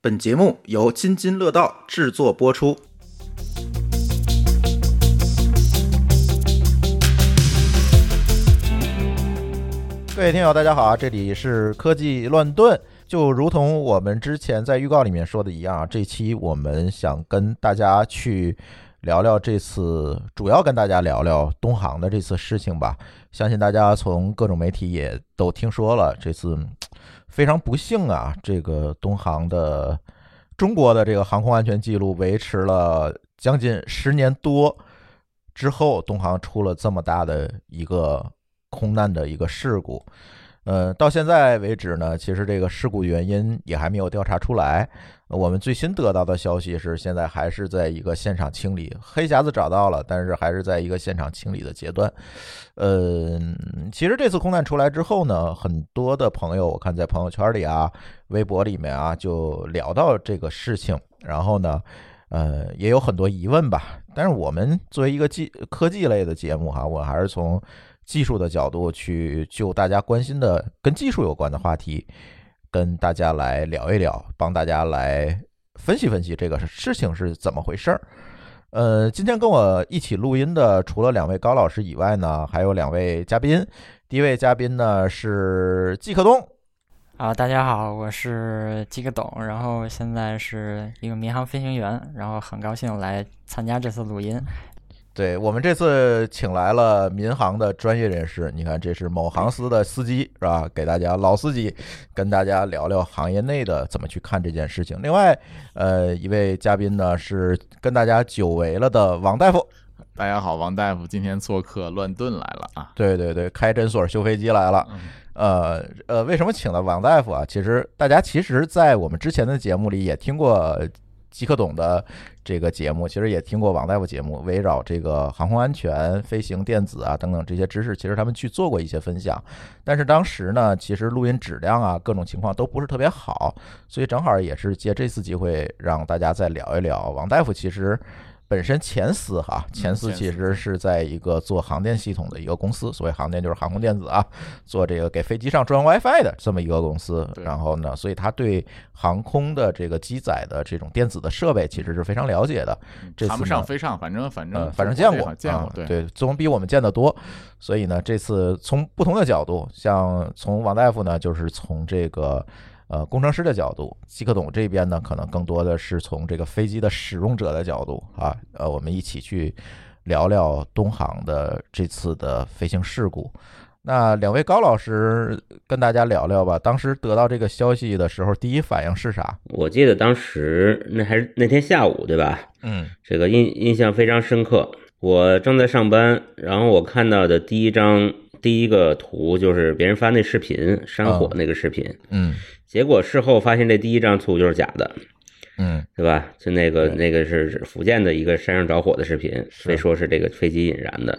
本节目由津津乐道制作播出。各位听友，大家好啊！这里是科技乱炖，就如同我们之前在预告里面说的一样啊，这期我们想跟大家去聊聊这次，主要跟大家聊聊东航的这次事情吧。相信大家从各种媒体也都听说了，这次嗯非常不幸啊，这个东航的中国的这个航空安全记录维持了将近十年多之后，东航出了这么大的一个空难的一个事故。呃，到现在为止呢，其实这个事故原因也还没有调查出来。呃我们最新得到的消息是，现在还是在一个现场清理，黑匣子找到了，但是还是在一个现场清理的阶段。呃，其实这次空难出来之后呢，很多的朋友，我看在朋友圈里啊、微博里面啊，就聊到这个事情，然后呢，呃，也有很多疑问吧。但是我们作为一个技科技类的节目哈、我还是从技术的角度去就大家关心的跟技术有关的话题，跟大家来聊一聊，帮大家来分析分析这个事情是怎么回事儿。呃，今天跟我一起录音的，除了两位高老师以外呢，还有两位嘉宾。第一位嘉宾呢是季克东，啊，大家好，我是季个董，然后现在是一个民航飞行员，然后很高兴来参加这次录音。对我们这次请来了民航的专业人士，你看这是某航司的司机是吧？给大家老司机跟大家聊聊行业内的怎么去看这件事情。另外，呃，一位嘉宾呢是跟大家久违了的王大夫，大家好，王大夫今天做客乱炖来了啊。对对对，开诊所修飞机来了。嗯呃呃，为什么请了王大夫啊？其实大家其实，在我们之前的节目里也听过吉克董的这个节目，其实也听过王大夫节目，围绕这个航空安全、飞行电子啊等等这些知识，其实他们去做过一些分享。但是当时呢，其实录音质量啊，各种情况都不是特别好，所以正好也是借这次机会让大家再聊一聊王大夫。其实本身前司哈，前司嗯前司其实是在一个做航电系统的一个公司，所谓航电就是航空电子啊，做这个给飞机上装 WiFi 的这么一个公司。对然后呢，所以他对航空的这个机载的这种电子的设备其实是非常了解的。嗯这次谈不呢上非上，反正反呃，正反正见中国这过，行见过啊，对对，总比我们见得多。所以呢，这次从不同的角度，像从王大夫呢，就是从这个呃工程师的角度；季克董这边呢，可能更多的是从这个飞机的使用者的角度啊，呃，我们一起去聊聊东航的这次的飞行事故。那两位高老师跟大家聊聊吧，当时得到这个消息的时候，第一反应是啥？我记得当时那还是那天下午对吧？嗯这个印印象非常深刻。我正在上班，然后我看到的第一张第一个图就是别人发那视频山火嗯那个视频，嗯结果事后发现这第一张图就是假的，嗯，对吧？就那个对那个是福建的一个山上着火的视频，是被说是这个飞机引燃的。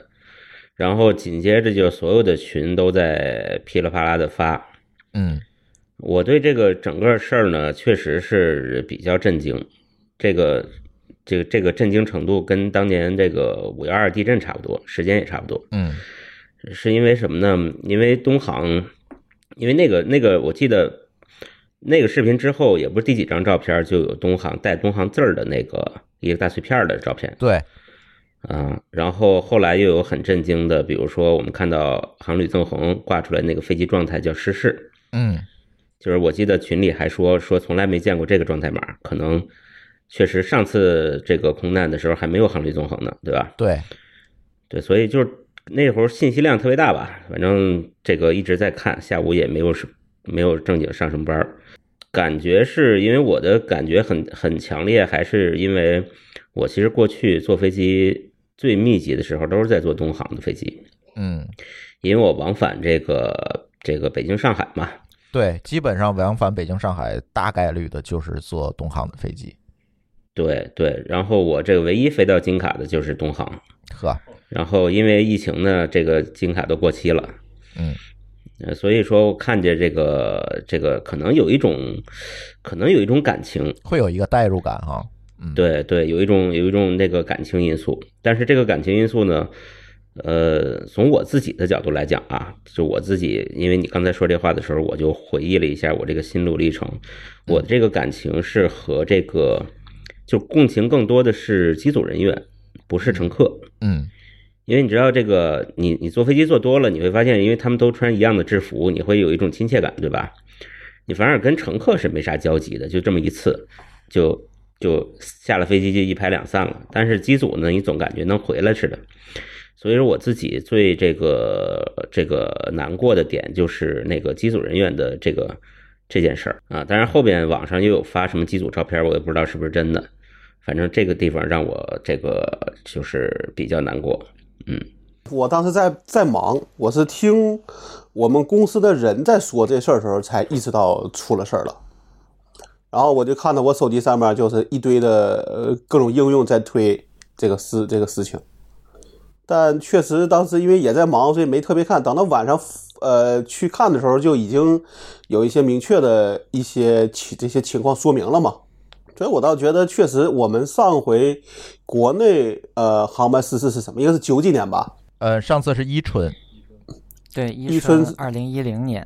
然后紧接着就所有的群都在噼里啪啦的发，嗯我对这个整个事儿呢，确实是比较震惊。这个这个这个震惊程度跟当年这个五幺二地震差不多，时间也差不多。嗯是因为什么呢？因为东航，因为那个那个，我记得那个视频之后，也不是第几张照片就有东航带东航字儿的那个一个大碎片儿的照片对，啊。然后后来又有很震惊的，比如说我们看到航旅纵横挂出来那个飞机状态叫失事，嗯就是我记得群里还说说从来没见过这个状态码，可能确实上次这个空难的时候还没有航旅纵横呢，对吧？对，对，所以就是那会儿信息量特别大吧，反正这个一直在看，下午也没有什没有正经上什么班儿，感觉是因为我的感觉很很强烈，还是因为我其实过去坐飞机最密集的时候都是在坐东航的飞机，嗯。因为我往返这个这个北京上海嘛，对，基本上往返北京、上海大概率的就是坐东航的飞机。对对，然后我这个唯一飞到金卡的就是东航，呵，然后因为疫情呢，这个金卡都过期了，嗯呃，所以说我看见这个这个可能有一种，可能有一种感情，会有一个代入感哈。嗯，，对对，有一种有一种那个感情因素，但是这个感情因素呢，呃，从我自己的角度来讲啊，就我自己，因为你刚才说这话的时候，我就回忆了一下我这个心路历程。我的这个感情是和这个，就共情更多的是机组人员，不是乘客。嗯因为你知道这个，你你坐飞机坐多了，你会发现，因为他们都穿一样的制服，你会有一种亲切感，对吧？你反而跟乘客是没啥交集的，就这么一次，就就下了飞机就一拍两散了。但是机组呢，你总感觉能回来似的。所以说我自己最这个这个难过的点就是那个机组人员的这个这件事儿啊。当然后边网上又有发什么机组照片，我也不知道是不是真的。反正这个地方让我这个就是比较难过。我当时在在忙，我是听我们公司的人在说这事儿的时候，才意识到出了事儿了。然后我就看到我手机上面就是一堆的呃各种应用在推这个事这个事情，但确实当时因为也在忙，所以没特别看。等到晚上呃去看的时候，就已经有一些明确的一些情这些情况说明了嘛。所以我倒觉得，确实我们上回国内呃航班失事是什么？应该是九几年吧，呃，上次是伊春，对，一一春春二零一零年，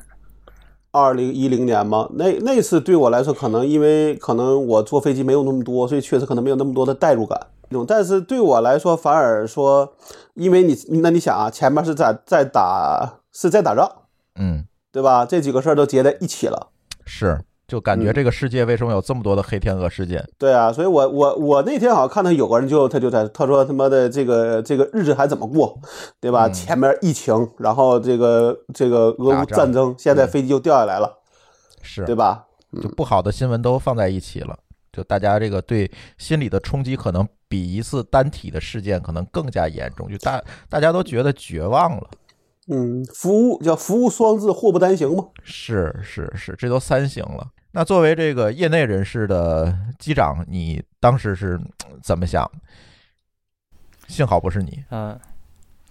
二零一零年吗？那那次对我来说，可能因为可能我坐飞机没有那么多，所以确实可能没有那么多的代入感。但是对我来说，反而说，因为你那你想啊，前面是在在打是在打仗，嗯，对吧？这几个事儿都结在一起了。是，就感觉这个世界为什么有这么多的黑天鹅事件？对啊，所以我我我那天好像看到有个人就他就在他说他哎妈的这个这个日子还怎么过，对吧？前面疫情，然后这个这个俄打仗乌战争，现在飞机又掉下来了，是对，吧？就不好的新闻都放在一起了，就大家这个对心理的冲击可能比一次单体的事件可能更加严重，就大大家都觉得绝望了。嗯，服务叫服务双至，祸不单行嘛。是是是，这都三型了。那作为这个业内人士的机长，你当时是嗯怎么想？幸好不是你，呃，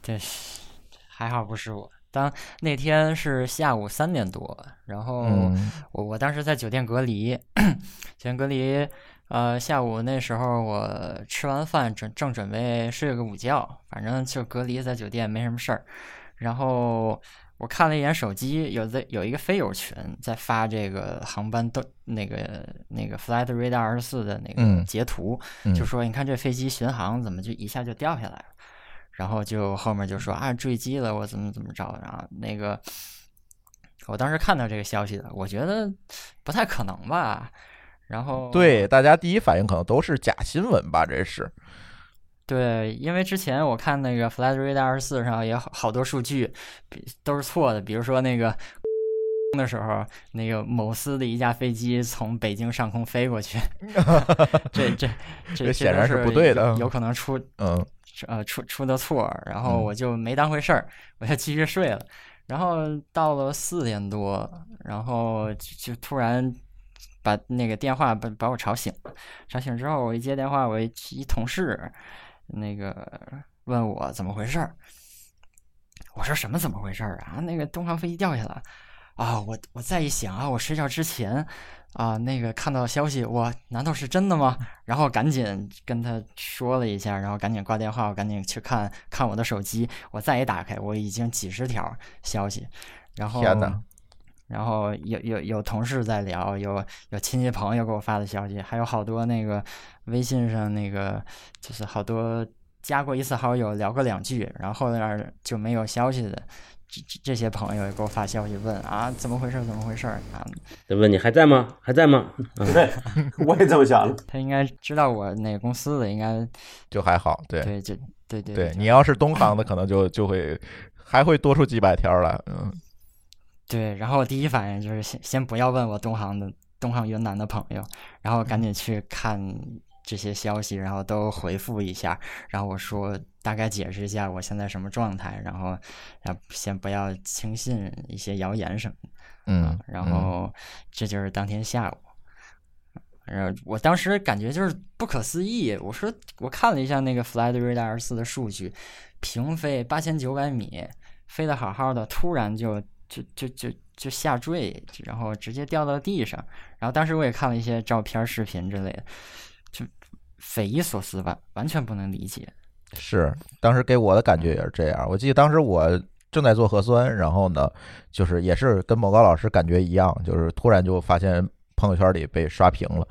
这是还好不是我。当那天是下午三点多，然后嗯我我当时在酒店隔离，酒店隔离，呃，下午那时候我吃完饭准正准备睡个午觉，反正就隔离在酒店没什么事儿。然后我看了一眼手机，有的有一个飞友群在发这个航班都那个那个 Flight Radar 二十四的那个嗯截图，嗯就说你看这飞机巡航怎么就一下就掉下来了。然后就后面就说啊坠机了，我怎么怎么着，然后那个我当时看到这个消息的，我觉得不太可能吧。然后对大家第一反应可能都是假新闻吧？这是， 对，因为之前我看那个 Flight Radar 二十四上也好好多数据比都是错的，比如说那个的时候，那个某司的一架飞机从北京上空飞过去， 这这这这显都然是是不对的有有可能出嗯呃出出的错儿，然后嗯我就没当回事儿，我就继续睡了。然后到了四点多，然后就就突然把那个电话把把我吵醒了。吵醒之后，我一接电话，我一一同事那个问我怎么回事儿，我说什么怎么回事儿啊？那个东航飞机掉下来啊！我我再一想啊，我睡觉之前啊，那个看到消息，我难道是真的吗？然后赶紧跟他说了一下，然后赶紧挂电话，我赶紧去看看我的手机，我再一打开，我已经几十条消息，然后天哪然后有有有同事在聊，有有亲戚朋友给我发的消息，还有好多那个微信上那个就是好多加过一次好友聊过两句，然后后面就没有消息的。这这这些朋友也给我发消息问啊，怎么回事？怎么回事？啊，就问你还在吗？还在吗？啊，对， 我也这么想的。他应该知道我哪个公司的，应该就还好，对对，就对对对，你要是东航的，可能就就会还会多出几百条来，嗯，对，然后我第一反应就是先先不要问我东航的东航云南的朋友，然后赶嗯紧去看这些消息，然后都回复一下，然后我说大概解释一下我现在什么状态，然后啊先不要轻信一些谣言什么的，嗯，然后这就是当天下午。然后我当时感觉就是不可思议，我说我看了一下那个 Flight Radar 四的数据，平飞八千九百米，飞得好好的，突然就就就就就下坠，然后直接掉到地上。然后当时我也看了一些照片、视频之类的，就匪夷所思吧，完全不能理解。是，当时给我的感觉也是这样。我记得当时我正在做核酸，然后呢，就是也是跟某高老师感觉一样，就是突然就发现朋友圈里被刷屏了，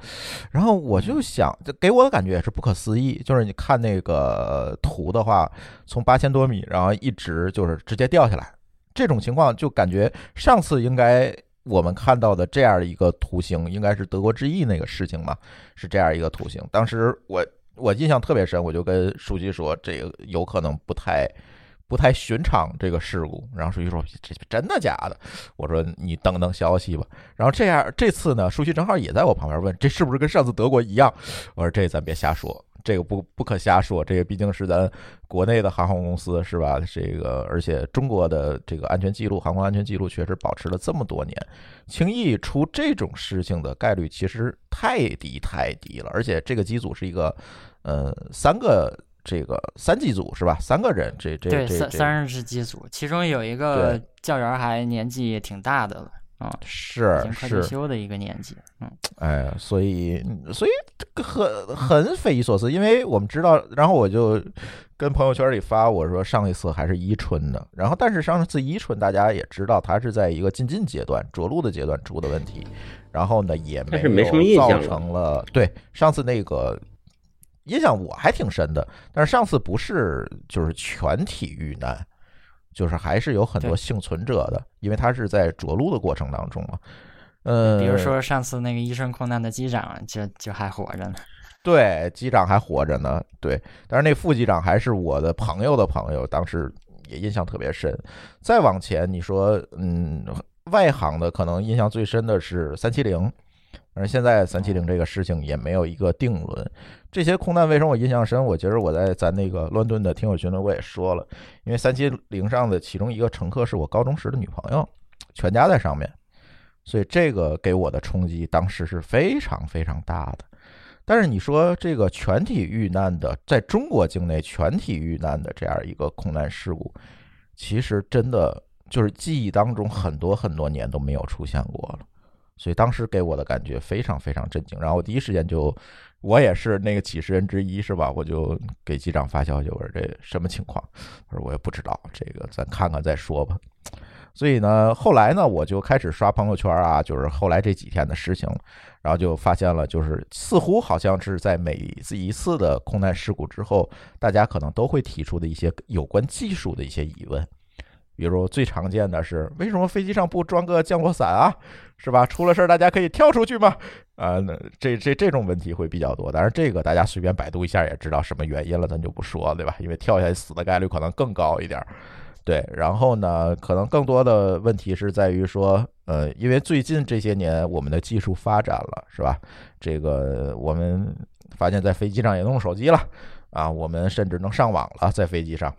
然后我就想，这给我的感觉也是不可思议。就是你看那个图的话，从八千多米，然后一直就是直接掉下来，这种情况就感觉上次应该。我们看到的这样的一个图形，应该是德国之翼那个事情嘛，是这样一个图形。当时我我印象特别深，我就跟舒淇说，这个有可能不太不太寻常这个事故。然后舒淇说，这真的假的？我说你等等消息吧。然后这样这次呢，舒淇正好也在我旁边问，这是不是跟上次德国一样？我说这咱别瞎说，这个不不可瞎说，这个毕竟是咱国内的航空公司是吧？这个而且中国的这个安全记录，航空安全记录确实保持了这么多年，轻易出这种事情的概率其实太低太低了。而且这个机组是一个，呃，三个这个三机组是吧？三个人，这这对，这三这三十只机组，其中有一个教员还年纪挺大的了，啊、是已经快退是休的一个年纪，嗯，哎呀，所以所以这个很很匪夷所思，因为我们知道，然后我就跟朋友圈里发，我说上一次还是伊春的，然后但是上次伊春大家也知道，它是在一个进进阶段、着陆的阶段出的问题，然后呢也但没是没什么印有造象了成了对上次那个。印象我还挺深的，但是上次不是就是全体遇难，就是还是有很多对幸存者的，因为它是在着陆的过程当中嘛。呃，比如说上次那个医生空难的机长就就还活着呢，对，机长还活着呢。对，但是那副机长还是我的朋友的朋友，当时也印象特别深。再往前，你说，嗯，外行的可能印象最深的是三七零，而现在三七零这个事情也没有一个定论。这些空难为什么我印象深？我觉得我在咱那个乱炖的听友群里我也说了，因为三七零上的其中一个乘客是我高中时的女朋友，全家在上面，所以这个给我的冲击当时是非常非常大的。但是你说这个全体遇难的，在中国境内全体遇难的这样一个空难事故，其实真的就是记忆当中很多很多年都没有出现过了。所以当时给我的感觉非常非常震惊，然后我第一时间就，我也是那个起事人之一，是吧？我就给机长发消息，我说这什么情况？我说我也不知道，这个咱看看再说吧。所以呢，后来呢，我就开始刷朋友圈啊，就是后来这几天的事情了，然后就发现了，就是似乎好像是在每一次的空难事故之后，大家可能都会提出的一些有关技术的一些疑问，比如最常见的是为什么飞机上不装个降落伞啊，是吧？出了事儿大家可以跳出去吗？啊、那这这这种问题会比较多，当然这个大家随便百度一下也知道什么原因了，咱就不说了，对吧？因为跳下去死的概率可能更高一点儿。对，然后呢，可能更多的问题是在于说，呃，因为最近这些年我们的技术发展了，是吧？这个我们发现，在飞机上也弄手机了啊，我们甚至能上网了，在飞机上。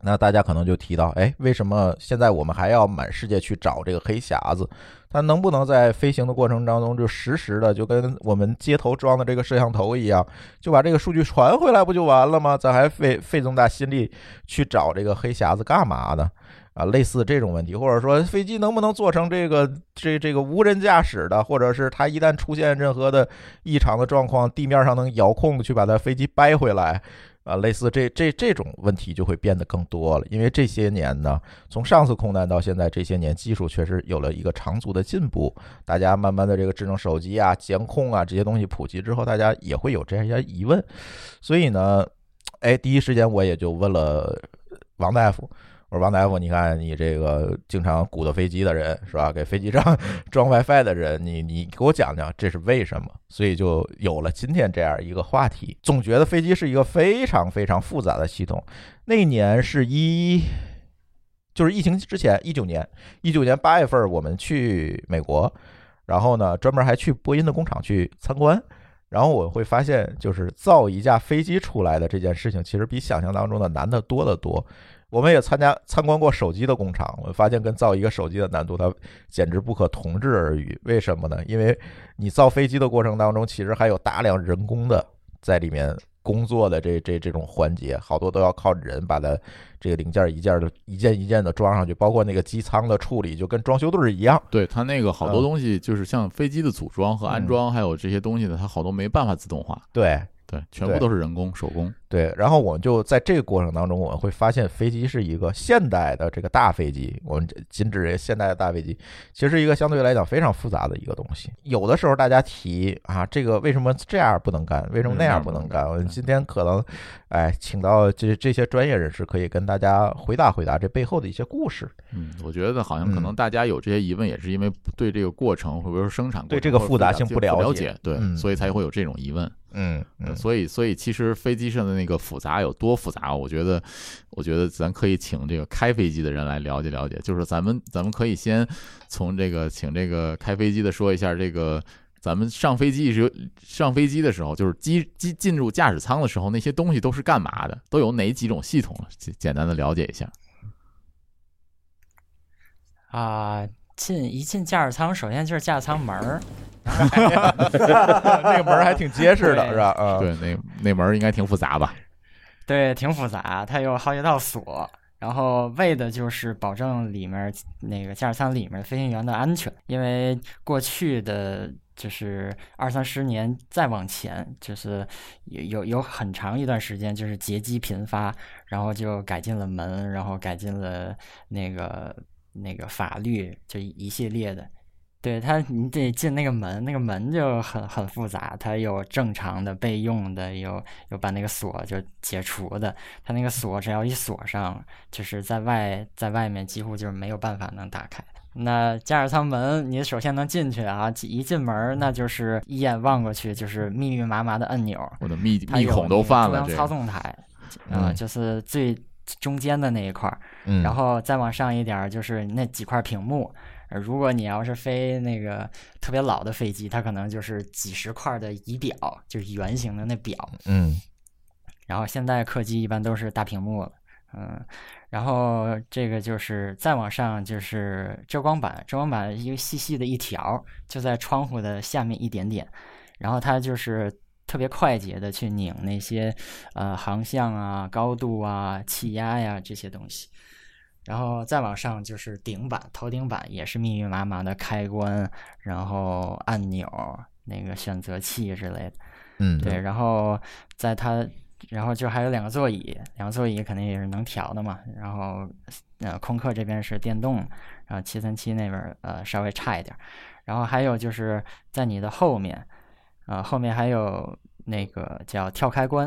那大家可能就提到，哎，为什么现在我们还要满世界去找这个黑匣子？它能不能在飞行的过程当中就实时的，就跟我们街头装的这个摄像头一样，就把这个数据传回来不就完了吗？咱还费费这么大心力去找这个黑匣子干嘛呢？啊，类似这种问题，或者说飞机能不能做成这个这这个无人驾驶的，或者是它一旦出现任何的异常的状况，地面上能遥控去把它飞机掰回来，啊，类似这这这种问题就会变得更多了。因为这些年呢，从上次空难到现在这些年，技术确实有了一个长足的进步，大家慢慢的这个智能手机啊、监控啊这些东西普及之后，大家也会有这样一些疑问，所以呢，哎，第一时间我也就问了王大夫。我说王大夫，你看你这个经常鼓捣飞机的人是吧？给飞机上 装 WiFi 的人，你你给我讲讲这是为什么？所以就有了今天这样一个话题。总觉得飞机是一个非常非常复杂的系统。那一年是一，就是疫情之前，一九年，一九年八月份我们去美国，然后呢专门还去波音的工厂去参观。然后我会发现，就是造一架飞机出来的这件事情，其实比想象当中的难得多得多。我们也参加参观过手机的工厂，我发现跟造一个手机的难度，它简直不可同日而语。为什么呢？因为你造飞机的过程当中，其实还有大量人工的在里面工作的这这这种环节，好多都要靠人把它这个零件一件的一件一件的装上去，包括那个机舱的处理，就跟装修队儿一样。对它那个好多嗯东西，就是像飞机的组装和安嗯装，还有这些东西的，它好多没办法自动化。对，对，全部都是人工手工。对，然后我们就在这个过程当中，我们会发现飞机是一个现代的这个大飞机，我们这仅指这现代的大飞机，其实是一个相对来讲非常复杂的一个东西。有的时候大家提啊，这个为什么这样不能干，为什么嗯那样不能干？我们今天可能，哎，请到这这些专业人士，可以跟大家回答回答这背后的一些故事。嗯，我觉得好像可嗯能大家有这些疑问，也是因为对这个过程或者说生产过对程这个或者复杂解性不不了了解解，对嗯，所以才会有这种疑问。嗯呃所以，所以其实飞机上的那个复杂有多复杂，我觉得，我觉得咱可以请这个开飞机的人来了解了解。就是咱们，咱们可以先从这个请这个开飞机的说一下这个。咱们上飞机时，上飞机的时候，就是机机进入驾驶舱的时候，那些东西都是干嘛的？都有哪几种系统了？简简单的了解一下。啊、进一进驾驶舱，首先就是驾驶舱门儿，那个门儿还挺结实的，对是吧？啊，对，那那门儿应该挺复杂吧？对，挺复杂，它有好几道锁，然后为的就是保证里面儿那个驾驶舱里面儿飞行员的安全，因为过去的。就是二三十年再往前，就是有有有很长一段时间就是劫机频发，然后就改进了门，然后改进了那个那个法律，就一系列的。对它，你得进那个门，那个门就很很复杂，它有正常的备用的，有有把那个锁就解除的。它那个锁只要一锁上，就是在外在外面几乎就是没有办法能打开。那驾驶舱门，你首先能进去啊，一进门那就是一眼望过去就是密密麻麻的按钮，我的密它密有孔那都个犯中了，央这操个纵台，啊、嗯就是最中间的那一块儿，嗯，然后再往上一点儿就是那几块屏幕。呃如果你要是飞那个特别老的飞机，它可能就是几十块的仪表，就是圆形的那表。嗯然后现在客机一般都是大屏幕了，嗯，然后这个就是再往上就是遮光板，遮光板一个细细的一条，就在窗户的下面一点点，然后它就是特别快捷的去拧那些呃航向啊、高度啊、气压呀、这些东西。然后再往上就是顶板，头顶板也是密密麻麻的开关，然后按钮、那个选择器之类的。嗯，对，然后在它，然后就还有两个座椅，两个座椅肯定也是能调的嘛。然后，呃，空客这边是电动，然后七三七那边儿呃稍微差一点儿。然后还有就是在你的后面，呃，后面还有那个叫跳开关，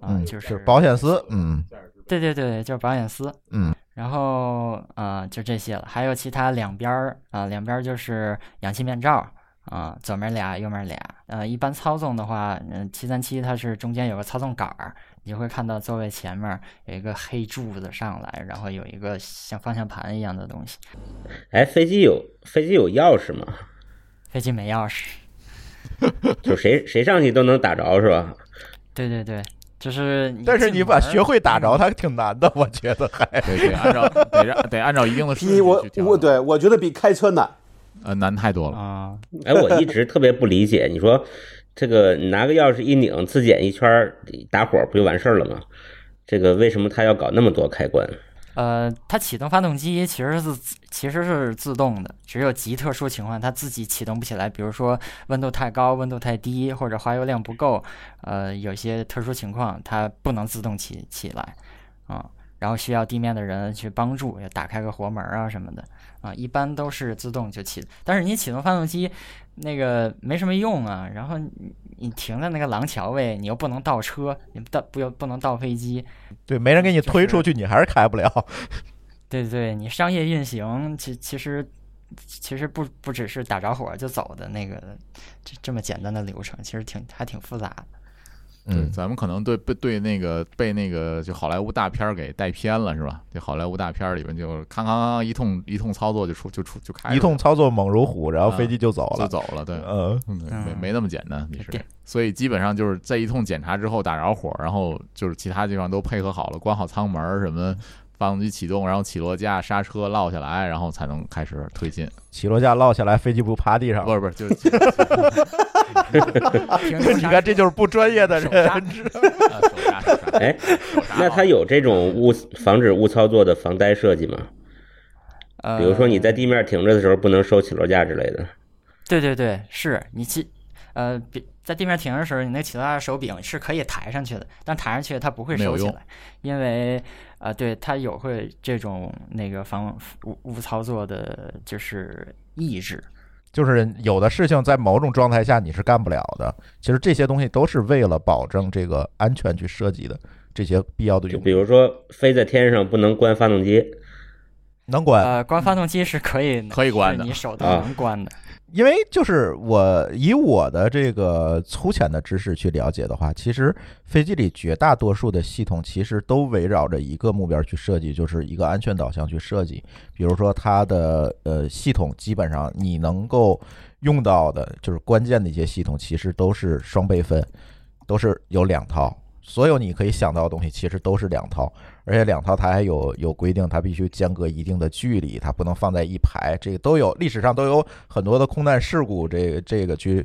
啊、嗯，就是保险丝，嗯对对对，就是保险丝。嗯然后啊、呃就这些了。还有其他两边儿啊、两边儿就是氧气面罩啊、左面俩，右面俩。呃，一般操纵的话，嗯、7七三七它是中间有个操纵杆儿，你就会看到座位前面儿有一个黑柱子上来，然后有一个像方向盘一样的东西。哎，飞机有飞机有钥匙吗？飞机没钥匙。就谁谁上去都能打着是吧？对对对，就是进门儿。嗯但是你把学会打着它挺难的，我觉得还。得得按照得让得按照 一定的顺比序我去调我整，对我觉得比开车难。呃，难太多了。啊、哎，我一直特别不理解，你说这个拿个钥匙一拧，自检一圈儿打火不就完事儿了吗？这个为什么他要搞那么多开关？呃，它启动发动机其实是自其实是自动的，只有极特殊情况它自己启动不起来，比如说温度太高、温度太低，或者滑油量不够，呃，有些特殊情况它不能自动起起来，啊、然后需要地面的人去帮助，要打开个活门啊什么的，啊、一般都是自动就启，但是你启动发动机那个没什么用啊，然后你你停在那个廊桥位，你又不能倒车，你不倒不又不能倒飞机，对，没人给你推出去，你还是开不了。对对，你商业运行，其其实其实不不只是打着火就走的那个这这么简单的流程，其实挺还挺复杂的。对，嗯咱们可能对被对那个被那个就好莱坞大片儿给带偏了，是吧？这好莱坞大片儿里边就康康康一通一通操作就出就出就开一通操作猛如虎，然后飞机就走就了。走了，对，嗯，嗯没嗯没那么简单也是对。所以基本上就是在一通检查之后打着火，然后就是其他地方都配合好了，关好舱门儿什么。发动机启动，然后起落架、刹车落下来，然后才能开始推进。起落架落下来，飞机不趴地上不了。是不是，就是停你看，这就是不专业的手人。刹啊手刹手刹哎，手刹那好他有这种误防止误操作的防呆设计吗？呃，比如说你在地面停着的时候不能收起落架之类的。对对对，是你其呃，比在地面停的时候，你那起落架的手柄是可以抬上去的，但抬上去它不会没有收起用来，因为呃，对它有会这种那个防无无操作的，就是抑制。 就是有的事情在某种状态下你是干不了的。其实这些东西都是为了保证这个安全去设计的，这些必要的就用比如说飞在天上不能关发动机，能管。呃，关发动机是可以可以关是的你手动啊能关的。因为就是我以我的这个粗浅的知识去了解的话，其实飞机里绝大多数的系统其实都围绕着一个目标去设计，就是一个安全导向去设计。比如说它的呃系统，基本上你能够用到的，就是关键的一些系统，其实都是双备份，都是有两套。所有你可以想到的东西，其实都是两套，而且两套它还有有规定，它必须间隔一定的距离，它不能放在一排。这个都有历史上都有很多的空难事故，这个这个去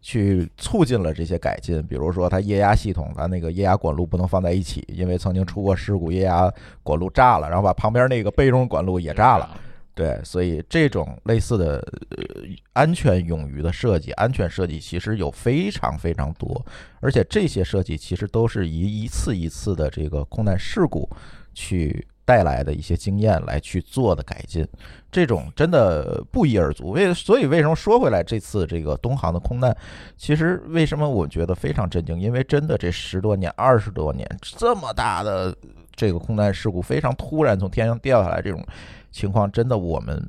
去促进了这些改进。比如说，它液压系统，它那个液压管路不能放在一起，因为曾经出过事故，液压管路炸了，然后把旁边那个备用管路也炸了。，对，所以这种类似的、呃、安全冗余的设计，安全设计其实有非常非常多，而且这些设计其实都是以一次一次的这个空难事故去带来的一些经验来去做的改进，这种真的不一而足。为所以为什么说回来这次这个东航的空难，其实为什么我觉得非常震惊，因为真的这十多年、二十多年这么大的这个空难事故，非常突然从天上掉下来这种情况真的我们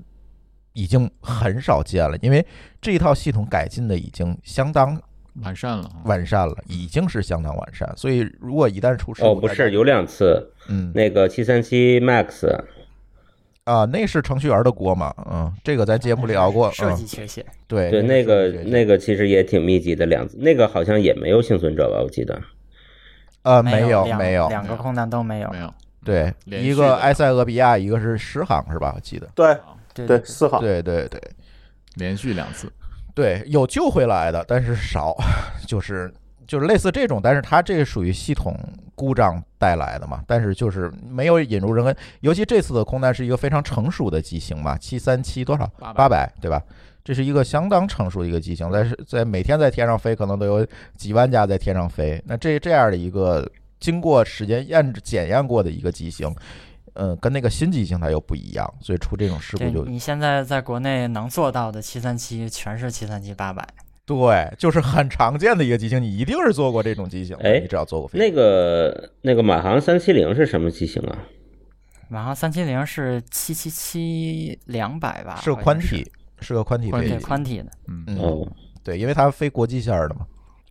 已经很少见了，因为这一套系统改进的已经相当完善了啊，完善了，已经是相当完善。所以如果一旦出事故，哦，不大家是，有两次，嗯那个七三七 MAX 啊，那是程序员的锅嘛，嗯，这个咱节目聊过，设计嗯，缺陷，对对，那个那个个其实也挺密集的两次，那个好像也没有幸存者吧？我记得呃没没有两没有，两个空难都没有。没有对，连续一个的埃塞俄比亚，一个是石航是吧？我记得，对对对，思考对对对连续两次，对，有救回来的，但是少，就是就是类似这种，但是它这属于系统故障带来的嘛，但是就是没有引入人为，尤其这次的空难是一个非常成熟的机型嘛，七三七多少800八百对吧？这是一个相当成熟的一个机型，但是在每天在天上飞，可能都有几万架在天上飞。那这这样的一个经过时间验检验过的一个机型，嗯，跟那个新机型它又不一样，所以出这种事故对就你现在在国内能做到的七三七全是七三七八百，对，就是很常见的一个机型，你一定是做过这种机型的，哎你只要做过飞机那个那个马航三七零是什么机型啊？马航三七零是七七七两百吧？是好像宽体，是个宽体宽飞对体机，宽体的。嗯，嗯，哦，对，因为它飞国际线儿的嘛。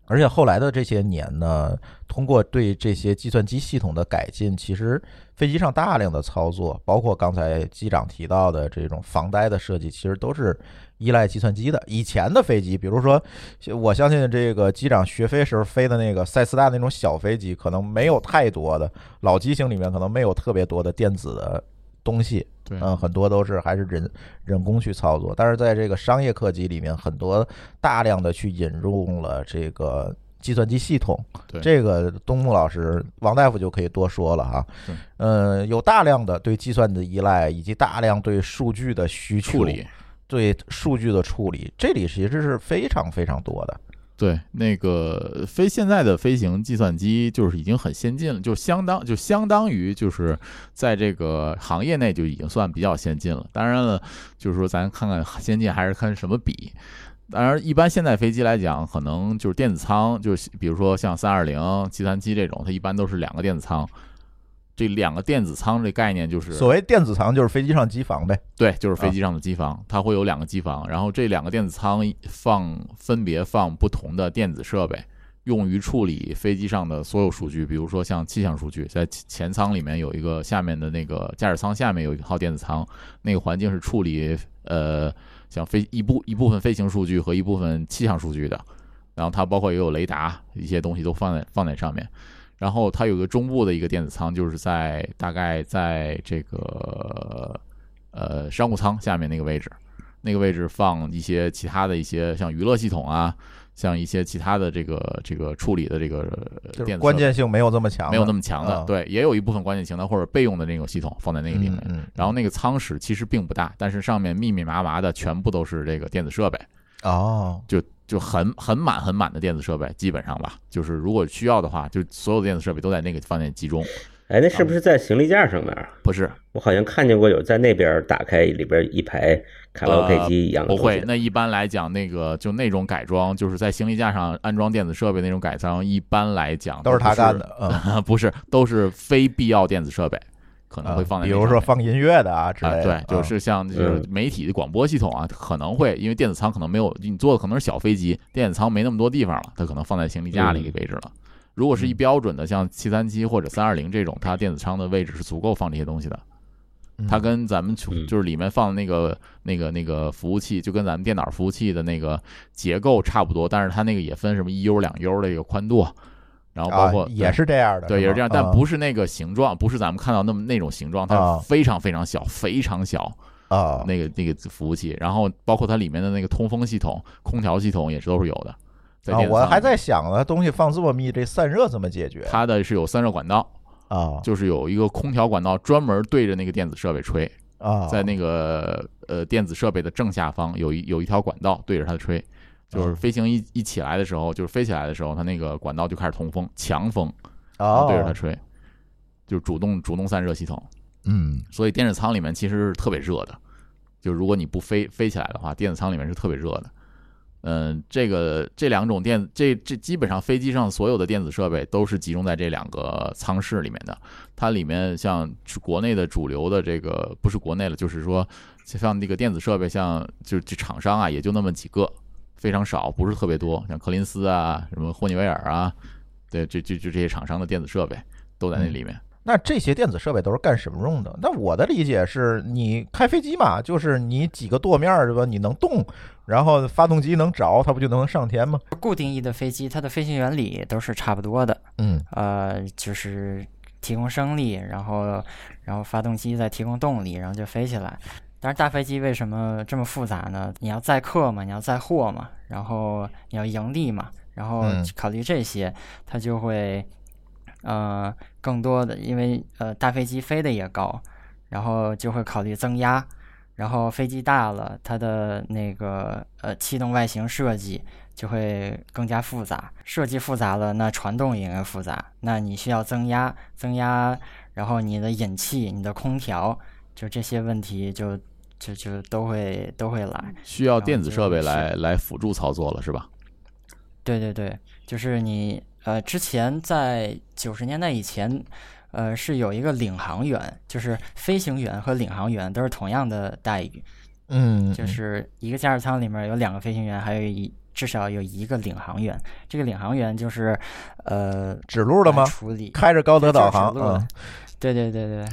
而且后来的这些年呢，通过对这些计算机系统的改进，其实飞机上大量的操作，包括刚才机长提到的这种防呆的设计，其实都是依赖计算机的。以前的飞机，比如说，我相信这个机长学飞时候飞的那个塞斯大那种小飞机，可能没有太多的老机型里面可能没有特别多的电子的东西，对，嗯，很多都是还是人人工去操作，但是在这个商业客机里面，很多大量的去引入了这个计算机系统。对这个东木老师、王大夫就可以多说了哈对。嗯，有大量的对计算的依赖，以及大量对数据的需求处理，对数据的处理，这里其实是非常非常多的。对，那个飞现在的飞行计算机就是已经很先进了，就相当就相当于就是在这个行业内就已经算比较先进了。当然了，就是说咱看看先进还是看什么比。当然，一般现在飞机来讲，可能就是电子舱，就是比如说像三二零、七三七这种，它一般都是两个电子舱。这两个电子舱这概念就是所谓电子舱，就是飞机上机房呗。对，就是飞啊机上的机房，它会有两个机房，然后这两个电子舱放分别放不同的电子设备，用于处理飞机上的所有数据，比如说像气象数据，在前前舱里面有一个下面的那个驾驶舱下面有一套电子舱，那个环境是处理呃像飞一部一部分飞行数据和一部分气象数据的，然后它包括也有雷达一些东西都放在放在上面。然后它有一个中部的一个电子舱，就是在大概在这个呃商务舱下面那个位置，那个位置放一些其他的一些像娱乐系统啊，像一些其他的这个这个处理的这个就电是子设备关键性没有这么强，没有那么强的，嗯对，也有一部分关键型的或者备用的那种系统放在那个地嗯方。嗯然后那个舱室其实并不大，但是上面密密麻麻的全部都是这个电子设备，哦，就就很很满很满的电子设备，基本上吧，就是如果需要的话，就所有的电子设备都在那个饭店集中。哎，那是不是在行李架上面啊？不是，我好像看见过有人在那边打开里边一排卡拉 OK 机一样的呃不东西。会，那一般来讲，那个就那种改装，就是在行李架上安装电子设备那种改装，一般来讲都是他干的，嗯。啊，不是，都是非必要电子设备，可能会放在啊比那如上说面放音乐的啊之啊，类的。对，就是像就是嗯媒体的广播系统啊，可能会因为电子舱可能没有你坐的可能是小飞机，电子舱没那么多地方了，它可能放在行李架里嗯个位置了。如果是一标准的像七三七或者三二零这种，它电子舱的位置是足够放这些东西的。嗯它跟咱们就嗯就是里面放的那个那个那个服务器，就跟咱们电脑服务器的那个结构差不多，但是它那个也分什么一 U 两 U 的一个宽度，然后包括啊也是这样的，对，也吗是这样，但嗯不是那个形状，不是咱们看到那么那种形状，它啊是非常非常小，非常小啊，那个那个服务器，然后包括它里面的那个通风系统、空调系统也是都是有的。在啊电子我仓还里面在想呢，东西放这么密，这散热怎么解决它的是有散热管道，啊？就是有一个空调管道专门对着那个电子设备吹，啊，在那个呃电子设备的正下方有一有一条管道对着它吹，就是啊飞行一一起来的时候，就是飞起来的时候，它那个管道就开始通风，强风，然啊后对着它哦，吹，就主动主动散热系统。嗯所以电子舱里面其实是特别热的，就如果你不飞飞起来的话，电子舱里面是特别热的。嗯，这个这两种电，这这基本上飞机上所有的电子设备都是集中在这两个舱室里面的。它里面像国内的主流的这个，不是国内了，就是说像那个电子设备，像就这厂商啊，也就那么几个，非常少，不是特别多。像柯林斯啊，什么霍尼韦尔啊，对，这这这这些厂商的电子设备都在那里面。那这些电子设备都是干什么用的？那我的理解是，你开飞机嘛，就是你几个舵面儿对吧？你能动，然后发动机能着，它不就能上天吗？固定翼的飞机，它的飞行原理都是差不多的，嗯呃，就是提供升力，然后然后发动机再提供动力，然后就飞起来。但是大飞机为什么这么复杂呢？你要载客嘛，你要载货嘛，然后你要盈利嘛，然后嗯考虑这些，它就会呃更多的，因为呃大飞机飞的也高，然后就会考虑增压。然后飞机大了，它的那个呃气动外形设计，就会更加复杂。设计复杂了，那传动也应该复杂。那你需要增压，增压，然后你的引气、你的空调，就这些问题就就就都会都会来。需要电子设备来来辅助操作了，是吧？对对对，就是你呃，之前在九十年代以前，呃，是有一个领航员，就是飞行员和领航员都是同样的待遇，嗯，就是一个驾驶舱里面有两个飞行员，还有一至少有一个领航员。这个领航员就是呃指路了吗来？哎处理开着高德导航就是指路的啊，对对对对，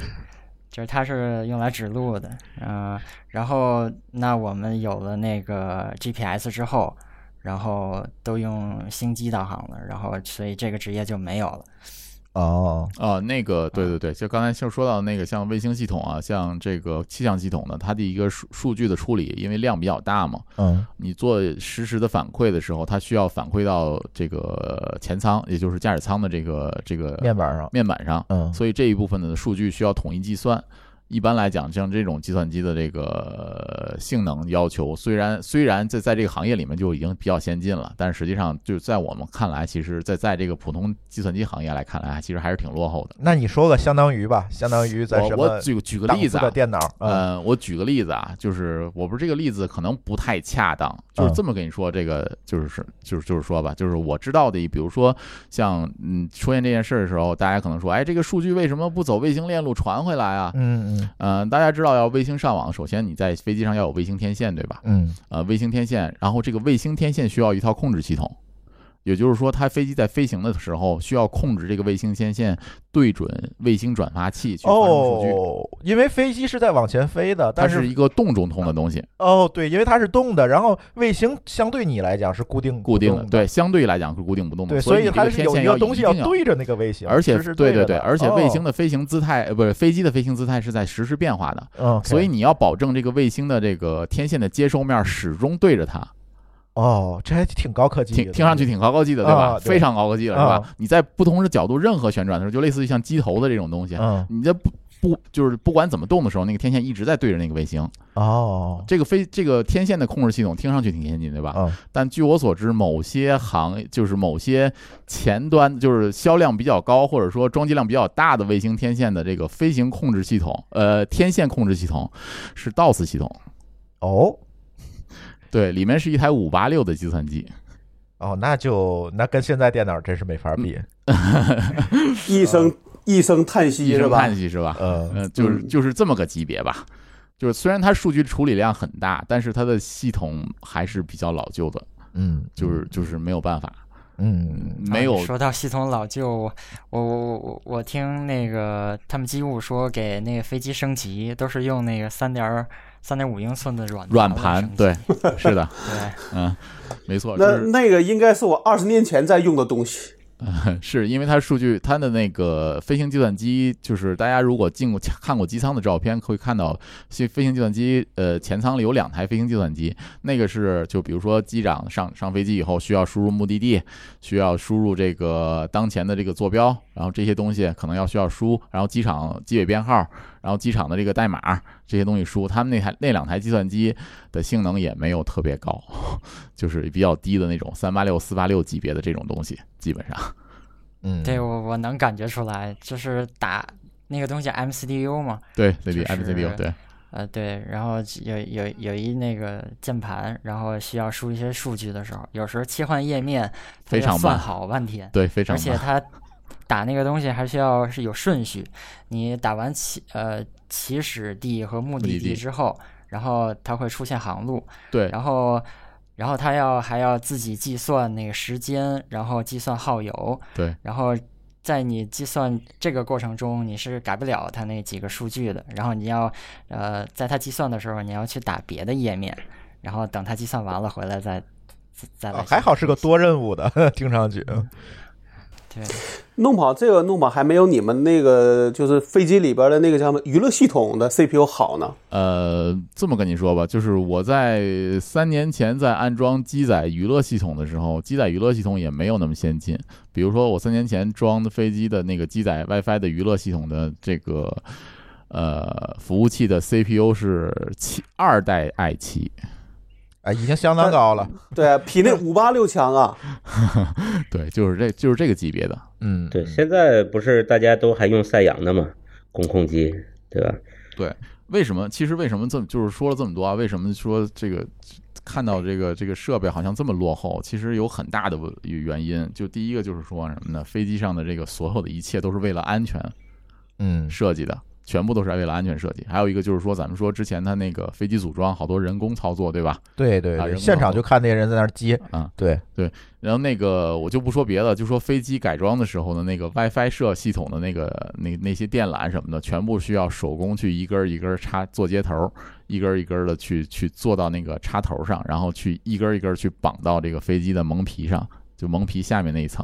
就是它是用来指路的，嗯、然后那我们有了那个 GPS 之后，然后都用星机导航了，然后所以这个职业就没有了。哦，啊、那个，对对对，就刚才就说到那个，像卫星系统啊，像这个气象系统呢，它的一个数数据的处理，因为量比较大嘛，嗯你做实时的反馈的时候，它需要反馈到这个前舱，也就是驾驶舱的这个这个面板上，面板上，嗯所以这一部分的数据需要统一计算。一般来讲，像这种计算机的这个呃性能要求，虽然虽然在在这个行业里面就已经比较先进了，但是实际上就是在我们看来，其实在在这个普通计算机行业来看来，其实还是挺落后的。那你说个相当于吧，相当于在什我么我举举个档例次子的啊，电脑？嗯呃，我举个例子啊，就是我不是这个例子可能不太恰当，就是嗯这么跟你说，这个就是就是就是说吧，就是我知道的，比如说像嗯出现这件事儿的时候，大家可能说，哎，这个数据为什么不走卫星链路传回来啊？嗯嗯嗯、大家知道要卫星上网，首先你在飞机上要有卫星天线，对吧？嗯呃，卫星天线，然后这个卫星天线需要一套控制系统，也就是说，它飞机在飞行的时候需要控制这个卫星天线对准卫星转发器去发送数据。哦，因为飞机是在往前飞的，它但是一个动中通的东西，哦，对，因为它是动的，然后卫星相对你来讲是固定固定的，的，对，相对来讲是固定不动的，对，所所以你以这个还是天有线一要个东西要一定对着那个卫星，而且是对对哦对，而且卫星的飞行姿态呃不是飞机的飞行姿态是在实时变化的，嗯，所以你要保证这个卫星的这个天线的接收面始终对着它，哦，这还挺高科技的，听听上去挺高科技的对吧？啊对非常高科技了是吧啊？你在不同的角度任何旋转的时候，就类似于像机头的这种东西，嗯你这不不就是不管怎么动的时候，那个天线一直在对着那个卫星。哦，这个飞这个天线的控制系统听上去挺先进，对吧？啊嗯但据我所知，某些行就是某些前端就是销量比较高，或者说装机量比较大的卫星天线的这个飞行控制系统，呃，天线控制系统是 DOS 系统，哦对，里面是一台五八六的计算机。哦，那就那跟现在电脑真是没法比。一声一声叹息一是声吧叹？息是吧？嗯呃，就是嗯就是这么个级别吧。就是虽然它数据处理量很大，但是它的系统还是比较老旧的，嗯，就是就是没有办法，嗯没有啊说到系统老旧，我我我我我听那个他们机务说给那个飞机升级都是用那个三点三点五英寸的软软来盘升，级对，是的，对，嗯，没错，就那是那个应该是我二十年前在用的东西。是因为它数据，它的那个飞行计算机，就是大家如果进过看过机舱的照片，会看到飞飞行计算机，呃，前舱里有两台飞行计算机，那个是就比如说机长上上飞机以后需要输入目的地，需要输入这个当前的这个坐标，然后这些东西可能要需要输，然后机场机尾编号，然后机场的这个代码这些东西输，他们那台那两台计算机的性能也没有特别高， 就是比较低的那种三八六、四八六级别的这种东西，基本上。嗯，对我我能感觉出来，就是打那个东西 MCDU 嘛，对，那里就是 MCDU 对，呃对，然后有有有一那个键盘，然后需要输一些数据的时候，有时候切换页面它非要常算慢好半天，对非而常且慢，它打那个东西还需要是有顺序，你打完起呃起始地和目目的的地地之后，然后它会出现航路，对然后。然后它要还要自己计算那个时间，然后计算耗油，对然后在你计算这个过程中，你是改不了它那几个数据的。然后你要呃，在它计算的时候，你要去打别的页面，然后等它计算完了回来再再再来啊计还算、好是个多任务的， 听上去。嗯对弄不好这个弄不好还没有你们那个就是飞机里边的那个叫什么娱乐系统的 CPU 好呢。呃，这么跟你说吧，就是我在三年前在安装机载娱乐系统的时候，机载娱乐系统也没有那么先进。比如说我三年前装的飞机的那个机载 WiFi 的娱乐系统的这个呃服务器的 CPU 是七二代 i 七，哎，已经相当高了。对啊，比那五八六强啊！对，就是这就是这个级别的，嗯，对，现在不是大家都还用赛扬的嘛，工控机，对吧？为什么？其实为什么这么就是说了这么多啊？为什么说这个看到这个这个设备好像这么落后？其实有很大的原因。就第一个就是说什么呢？飞机上的这个所有的一切都是为了安全嗯设计的，全部都是为了安全设计。还有一个就是说，咱们说之前它那个飞机组装好多人工操作，对吧？对对啊人对，工现场劳就动看那些人在那儿接啊，对，然后那个我就不说别的，就说飞机改装的时候的那个 WiFi 设系统的那个那那些电缆什么的，全部需要手工去一根儿一根儿插做接头，一根儿一根儿的去去做到那个插头上，然后去一根儿一根儿去绑到这个飞机的蒙皮上，就蒙皮下面那一层，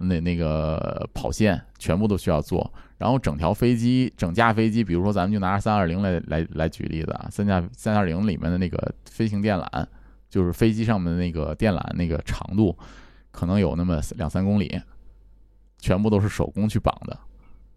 那那个跑线全部都需要做。然后整条飞机，整架飞机，比如说咱们就拿三二零来来来举例子啊，三架三二零里面的那个飞行电缆，就是飞机上面的那个电缆那个长度，可能有那么两三公里，全部都是手工去绑的。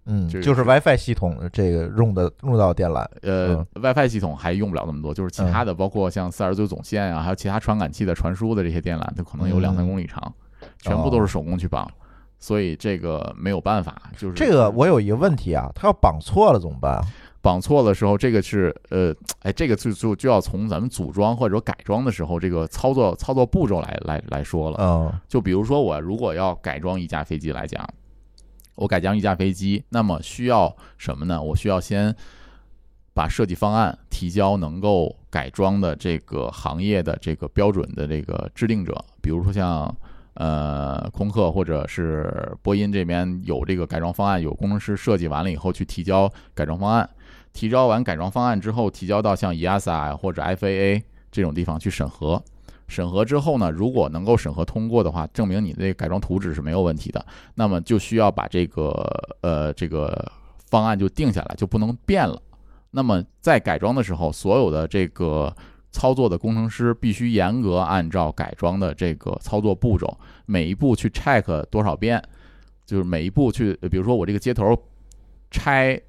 嗯，这个就是是 WiFi 系统这个用的用到电缆，呃、嗯 w i f i 系统还用不了那么多，就是其他的，包括像四二九总线啊，还有其他传感器的传输的这些电缆，它可能有两嗯三公里长，全部都是手工去绑，所以这个没有办法，就是这个我有一个问题啊，它要绑错了怎么办啊？绑错的时候，这个是呃，哎，这个就就就要从咱们组装或者说改装的时候这个操作操作步骤来来来说了。嗯就比如说我如果要改装一架飞机来讲，我改装一架飞机，那么需要什么呢？我需要先把设计方案提交能够改装的这个行业的这个标准的这个制定者，比如说像。呃，空客或者是波音这边有这个改装方案，有工程师设计完了以后去提交改装方案，提交完改装方案之后，提交到像 E EASA 或者 FAA 这种地方去审核，审核之后呢，如果能够审核通过的话，证明你这个改装图纸是没有问题的，那么就需要把这个呃这个方案就定下来，就不能变了。那么在改装的时候，所有的这个操作的工程师必须严格按照改装的这个操作步骤，每一步去 check 多少遍，就是每一步去，呃比如说我这个接头拆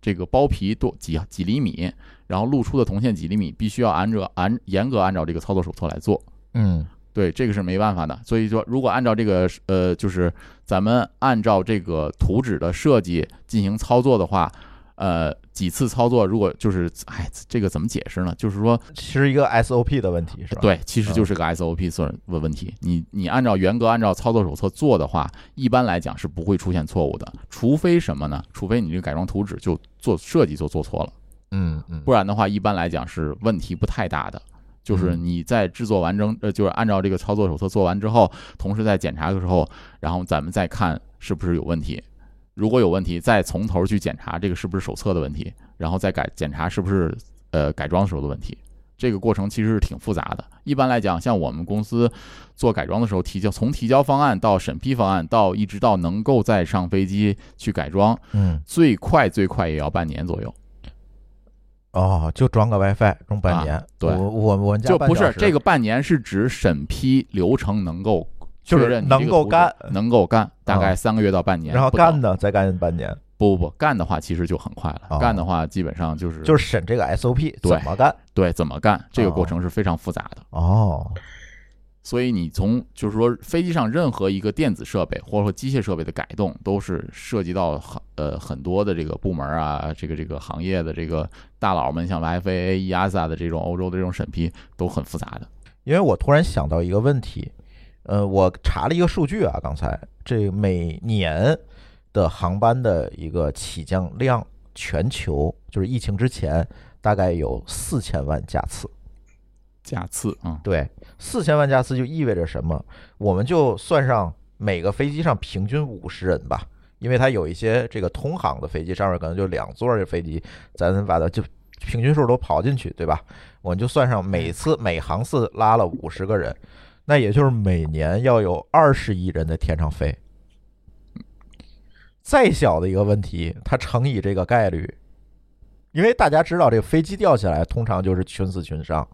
这个包皮多几几厘米，然后露出的铜线几厘米，必须要按照按严格按照这个操作手册来做。嗯对，这个是没办法的。所以说，如果按照这个呃，就是咱们按照这个图纸的设计进行操作的话，呃，几次操作如果就是，哎，这个怎么解释呢？就是说，其实一个 SOP 的问题是吧？，嗯对，其实就是个 SOP 算问问题。你你按照严格按照操作手册做的话，一般来讲是不会出现错误的，除非什么呢？除非你这个改装图纸就做设计就做错了，嗯嗯不然的话，一般来讲是问题不太大的。就是嗯你在制作完整，呃，就是按照这个操作手册做完之后，同时在检查的时候，然后咱们再看是不是有问题。如果有问题，再从头去检查这个是不是手册的问题，然后再改检查是不是呃改装时候的问题。这个过程其实是挺复杂的。一般来讲，像我们公司做改装的时候，提交从提交方案到审批方案，到一直到能够再上飞机去改装，嗯最快最快也要半年左右。哦，就装个 WiFi 用半年，啊对我我我们家就半不小是时这个半年是指审批流程能够就确是认你能这个够图纸干能够干，大啊概三个月到半年。然后不等干呢，再干半年，不不不干的话，其实就很快哦了。干的话，基本上就是就是审这个 SOP 对怎么干对怎么干，这个哦过程是非常复杂的。哦，所以你从就是说飞机上任何一个电子设备或者说机械设备的改动，都是涉及到很呃很多的这个部门啊，这个这个行业的这个大佬们，像 FAA、EASA 的这种欧洲的这种审批都很复杂的。因为我突然想到一个问题，呃，我查了一个数据啊，刚才这每年的航班的一个起降量，全球就是疫情之前大概有四千万架次。架次啊，对，四千万架次就意味着什么？我们就算上每个飞机上平均五十人吧，因为它有一些这个通航的飞机上面可能就两座儿的飞机，咱把它就平均数都刨进去，对吧？我们就算上每次每航次拉了五十个人，那也就是每年要有二十亿人在天上飞。再小的一个问题，它乘以这个概率，因为大家知道这个飞机掉下来通常就是群死群伤，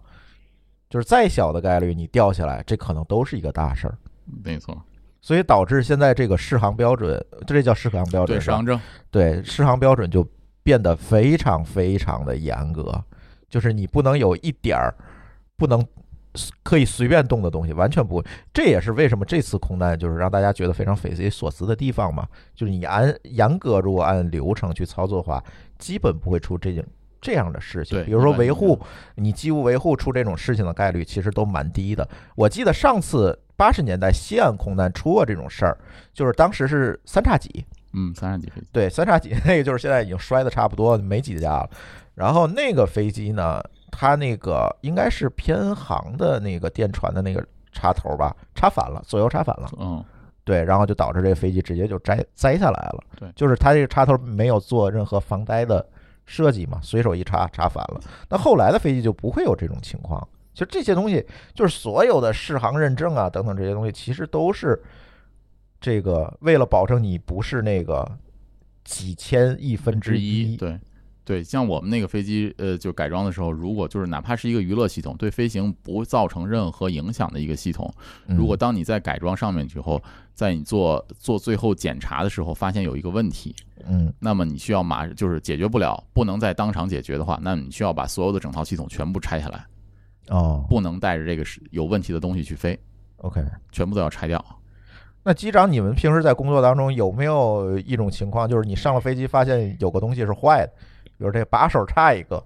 就是再小的概率你掉下来，这可能都是一个大事儿。没错，所以导致现在这个适航标准，这叫适航标准对，哦是适吧航证，对适航标准就变得非常非常的严格，就是你不能有一点儿不能可以随便动的东西，完全不会。这也是为什么这次空难就是让大家觉得非常匪夷所思的地方嘛，就是你按严格如果按流程去操作的话，基本不会出这种这样的事情。对比如说一般维护一，你机务维护出这种事情的概率其实都蛮低的。我记得上次八十年代西安空难出过这种事儿，就是当时是三叉戟，嗯，三十几飞机，对，三叉戟 那个就是现在已经摔的差不多没几架了。然后那个飞机呢，它那个应该是偏航的那个电传的那个插头吧，插反了，左右插反了。嗯，对，然后就导致这个飞机直接就摘摘下来了。对就是它这个插头没有做任何防呆的设计嘛，随手一插插反了。那后来的飞机就不会有这种情况。其实这些东西，就是所有的适航认证啊等等这些东西，其实都是这个为了保证你不是那个几千亿分之一。对。对，像我们那个飞机，呃，就改装的时候，如果就是哪怕是一个娱乐系统，对飞行不造成任何影响的一个系统，嗯，如果当你在改装上面之后，在你做做最后检查的时候，发现有一个问题，嗯那么你需要马就是解决不了，不能在当场解决的话，那你需要把所有的整套系统全部拆下来，哦不能带着这个是有问题的东西去飞， ，OK。全部都要拆掉。那机长，你们平时在工作当中有没有一种情况，就是你上了飞机发现有个东西是坏的，比如这把手差一个，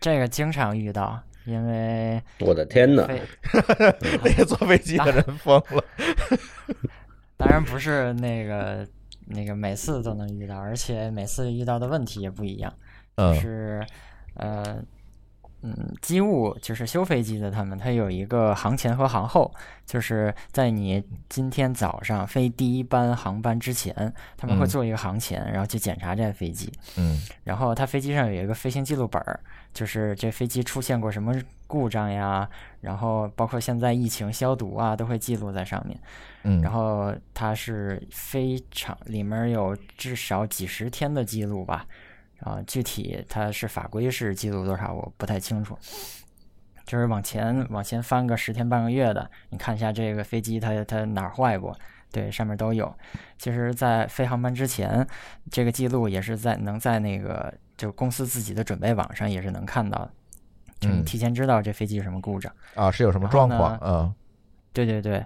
这个经常遇到，因为我的天呐，飞 那个坐飞机的人疯了。当然不是那个那个每次都能遇到，而且每次遇到的问题也不一样。嗯就是呃嗯，机务就是修飞机的，他们他有一个航前和航后，就是在你今天早上飞第一班航班之前，他们会嗯做一个航前，然后去检查这架飞机。嗯然后它飞机上有一个飞行记录本儿，就是这飞机出现过什么故障呀，然后包括现在疫情消毒啊，都会记录在上面。嗯，然后它是非常里面有至少几十天的记录吧，啊，具体它是法规是记录多少我不太清楚，就是往前往前翻个十天半个月的，你看一下这个飞机它它哪儿坏过，对，上面都有。其实，在飞航班之前，这个记录也是在能在那个就公司自己的准备网上也是能看到的，就你嗯提前知道这飞机有什么故障。啊，是有什么然后状呢况啊？对对对，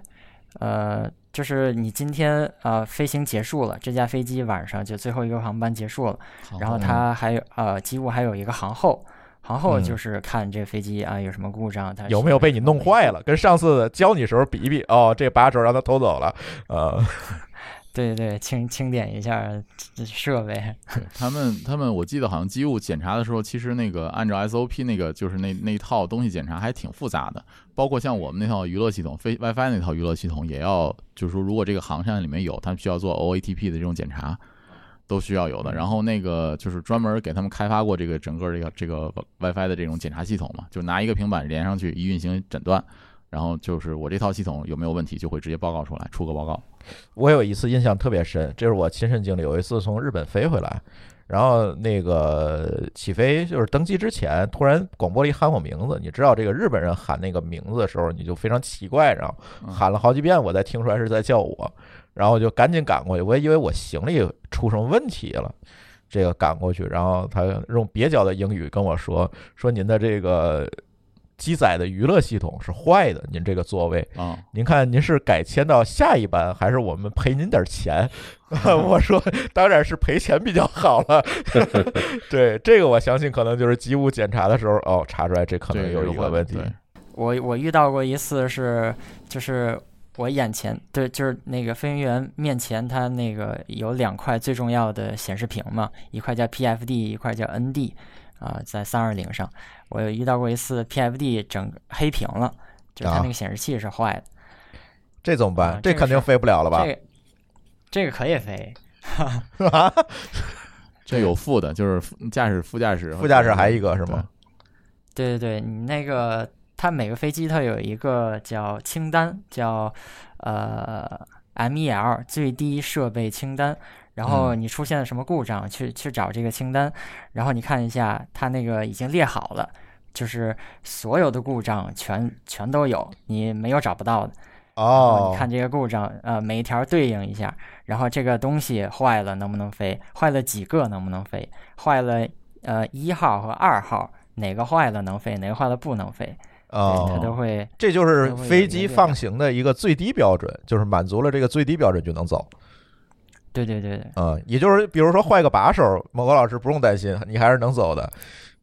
呃，就是你今天呃飞行结束了，这架飞机晚上就最后一个航班结束了，哦然后它还有呃机务还有一个航后，航后嗯就是看这飞机啊有什么故障，它有是没有被你弄坏了？跟上次教你时候比一比哦，这把手让他偷走了，呃，对对对，清清点一下这设备。他们他们，我记得好像机务检查的时候，其实那个按照 SOP 那个就是那那一套东西检查还挺复杂的，包括像我们那套娱乐系统，非 WiFi 那套娱乐系统也要，就是说如果这个航线里面有，他们需要做 OATP 的这种检查，都需要有的。然后那个就是专门给他们开发过这个整个这个这个 WiFi 的这种检查系统嘛，就拿一个平板连上去一运行诊断，然后就是我这套系统有没有问题，就会直接报告出来，出个报告。我有一次印象特别深，这是我亲身经历。有一次从日本飞回来，然后那个起飞就是登机之前，突然广播里喊我名字。你知道这个日本人喊那个名字的时候，你就非常奇怪，然后嗯喊了好几遍，我才听出来是在叫我，然后就赶紧赶过去。我以为我行李出什么问题了。这个赶过去，然后他用蹩脚的英语跟我说：“说您的这个机载的娱乐系统是坏的，您这个座位啊、您看您是改签到下一班，还是我们赔您点 钱？我说当然是赔钱比较好 了。对这个，我相信可能就是机务检查的时候，哦，查出来这可对，能有一个问题对。我我遇到过一次是，就是我眼前对，就是那个飞行员面前，他那个有两块最重要的显示屏嘛，一块叫 PFD，一块叫 ND，啊、在三二零上，我有遇到过一次 PFD 整个黑屏了，就是它啊那个显示器是坏的，这怎么办啊？这这个肯定是飞不了了吧这？个这个可以飞， 啊，这有副的，就是副驾驶、副驾驶和、副驾驶还一个是吗？对对对，你那个它每个飞机它有一个叫清单，叫呃 MEL 最低设备清单。然后你出现了什么故障，去去找这个清单，然后你看一下它那个已经列好了，就是所有的故障全全都有，你没有找不到的。然后哦你，看这个故障，呃，每一条对应一下，然后这个东西坏了能不能飞，坏了几个能不能飞，坏了呃一号和二号哪个坏了能飞，哪个坏了不能飞，对它哦，都会这就是它会有飞一机个放行的一个最低标准，就是满足了这个最低标准就能走。对对对对嗯，也就是比如说换一个把手，某个老师不用担心，你还是能走的。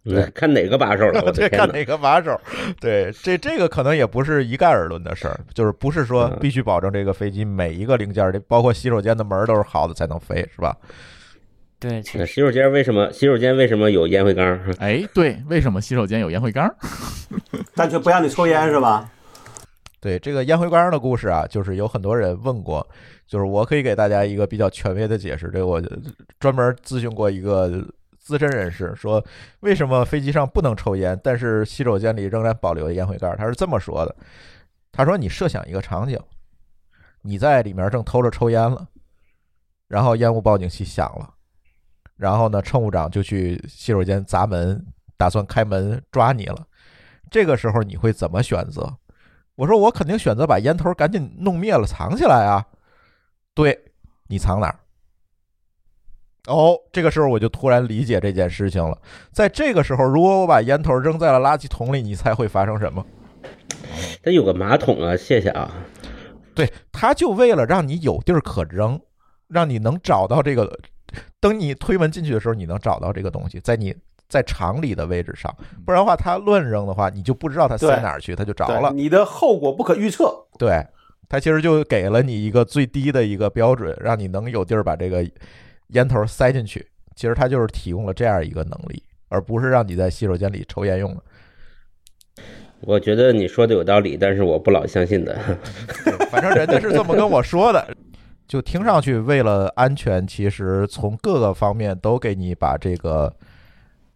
对嗯，看哪个把手了？我对，的天看哪！哪个把手。对，这这个可能也不是一概而论的事儿，就是不是说嗯必须保证这个飞机每一个零件儿，包括洗手间的门儿都是好的才能飞，是吧？对，确那实洗手间为什么洗手间为什么有烟灰缸？ 哎，对，为什么洗手间有烟灰缸？但却不让你抽烟是吧？对这个烟灰缸的故事啊，就是有很多人问过，就是我可以给大家一个比较权威的解释。这个我专门咨询过一个资深人士，说为什么飞机上不能抽烟，但是洗手间里仍然保留烟灰缸？他是这么说的：他说你设想一个场景，你在里面正偷着抽烟了，然后烟雾报警器响了，然后呢，乘务长就去洗手间砸门，打算开门抓你了。这个时候你会怎么选择？我说我肯定选择把烟头赶紧弄灭了，藏起来啊。对，你藏哪儿？哦，这个时候我就突然理解这件事情了。在这个时候，如果我把烟头扔在了垃圾桶里，你猜会发生什么？它有个马桶啊，谢谢啊。对，他就为了让你有地儿可扔，让你能找到这个，等你推门进去的时候，你能找到这个东西，在你在厂里的位置上。不然的话，他乱扔的话，你就不知道他塞嗯对哪儿去，他就着对了。你的后果不可预测。对，它其实就给了你一个最低的一个标准，让你能有地儿把这个烟头塞进去。其实它就是提供了这样一个能力，而不是让你在洗手间里抽烟用的。我觉得你说的有道理，但是我不老相信的。哎嗯反正人家是这么跟我说的。 就听上去，为了安全，其实从各个方面都给你把这个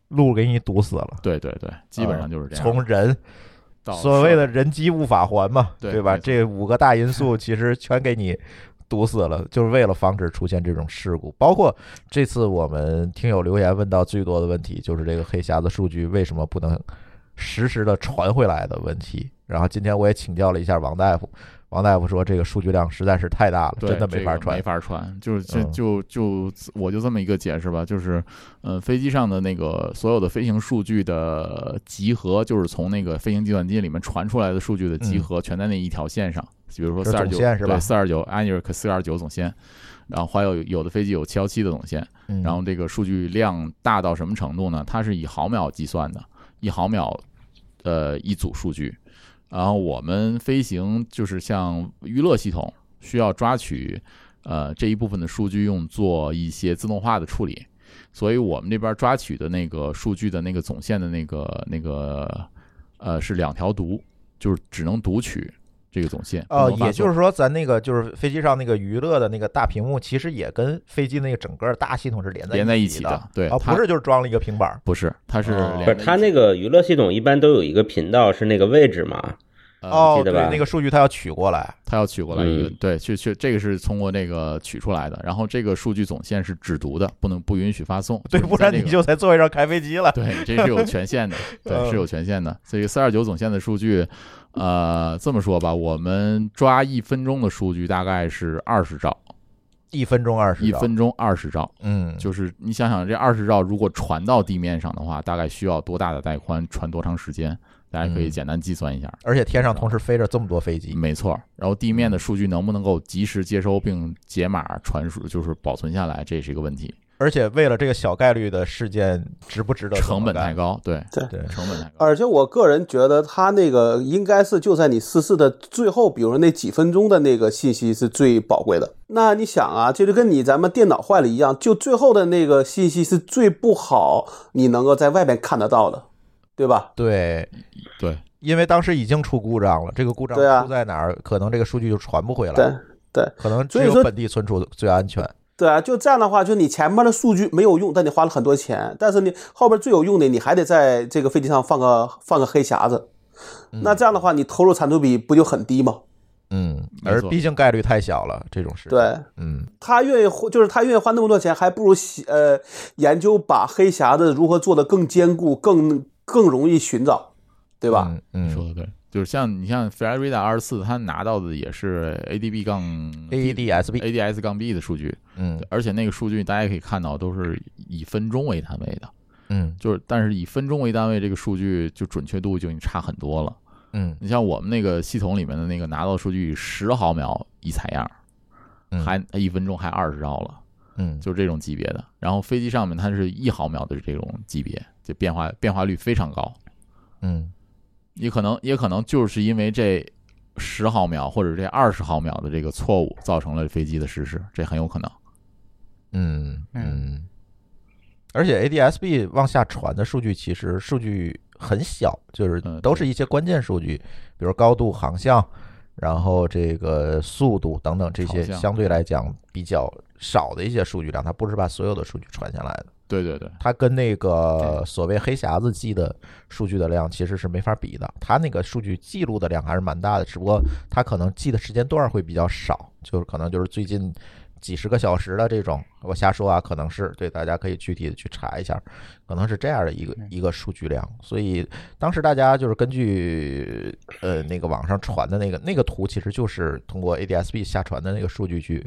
路给你堵死了。 对对对，基本上就是这样。呃从人到所谓的人机物法环嘛，对吧？没错这五个大因素其实全给你堵死了，就是为了防止出现这种事故。包括这次我们听友留言问到最多的问题，就是这个黑匣子数据为什么不能实时的传回来的问题。然后今天我也请教了一下王大夫，王大夫说这个数据量实在是太大了，对真的这没法个传没。法传，就是这嗯就就我就这么一个解释吧，就是，嗯，飞机上的那个所有的飞行数据的集合，就是从那个飞行计算机里面传出来的数据的集嗯合，全在那一条线上。比如说就是四二总九线是吧对，四二九 Anik 四二九总线，然后还有有的飞机有七幺七的总线，嗯然后这个数据量大到什么程度呢？它是以毫秒计算的，一毫秒，呃，一组数据。然后我们飞行就是像娱乐系统，需要抓取呃这一部分的数据用做一些自动化的处理，所以我们这边抓取的那个数据的那个总线的那个那个呃是两条读，就是只能读取这个总线。哦，不能发也就是送说，咱那个就是飞机上那个娱乐的那个大屏幕，其实也跟飞机那个整个大系统是连在连在一起起的，对，啊，它不是就是装了一个平板儿。不是，它是哦连不是在它一那起个娱乐系统一般都有一个频道是那个位置嘛，呃哦，记对得吧，那个数据它要取过来。它要取过来一个，嗯对，去去，这个是通过那个取出来的，然后这个数据总线是只读的，不能不允许发送，对，就是不然在你这个就嗯在座位上开飞机了。对，这是有权 限的，对，是有权限的。所以四二九总线的数据，呃，这么说吧，我们抓一分钟的数据大概是二十兆，一分钟二十，一，分钟二十兆，嗯，就是你想想，这二十兆如果传到地面上的话，大概需要多大的带宽，传多长时间？大家可以嗯简单计算一下。而且天上同时飞着这么多飞机，没错，然后地面的数据能不能够及时接收并解码传输，就是保存下来，这是一个问题，而且为了这个小概率的事件，值不值得这么成本太干？高，对对对成本太高，而且我个人觉得他那个应该是就在你失事的最后，比如说那几分钟的那个信息是最宝贵的。那你想啊，这就跟你咱们电脑坏了一样，就最后的那个信息是最不好，你能够在外面看得到的，对吧？对，对，因为当时已经出故障了，这个故障对啊出在哪儿，可能这个数据就传不回对来，对可能只所以有说本地存储最安全。对啊，就这样的话，就你前面的数据没有用，但你花了很多钱，但是你后边最有用的，你还得在这个飞机上放个放个黑匣子。那这样的话，你投入产出比不就很低吗？嗯，没而错毕竟概率太小了，这种事。，对，嗯，他愿意花，就是他愿意花那么多钱，还不如写呃研究把黑匣子如何做得更坚固、更更容易寻找，对对吧？？你说嗯的对，就是像你像 Flyrida 二十四，它拿到的也是 ADB 杠 E ，AEDSB， ADS 杠 B 的数据，嗯而且那个数据大家可以看到都是以分钟为单位的，嗯就是但是以分钟为单位这个数据就准确度就已经差很多了。嗯你像我们那个系统里面的那个拿到数据十毫秒一采样，嗯还一分钟还二十兆了。嗯，就是这种级别的。然后飞机上面它是一毫秒的这种级别，就变化变化率非常高。嗯也可能也可能就是因为这十毫秒或者这二十毫秒的这个错误，造成了飞机的失事，这很有可能。嗯嗯嗯。而且 ADSB 往下传的数据其实数据很小，就是嗯都是一些关键数据，比如高度、航向，然后这个速度等等这些朝向相对来讲比较少的一些数据量，它不是把所有的数据传下来的。对对对，它跟那个所谓黑匣子记的数据的量其实是没法比的，它那个数据记录的量还是蛮大的，只不过它可能记的时间段会比较少，就是可能就是最近几十个小时的这种，我瞎说啊，可能是对，大家可以具体的去查一下，可能是这样的一个一个数据量，所以当时大家就是根据呃那个网上传的那个那个图，其实就是通过 ADSB 下传的那个数据去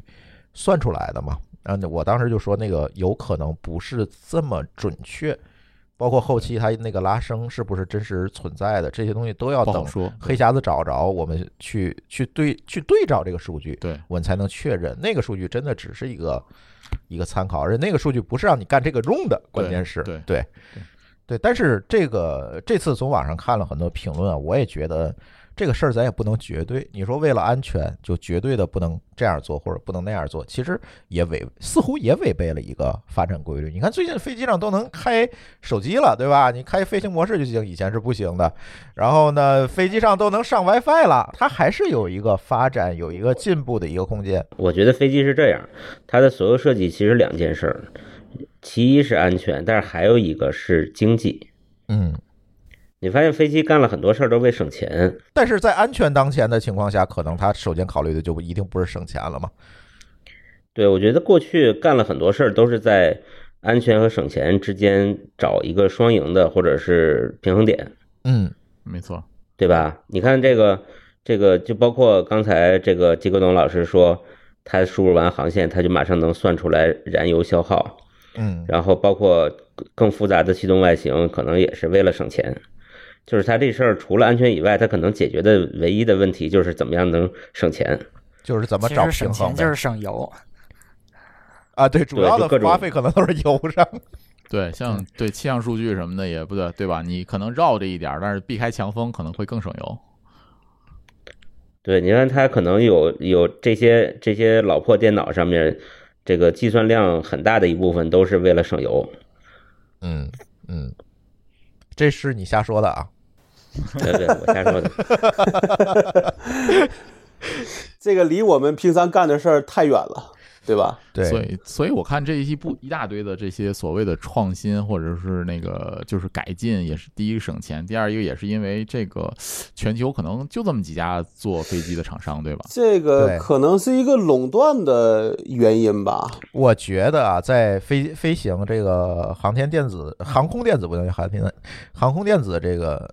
算出来的嘛。然后我当时就说那个有可能不是这么准确，包括后期它那个拉升是不是真实存在的，这些东西都要不好等说。黑匣子找着，我们去去对去对照这个数据，对我们才能确认那个数据真的只是一个一个参考，而且那个数据不是让你干这个用的，关键是对对对但是这个这次从网上看了很多评论啊，我也觉得这个事儿咱也不能绝对，你说为了安全就绝对的不能这样做或者不能那样做，其实也违似乎也违背了一个发展规律。你看最近飞机上都能开手机了，对吧？你开飞行模式就行，以前是不行的。然后呢，飞机上都能上 WiFi 了，它还是有一个发展、有一个进步的一个空间。我觉得飞机是这样，它的所有设计其实两件事儿，其一是安全，但是还有一个是经济。嗯，你发现飞机干了很多事儿都为省钱，但是在安全当前的情况下，可能他首先考虑的就一定不是省钱了嘛。对我觉得过去干了很多事儿都是在安全和省钱之间找一个双赢的或者是平衡点，嗯没错，对吧？你看这个这个就包括刚才这个季国东老师说，他输入完航线，他就马上能算出来燃油消耗，嗯然后包括更复杂的气动外形，可能也是为了省钱。就是他这事儿除了安全以外，他可能解决的唯一的问题就是怎么样能省钱。就是怎么其找实平省衡钱呗就是省油，啊，对，主对要就的各种花费可能都是油上，对，像对气象数据什么的也不对，对吧？你可能绕着一点儿，但是避开强风可能会更省油。对，你看它可能有有这些这些老破电脑上面，这个计算量很大的一部分都是为了省油。嗯嗯，这是你瞎说的啊，对对，我瞎说的。这个离我们平常干的事儿太远了，对吧？对，所以，所以我看这一部一大堆的这些所谓的创新，或者是那个就是改进，也是第一个省钱，第二一个也是因为这个全球可能就这么几家做飞机的厂商，对吧？这对个可能是一个垄断的原因吧。我觉得啊，在飞飞行这个航天电子、航空电子不能航天电，航空电子这个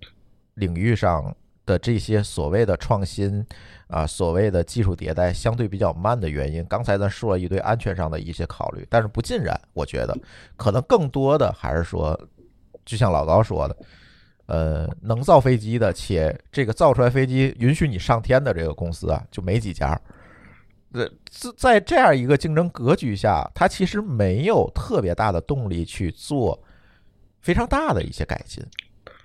领域上的这些所谓的创新啊，所谓的技术迭代相对比较慢的原因，刚才咱说了一堆安全上的一些考虑，但是不尽然，我觉得可能更多的还是说，就像老高说的。呃，能造飞机的，且这个造出来飞机允许你上天的这个公司啊，就没几家。呃，自在这样一个竞争格局下，它其实没有特别大的动力去做非常大的一些改进，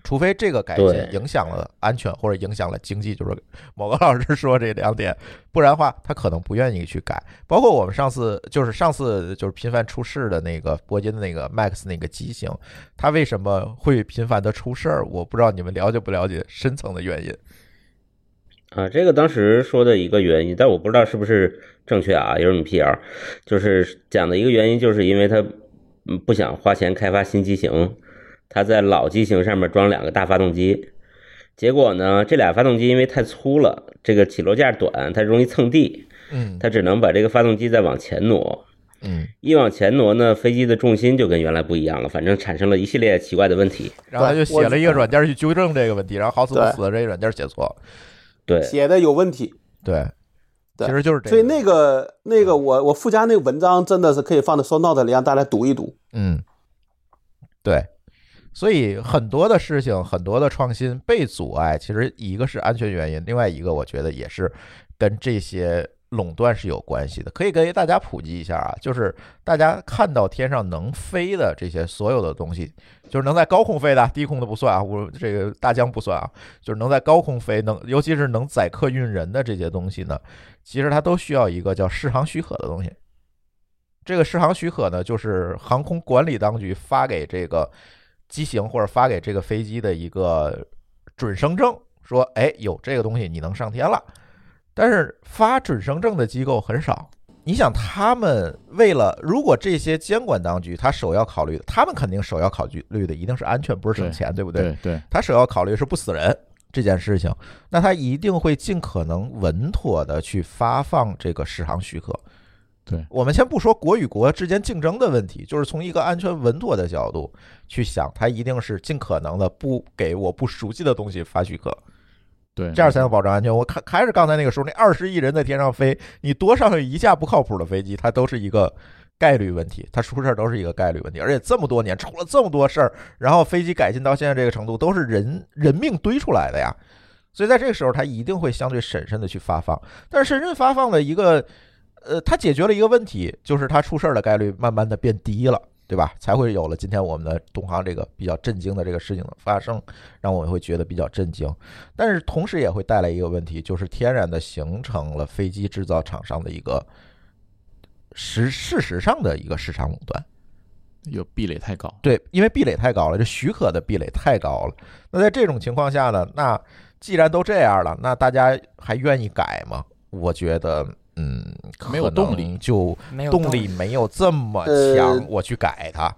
除非这个改进对影响了安全或者影响了经济，就是某个老师说这两点，不然的话，他可能不愿意去改。包括我们上次就是上次就是频繁出事的那个铂金的那个 Max 那个机型，它为什么会频繁的出事儿？我不知道你们了解不了解深层的原因。啊，这个当时说的一个原因，但我不知道是不是正确啊，也是你 PR，就是讲的一个原因，就是因为他嗯不想花钱开发新机型，他在老机型上面装两个大发动机，结果呢，这俩发动机因为太粗了，这个起落架短，它容易蹭地，嗯它只能把这个发动机再往前挪，嗯，一往前挪呢，飞机的重心就跟原来不一样了，反正产生了一系列奇怪的问题。然后他就对写我了一个软件去纠正这个问题，然后好死不死这软件写错了。对，写的有问题，对，对其实就是这个。所以那个那个我我附加那个文章真的是可以放在 show note 里让大家读一读。嗯，对，所以很多的事情，很多的创新被阻碍，其实一个是安全原因，另外一个我觉得也是跟这些垄断是有关系的。可以给大家普及一下啊，就是大家看到天上能飞的这些所有的东西，就是能在高空飞的，低空的不算啊，我这个大疆不算啊，就是能在高空飞，能尤其是能载客运人的这些东西呢，其实它都需要一个叫适航许可的东西。这个适航许可呢，就是航空管理当局发给这个机型或者发给这个飞机的一个准生证，说，哎，有这个东西你能上天了。但是发准生证的机构很少，你想他们为了，如果这些监管当局他首要考虑的，他们肯定首要考虑的一定是安全，不是省对钱，对不对对，他首要考虑是不死人这件事情，那他一定会尽可能稳妥的去发放这个适航许可。对我们先不说国与国之间竞争的问题，就是从一个安全稳妥的角度去想，他一定是尽可能的不给我不熟悉的东西发许可，对，这样才能保障安全。我看还是刚才那个说，那二十亿人在天上飞，你多上去一架不靠谱的飞机，它都是一个概率问题，它出事儿都是一个概率问题。而且这么多年出了这么多事儿，然后飞机改进到现在这个程度，都是人人命堆出来的呀。所以在这个时候，它一定会相对审慎的去发放。但是审慎发放的一个，呃，它解决了一个问题，就是它出事儿的概率慢慢的变低了。对吧？才会有了今天我们的东航这个比较震惊的这个事情的发生，让我们会觉得比较震惊。但是同时也会带来一个问题，就是天然的形成了飞机制造厂商的一个实事实上的一个市场垄断。有壁垒太高。对，因为壁垒太高了，这许可的壁垒太高了。那在这种情况下呢，那既然都这样了，那大家还愿意改吗？我觉得，嗯，没有动力，就没有动力力。没有这么呃强，我去改它。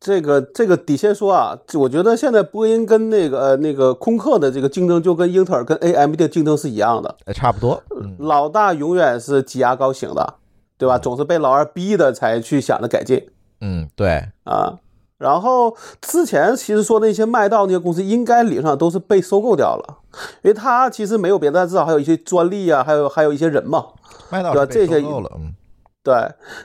这个这个底线说啊，我觉得现在波音跟那个、呃、那个空客的这个竞争，就跟英特尔跟 AMD 的竞争是一样的，呃差不多，嗯，老大永远是挤牙膏型的，对吧？总是被老二逼的才去想着改进嗯，对，啊。然后之前其实说那些麦道那些公司，应该理论上都是被收购掉了，因为它其实没有别的，至少还有一些专利啊，还有还有一些人嘛。麦道对啊是被这些收购了，嗯，对，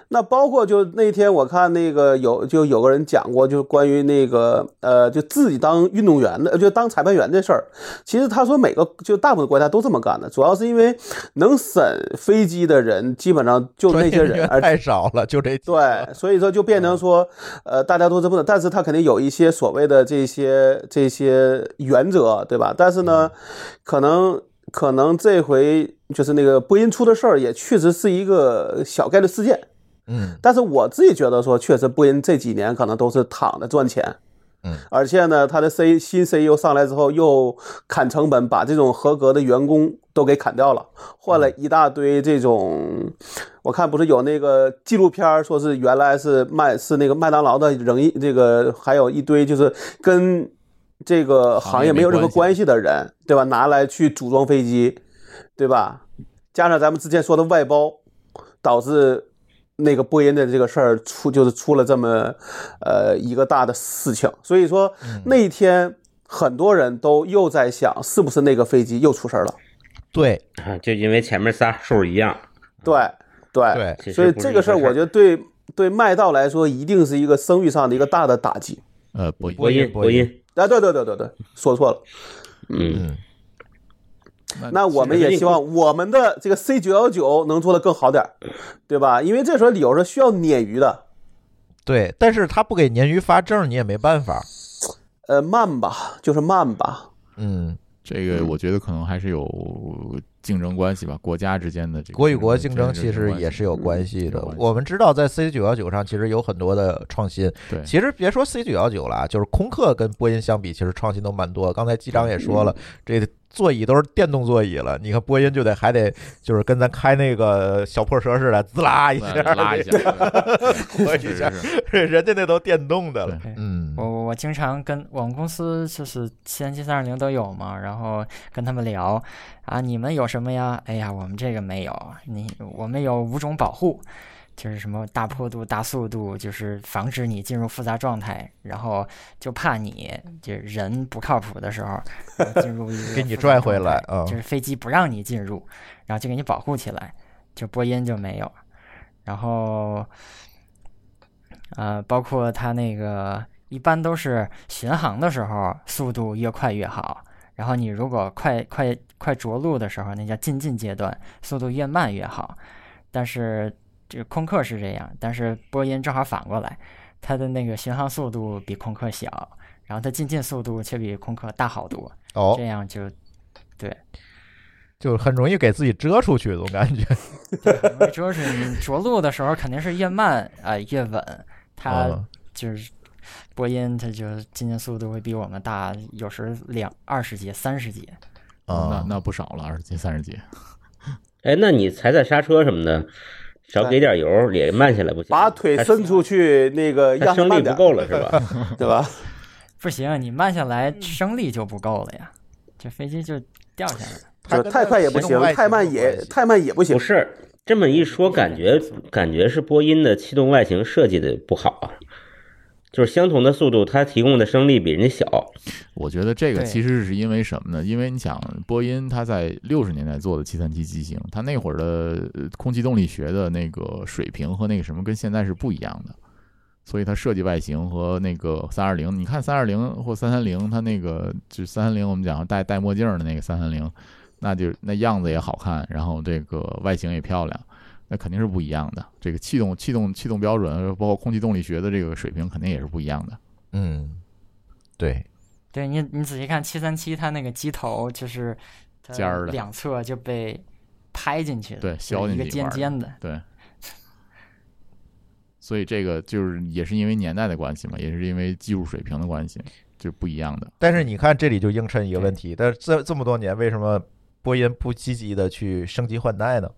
那包括就那天我看那个有就有个人讲过，就关于那个呃，就自己当运动员的，呃就当裁判员这事儿。其实他说每个就大部分国家都这么干的，主要是因为能审飞机的人基本上就那些专业人，员 而太少了，就这几个对，所以说就变成说，呃，大家都这么的，但是他肯定有一些所谓的这些这些原则，对吧？但是呢，嗯可能可能这回就是那个波音出的事儿，也确实是一个小概率事件。嗯，但是我自己觉得说，确实波音这几年可能都是躺着赚钱。嗯，而且呢，他的 C 新 CEO 上来之后又砍成本，把这种合格的员工都给砍掉了，换了一大堆这种，我看不是有那个纪录片儿说是原来是麦是那个麦当劳的人一，这个还有一堆就是跟这个行业没有任何关系的人，对吧？拿来去组装飞机，对吧？加上咱们之前说的外包，导致那个波音的这个事儿出就是出了这么呃一个大的事情，所以说嗯那一天很多人都又在想，是不是那个飞机又出事儿了？对啊，就因为前面仨数一样，对对，对，其实所以不是这一个事儿我觉得得对对麦道来说一定是一个声誉上的一个大的打击。呃，不一播音播播音音，啊，对对对对对，说错了。嗯，嗯，啊那我们也希望我们的这个 C 九幺九能做得更好点儿，对吧？因为这时候理由是需要鲶鱼的，对，但是他不给鲶鱼发证，你也没办法，呃，慢吧，就是慢吧。嗯，这个我觉得可能还是有竞争关系吧，国家之间的这个国与国竞争争其实也是有关系的嗯有。关系我们知道，在 C 九幺九上其实有很多的创新，对其实别说 C 九幺九了，就是空客跟波音相比，其实创新都蛮多。刚才机长也说嗯了，这座椅都是电动座椅了，你看波音就得还得就是跟咱开那个小破车似的，滋啦一下，拉一下，对一是下是 是人家那都电动的了对。嗯我，我我经常跟我们公司就是七三七三二零都有嘛，然后跟他们聊啊，你们有什么呀？哎呀，我们这个没有，你我们有五种保护，就是什么大坡度、大速度，就是防止你进入复杂状态，然后就怕你就是人不靠谱的时 候进入一个嗯给你复杂拽回状态来啊就是飞机不让你进入，然后就给你保护起来，就波音就没有，然后。呃，包括它那个一般都是巡航的时候速度越快越好，然后你如果快快快着陆的时候，那叫进近阶段，速度越慢越好。但是这个空客是这样，但是波音正好反过来，它的那个巡航速度比空客小，然后它进近速度却比空客大好多，哦这，样就就很容易给自己遮出去，总感觉。对主要是你着陆的时候肯定是越慢啊、呃越稳， 它嗯就是波音，它就是进近速度会比我们大，有时两二十节、三十节。那啊，那不少了，二十斤三十斤，哎，那你踩踩刹车什么的，少给点油也慢下来不行？把腿它伸出去，那个它让它升力慢不点，够了是 吧？对 吧？不行，你慢下来升力就不够了呀，这飞机就掉下来了。它就跟太快也不使行用外，太慢形有也关系太慢也不行不。是，这么一说，感觉感觉是波音的气动外形设计的不好啊。就是相同的速度，它提供的升力比人家小，我觉得这个对其实是因为什么呢？因为你想，波音它在六十年代做的737机型，它那会儿的呃空气动力学的那个水平和那个什么跟现在是不一样的，所以它设计外形和那个三二零，你看三二零或三三零，它那个就三三零，我们讲戴戴墨镜的那个三三零，那就那样子也好看，然后这个外形也漂亮。那肯定是不一样的，这个气动、气动、气动标准，包括空气动力学的这个水平，肯定也是不一样的。嗯，对，对你，你仔细看七三七，它那个机头就是它尖儿的两侧就被拍进去了，对就是削进一去个尖尖的。对，所以这个就是也是因为年代的关系嘛，也是因为技术水平的关系，就不一样的。但是你看，这里就映衬一个问题，但是这这么多年，为什么波音不积极的去升级换代呢？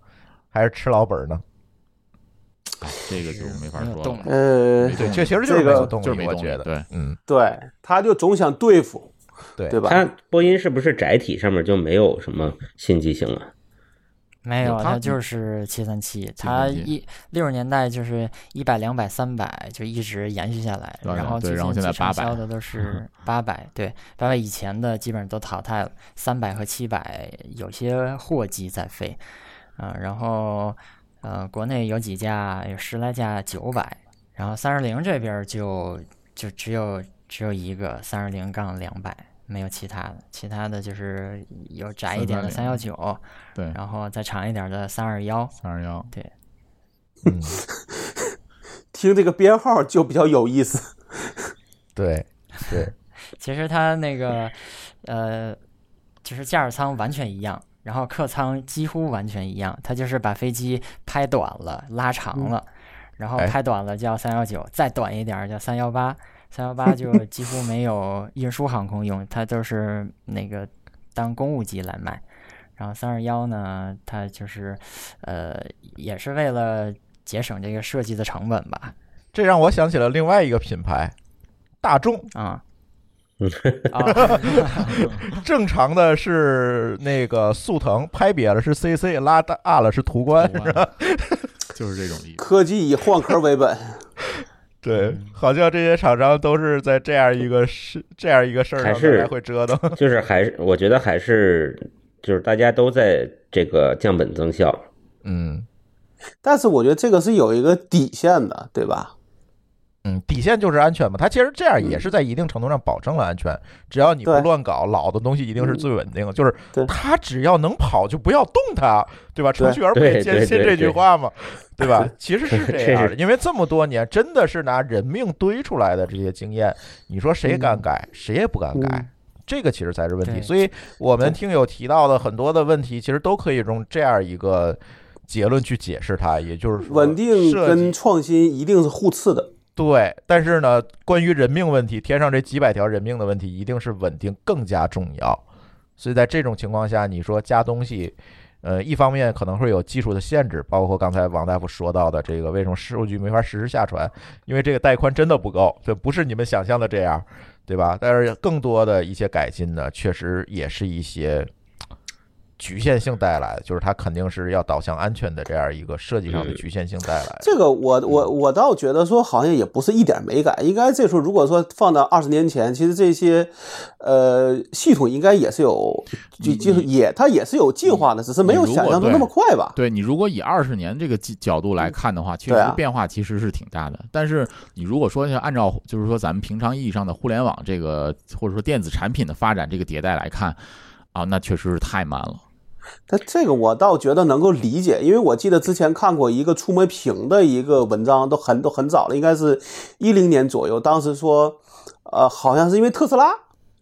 还是吃老本儿呢？哎，这个就没法没有说动了力。呃没，对，动这其力实就是这没个有动就是力，没我动力觉得，对，嗯，对，他就总想对付，对对吧？啊它波音是不是载体上面就没有什么新机型了？没有，有它它就是七三七，它737一六十年代就是一百、两百、三百就一直延续下来，当然然后对最然后近现最畅在800销的 都是八百，对，八百以前的基本上都淘汰了，三百和七百有些货机在飞，啊、然后呃，国内有几架有十来架九百，然后三二零这边儿就就只有只有一个三二零杠两百，没有其他的，其他的就是有窄一点的三幺330九。对，然后再长一点的三二幺，三二幺，嗯，听这个编号就比较有意思。 对对，其实它那个呃，就是驾驶舱完全一样，然后客舱几乎完全一样，它就是把飞机拍短了、拉长了，然后哎拍短了叫三幺九，再短一点儿叫三幺八，三幺八就几乎没有运输航空用，它都是那个当公务机来卖。然后三二幺呢，它就是，呃，也是为了节省这个设计的成本吧，这让我想起了另外一个品牌，大众。 啊、嗯啊，正常的是那个速腾拍瘪了是 CC，拉大啊了是途观。途观就是这种意思。科技以换壳为本， 对，好像这些厂商都是在这样一个事这样一个事儿还上是来回折腾。 就是还是我觉得还是就是大家都在这个降本增效，嗯但是我觉得这个是有一个底线的，对吧？嗯，底线就是安全嘛。它其实这样也是在一定程度上保证了安全，只要你不嗯对嗯乱搞，老的东西一定是最稳定的。就是对它只要能跑，就不要动它，对吧？程序员不对也坚对信对这句对话吗？对 吧？其实 是这这样的，是因为这么多年真的是拿人命堆出来的这些经验，你说谁敢改，谁也不敢改 嗯。这个其实才是问题，对所以我们对听友提到的很多的问题，其实都可以用这样一个结论去解释它，也就是说稳定设计跟创新一定是互斥的。对，但是呢，关于人命问题，天上这几百条人命的问题，一定是稳定更加重要。所以在这种情况下，你说加东西，呃，一方面可能会有技术的限制，包括刚才王大夫说到的这个，为什么数据没法实时下传？因为这个带宽真的不够，这不是你们想象的这样，对吧？但是更多的一些改进呢，确实也是一些局限性带来的，就是它肯定是要导向安全的这样一个设计上的局限性带来的。嗯这个我我我倒觉得说，好像也不是一点没改。应该这时候如果说放到二十年前，其实这些，呃，系统应该也是有，就你就是也它也是有进化的，只是没有你如果想象中那么快吧。对你如果以二十年这个角角度来看的话，确对实啊变化其实是挺大的。但是你如果说是按照就是说咱们平常意义上的互联网这个或者说电子产品的发展这个迭代来看，啊，那确实是太慢了。 但这个我倒觉得能够理解，因为我记得之前看过一个触媒屏的一个文章，都很都很早了，应该是一零年左右。当时说，呃，好像是因为特斯拉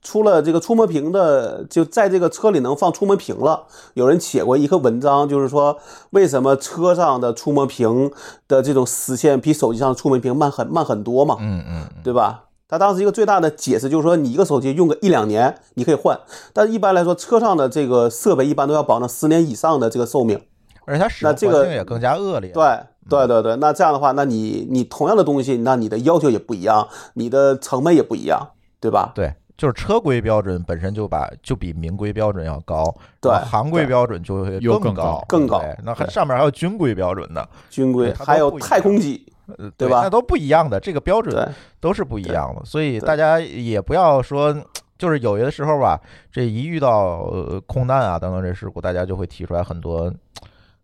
出了这个触摸屏的，就在这个车里能放触摸屏了。有人写过一个文章，就是说为什么车上的触摸屏的这种实现比手机上的触摸屏慢很慢很多嘛？嗯嗯。对吧？他当时一个最大的解释就是说，你一个手机用个一两年，你可以换，但一般来说，车上的这个设备一般都要保证十年以上的这个寿命。而且它使用那这环个境也更加恶劣。对，对，对，对。那这样的话，那你你同样的东西，那你的要求也不一样，你的成本也不一样，对吧？对，就是车规标准本身就把就比民规标准要高，对然后行规对标准就会又更更高高，更高对那还对上面还有军规标准呢，军规它都还有不一样太空机，呃对吧那都不一样的，这个标准对都是不一对样的，所以对大家也不要说。就是有些时候吧，这一遇到呃空难啊等等这事故，大家就会提出来很多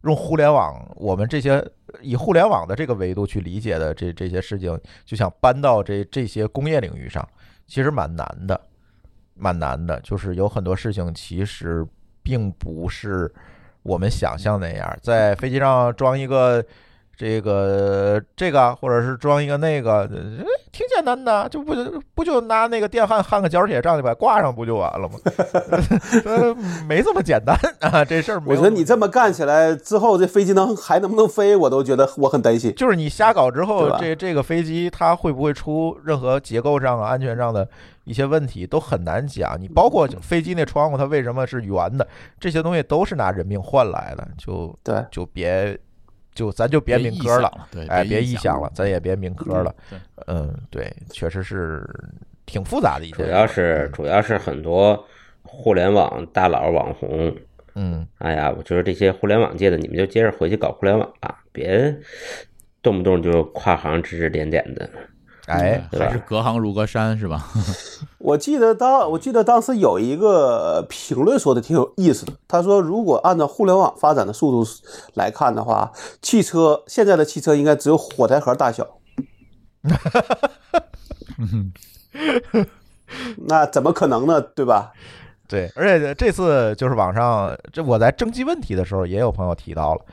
用互联网我们这些以互联网的这个维度去理解的这这些事情，就想搬到这这些工业领域上，其实蛮难的，蛮难的。就是有很多事情其实并不是我们想象那样，在飞机上装一个这个这个，啊或者是装一个那个，呃挺简单的，就不就不就拿那个电焊焊个角铁上去把它挂上不就完了吗？ 呃，没这么简单啊，这事儿没我有觉得你这么简单干起来之后，这飞机能还能不能飞，我都觉得我很担心。就是你瞎搞之后对，吧这这个飞机它会不会出任何结构上啊、安全上的一些问题，都很难讲。你包括飞机那窗户它为什么是圆的，这些东西都是拿人命换来的，就对就别就咱就别民臆科了，想了，对，哎，别臆臆想了，咱也别民科了嗯。嗯，对，确实是挺复杂的一件主嗯事儿。要是主要是很多互联网大佬网红，嗯哎呀，我觉得这些互联网界的，你们就接着回去搞互联网吧，别动不动就跨行指指点点的。哎，对吧还是隔行如隔山是吧？我记得当我记得当时有一个呃评论说的挺有意思的，他说如果按照互联网发展的速度来看的话，汽车现在的汽车应该只有火柴盒大小。那怎么可能呢？对吧？对，而且这次就是网上，这我在征集问题的时候，也有朋友提到了，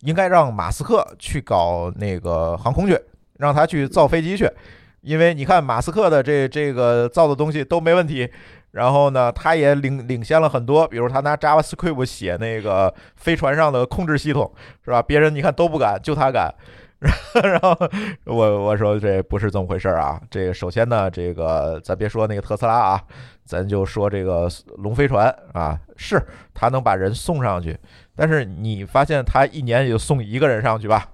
应该让马斯克去搞那个航空去，让他去造飞机去，因为你看马斯克的这这个造的东西都没问题，然后呢，他也领领先了很多，比如他拿 JavaScript 写那个飞船上的控制系统，是吧？别人你看都不敢，就他敢。 然后我我说这不是这么回事儿啊！这个首先呢，这个咱别说那个特斯拉啊，咱就说这个龙飞船啊，是它能把人送上去，但是你发现它一年也就送一个人上去吧，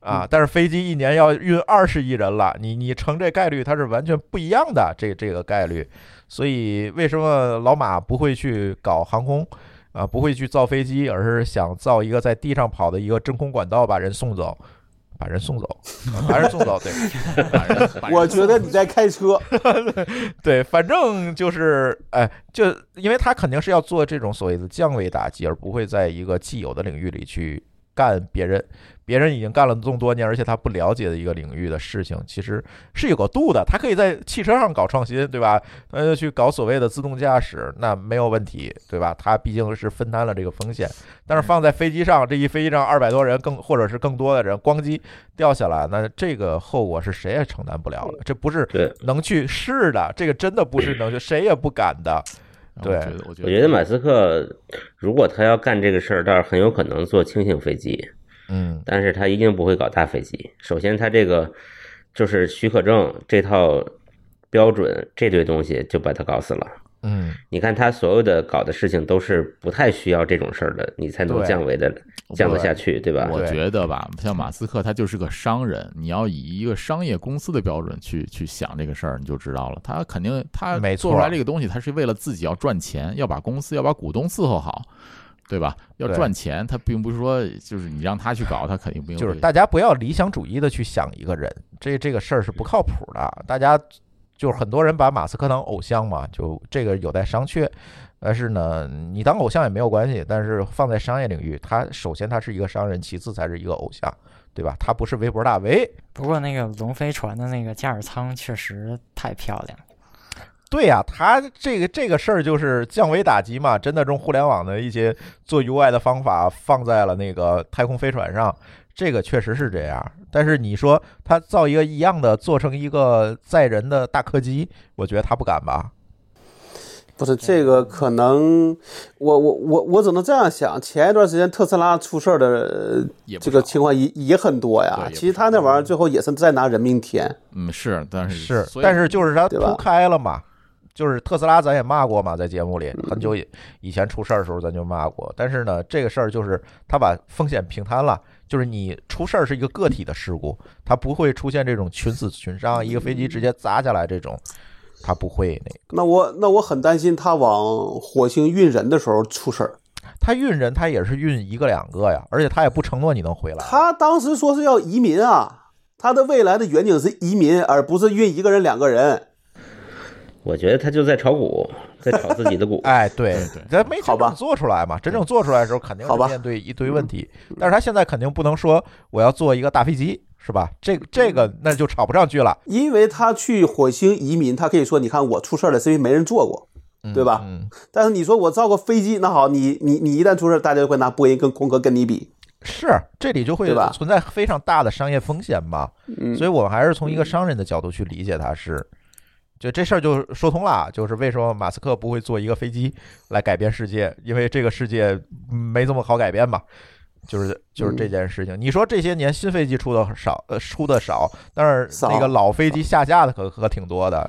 啊，但是飞机一年要运二十亿人了，你你乘这概率它是完全不一样的，这这个概率，所以为什么老马不会去搞航空？啊，不会去造飞机，而是想造一个在地上跑的一个真空管道，把人送走，把人送走，啊把人送走，对，把人把人我觉得你在开车，对，反正就是，哎，就因为他肯定是要做这种所谓的降维打击，而不会在一个既有的领域里去干别人，别人已经干了这么多年，而且他不了解的一个领域的事情，其实是有个度的。他可以在汽车上搞创新，对吧？他就去搞所谓的自动驾驶，那没有问题，对吧？他毕竟是分担了这个风险，但是放在飞机上，这一飞机上二百多人更或者是更多的人，咣叽掉下来，那这个后果是谁也承担不了的，这不是对，能去试的，这个真的不是能 去，谁也不敢的。对我觉得我觉我觉得马斯克如果他要干这个事儿，倒是很有可能做轻型飞机，嗯但是他一定不会搞大飞机。首先，他这个就是许可证这套标准这堆东西就把他搞死了。嗯，你看他所有的搞的事情都是不太需要这种事儿的，你才能对降维的降得下去，对吧？我对觉得吧，像马斯克他就是个商人，你要以一个商业公司的标准去去想这个事儿，你就知道了。他肯定他没错做出来这个东西，他是为了自己要赚钱，要把公司要把股东伺候好，对吧？要对赚钱，他并不是说就是你让他去搞，他肯定不用。就是大家不要理想主义的去想一个人，这这个事儿是不靠谱的。大家就是很多人把马斯克当偶像嘛，就这个有待商榷。但是呢，你当偶像也没有关系，但是放在商业领域，他首先他是一个商人，其次才是一个偶像，对吧？他不是微博大 V。不过那个龙飞船的那个驾驶舱确实太漂亮了。对呀、他这个这个事儿就是降维打击嘛，真的用互联网的一些做 UI 的方法放在了那个太空飞船上，这个确实是这样。但是你说他造一个一样的，做成一个载人的大客机，我觉得他不敢吧？不是这个可能，我我我我只能这样想。前一段时间特斯拉出事儿的也不这个少情况也也很多呀对也。不其实他那玩意儿最后也是在拿人命填。嗯是，但是所，以但是就是他对吧铺开了嘛，就是特斯拉咱也骂过嘛，在节目嗯里很久以以前出事儿的时候咱就骂过，但是呢，这个事儿就是他把风险平摊了。就是你出事儿是一个个体的事故，它不会出现这种群死群伤，一个飞机直接砸下来这种，它不会那那我那我很担心他往火星运人的时候出事儿。他运人他也是运一个两个呀，而且他也不承诺你能回来。。他当时说是要移民啊，他的未来的远景是移民，而不是运一个人两个人。我觉得他就在炒股，在炒自己的股哎，对对，咱没真好吧正做出来嘛，真正做出来的时候肯定好是吧嗯面对一堆问题，但是他现在肯定不能说我要做一个大飞机，是吧？这个这个嗯那就吵不上去了，因为他去火星移民，他可以说：“你看我出事儿了，是因为没人做过。”对吧嗯，但是你说我造个飞机，那好，你你你一旦出事儿，大家就会拿波音跟空客跟你比。是这里就会对吧存在非常大的商业风险嘛，嗯所以我们还是从一个商人的角度去理解它是。就这事儿就说通了，就是为什么马斯克不会做一个飞机来改变世界，因为这个世界没这么好改变嘛。就是就是嗯这件事情，你说这些年新飞机出的少，呃，出的少，但是少那个老飞嗯机下架的可可挺多的。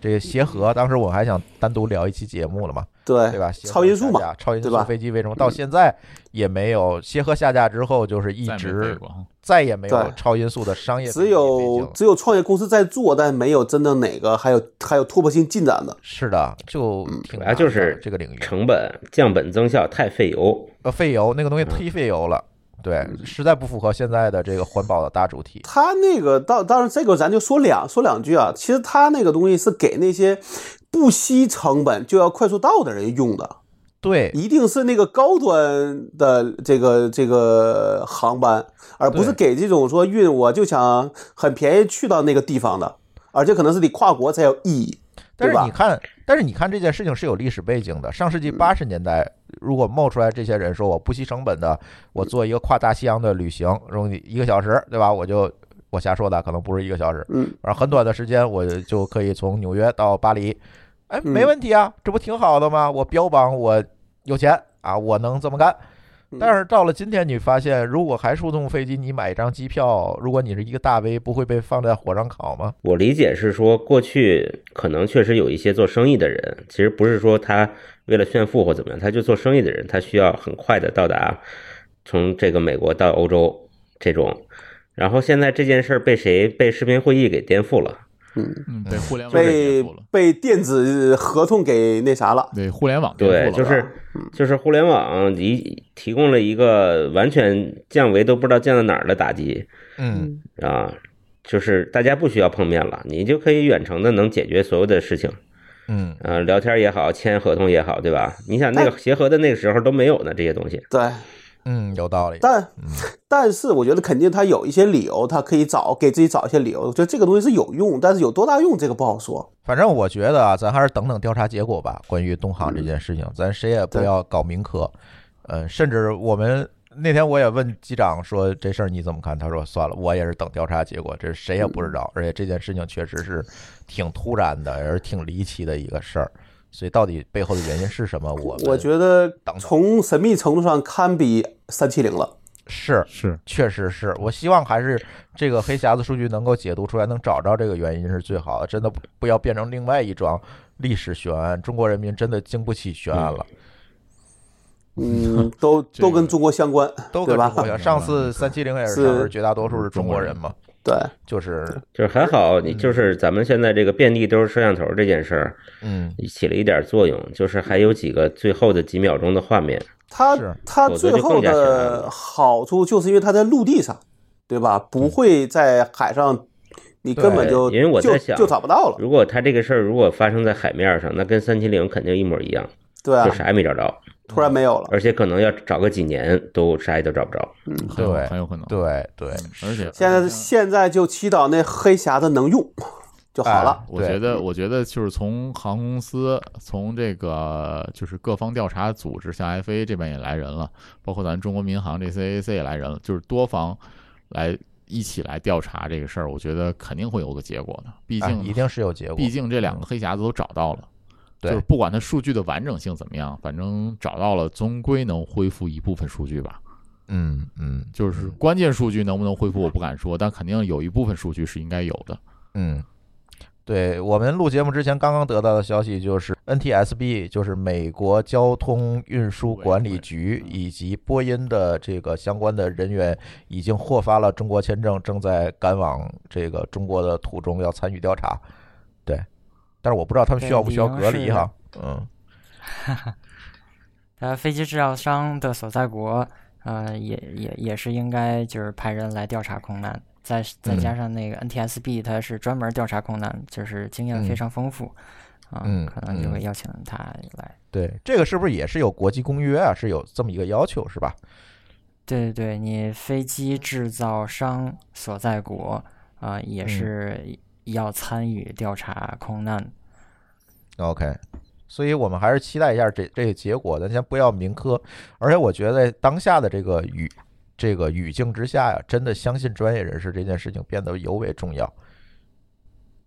这个协和，当时我还想单独聊一期节目了嘛，对对吧？协哎超和音速下嘛架，超音对速吧飞机为什么到现在也没有？协和下架之后，就是一再没飞直过。再也没有对超音速的商业飞只机飞行有了只有创业公司在做，但没有真的哪个还有还有突破性进展的。是的，就嗯挺主难要就是的这个领域，成本降本增效太费油。呃，费油那个东西嗯忒费油了，对，嗯实在不符合现在的这个环保的大主题。他那个当当然这个咱就说两说两句啊，其实他那个东西是给那些不惜成本就要快速到的人用的，对，一定是那个高端的这个这个航班，而不是给这种说运我就想很便宜去到那个地方的，而且可能是得跨国才有意义。但对是吧嗯你看，但是你看这件事情是有历史背景的。上世纪八十年代，如果冒出来这些人说我不惜成本的，我做一个跨大西洋的旅行，容易一个小时，对吧？我就我瞎说的，可能不是一个小时，嗯，然后很短的时间我就可以从纽约到巴黎，哎，嗯没问题啊，这不挺好的吗？我标榜我有钱啊，我能这么干。嗯但是到了今天，你发现如果还是速动飞机，你买一张机票，如果你是一个大 V，不会被放在火上烤吗？我理解是说，过去可能确实有一些做生意的人，其实不是说他为了炫富或怎么样，他就做生意的人，他需要很快的到达从这个美国到欧洲这种。然后现在这件事儿被谁被视频会议给颠覆了？嗯，被互联网给颠被覆了，被电子合同给那啥了。对互联网颠覆对，了，嗯就是就是互联网一提供了一个完全降维都不知道降到哪儿的打击嗯，啊，就是大家不需要碰面了，你就可以远程的能解决所有的事情。嗯，呃，聊天也好，签合同也好，对吧？你想那个协和的那个时候都没有呢，这些东西。对，嗯，有道理。但 但是我觉得肯定他有一些理由，他可以找给自己找一些理由。我觉得这个东西是有用，但是有多大用这个不好说。反正我觉得啊，咱还是等等调查结果吧。关于东航这件事情，咱谁也不嗯对要搞民科。嗯，甚至我们那天我也问机长说这事儿你怎么看，他说算了，我也是等调查结果，这谁也嗯不知道。而且这件事情确实是挺突然的，也是挺离奇的一个事儿。所以到底背后的原因是什么？我我我觉得等从神秘程度上堪比三七零 了。是是确实是我希望还是这个黑匣子数据能够解读出来，能找着这个原因是最好的。真的不不要变成另外一桩历史悬案，中国人民真的经不起悬案了，嗯，都这个都跟中国相关，都跟中对吧国？一样。上次三七零也是是上边绝大多数是中国人嘛，对，就是就是还好，你就是咱们现在这个遍地都是摄像头这件事儿嗯，起了一点作用，就是还有几个最后的几秒钟的画面，它是它否则最就后更加悬案的了好处就是因为它在陆地上，对吧？不会在海上，你根嗯本对就因为我就在想嗯就找不到了。如果他这个事儿如果发生在海面上，那跟三七零肯定一模一样，对啊就，嗯啥也没找着，突然没有了。而且可能要找个几年都啥也都找不着。很嗯有对很有可能，对对，嗯而且现在现在就祈祷那黑匣子能哎用就好了。我哎对觉得，我觉得就是从航空公司，从这个就是各方调查组织，像 FA 这边也来人了，包括咱中国民航这 CAC 也来人了，就是多方来一起来调查这个事儿，我觉得肯定会有个结果的。毕啊竟，一定是有结果，嗯毕竟这两个黑匣子都找到了，对就是不管它数据的完整性怎么样，反正找到了，终归能恢复一部分数据吧。嗯嗯就是关键数据能不能恢复，我不敢说，但肯定有一部分数据是应该有的。嗯，对我们录节目之前刚刚得到的消息就是 NTSB，就是美国交通运输管理局以及波音的这个相关的人员已经获发了中国签证，正在赶往这个中国的途中要参与调查。对，但是我不知道他们需要不需要隔离哈。嗯，呃，飞机制造商的所在国，呃，也也也是应该就是派人来调查空难，再再嗯加上那个 NTSB，它是专门调查空难，就是经验嗯非常丰富，啊、嗯可能就嗯会邀请他来。对，这个是不是也是有国际公约啊？是有这么一个要求是吧？对对对，你飞机制造商所在国啊、也嗯是要参与调查空难。 OK，所以我们还是期待一下这这个结果，咱先不要民科。而且我觉得在当下的这个语这个语境之下呀，真的相信专业人士这件事情变得尤为重要。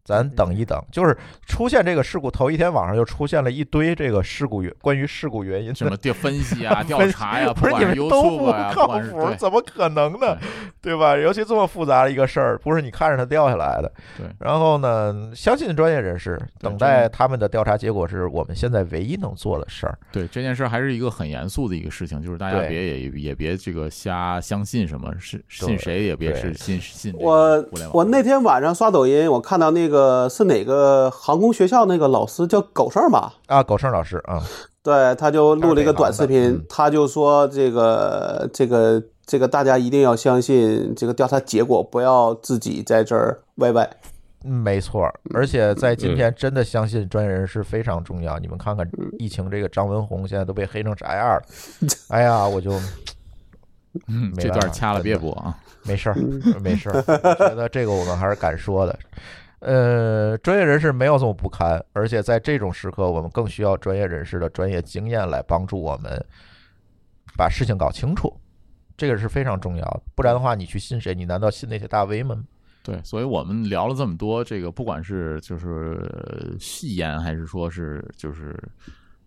咱等一等，就是出现这个事故头一天晚上就出现了一堆这个事故原关于事故原因什么的，调分 析啊、调查呀、不不是你管们是都 YouTube 呀、不靠管是谱，对怎么可能呢？对吧？尤其这么复杂的一个事儿，不是你看着它掉下来的。对然后呢，相信专业人士，等待他们的调查结果是我们现在唯一能做的事儿。对这件事儿还是一个很严肃的一个事情，就是大家对别也也别这个瞎相信什么，是对信谁也别是信信这个我互联网。我 那天晚上刷抖音，我看到那个是哪个航空学校那个老师叫狗剩儿吧？啊，狗剩老师啊，对，他就录了一个短视他是北频，航的嗯他就说这个这个这个大家一定要相信这个调查结果，不要自己在这儿歪歪。嗯没错儿。而且在今天，真的相信专业人士非常重要。你们看看疫情这个张文宏现在都被黑成啥样了，哎呀，我就嗯没这办段法掐了真别的播啊，没事儿，没事儿。我觉得这个我们还是敢说的。呃，专业人士没有这么不堪，而且在这种时刻，我们更需要专业人士的专业经验来帮助我们把事情搞清楚，这个是非常重要的。不然的话，你去信谁？你难道信那些大 V 吗？对，所以我们聊了这么多，这个不管是就是戏言，还是说是就是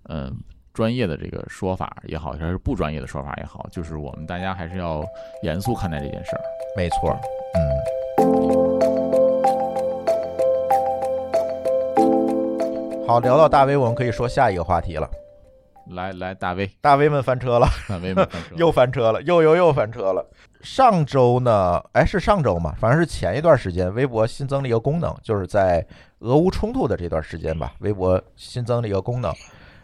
嗯专业的这个说法也好，还是不专业的说法也好，就是我们大家还是要严肃看待这件事儿。没错儿，嗯，好，聊到大 V，我们可以说下一个话题了。来来，大卫，大 V 们翻车了，大卫们开 始吧又翻车了，又又又翻车了。上周呢，哎，是上周嘛，反正是前一段时间，微博新增了一个功能，就是在俄乌冲突的这段时间吧，微博新增了一个功能。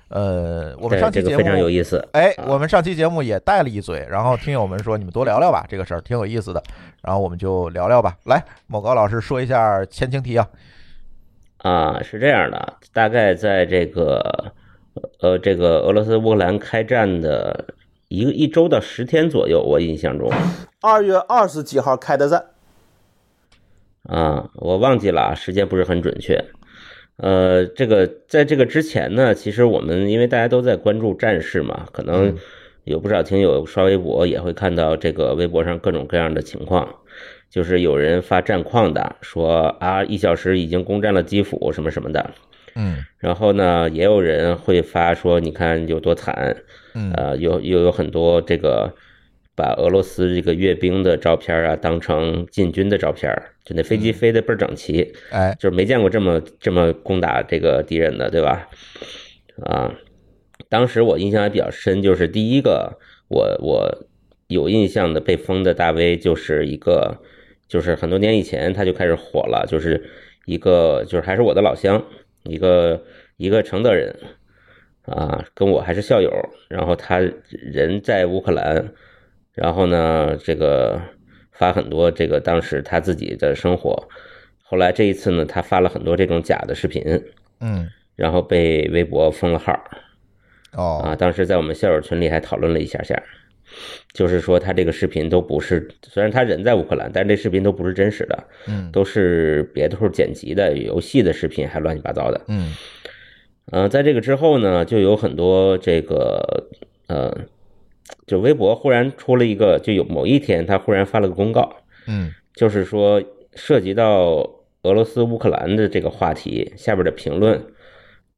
呃，我们对上期这节个目非常有意思。哎，啊我们上期节目也带了一嘴，然后听友们说你们多聊聊吧，这个事儿挺有意思的，然后我们就聊聊吧。来，某高老师说一下前情提要。啊，是这样的，大概在这个呃，这个俄罗斯乌克兰开战的一个一周到十天左右，我印象中二月二十几号开的战，啊，我忘记了啊，时间不是很准确。呃，这个在这个之前呢，其实我们因为大家都在关注战事嘛，可能有不少听友刷微博也会看到这个微博上各种各样的情况，就是有人发战况的，说啊一小时已经攻占了基辅什么什么的，嗯然后呢，也有人会发说，你看有多惨，嗯呃，又又有很多这个把俄罗斯这个阅兵的照片啊当成进军的照片儿，就那飞机飞得倍儿整齐，哎，就是没见过这么这么攻打这个敌人的，对吧？啊，当时我印象还比较深，就是第一个我我有印象的被封的大 V 就是一个，就是很多年以前他就开始火了，就是一个就是还是我的老乡，一个一个承德人啊，跟我还是校友，然后他人在乌克兰，然后呢这个发很多这个当时他自己的生活。后来这一次呢，他发了很多这种假的视频，嗯然后被微博封了号儿啊。哦当时在我们校友群里还讨论了一下下，就是说他这个视频都不是，虽然他人在乌克兰，但这视频都不是真实的，嗯都是别的时候剪辑的、游戏的视频，还乱七八糟的。嗯呃，在这个之后呢，就有很多这个呃，就微博忽然出了一个，就有某一天他忽然发了个公告，嗯就是说涉及到俄罗斯乌克兰的这个话题，下边的评论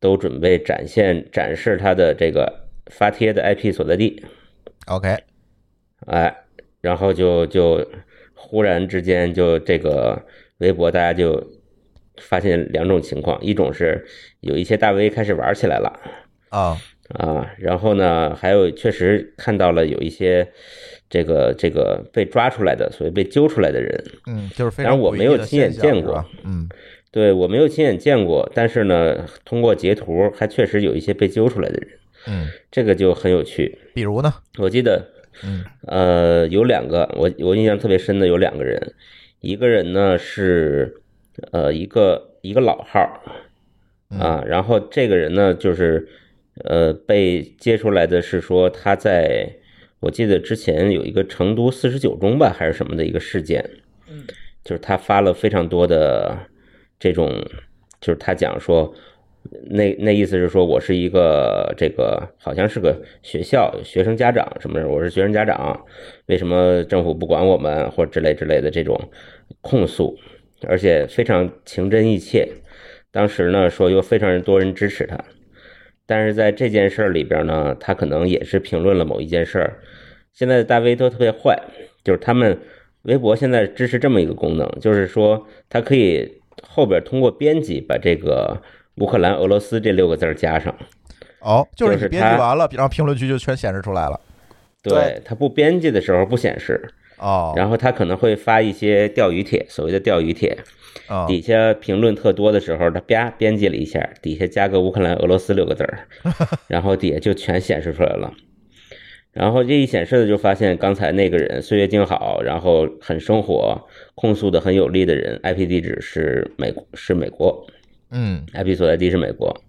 都准备展现展示它的这个发帖的 IP 所在地， ，OK，哎，然后就就忽然之间就这个微博大家就发现两种情况，一种是有一些大 V 开始玩起来了。啊啊，然后呢，还有确实看到了有一些这个这个被抓出来的，所谓被揪出来的人，嗯，就是非当常然我诡没异有的亲眼现象见是过吧嗯对，我没有亲眼见过，但是呢，通过截图还确实有一些被揪出来的人，嗯，这个就很有趣。比如呢，我记得，嗯呃，有两个我我印象特别深的有两个人，一个人呢是呃一个一个老号儿啊，然后这个人呢就是呃被揭出来的是说他在我记得之前有一个成都四十九中吧还是什么的一个事件，就是他发了非常多的这种，就是他讲说，那那意思是说我是一个这个好像是个学校学生家长什么的，我是学生家长，为什么政府不管我们或者之类之类的这种控诉而且非常情真意切。当时呢，说有非常多人支持他，但是在这件事儿里边呢，他可能也是评论了某一件事儿。现在的大 V 都特别坏，就是他们微博现在支持这么一个功能，就是说它可以后边通过编辑把这个乌克兰、俄罗斯这六个字儿加上。哦，就是就是你编他辑完了，然后评论区就全显示出来了。对，它不编辑的时候不显示，哦，然后他可能会发一些钓鱼帖，所谓的钓鱼帖，啊，底下评论特多的时候，他啪编辑了一下，底下加个乌克兰、俄罗斯六个字儿，然后底下就全显示出来了。然后这一显示的就发现，刚才那个人岁月静好，然后很生活，控诉的很有力的人，IP 地址是美是美国嗯， ，IP 所在地是美国。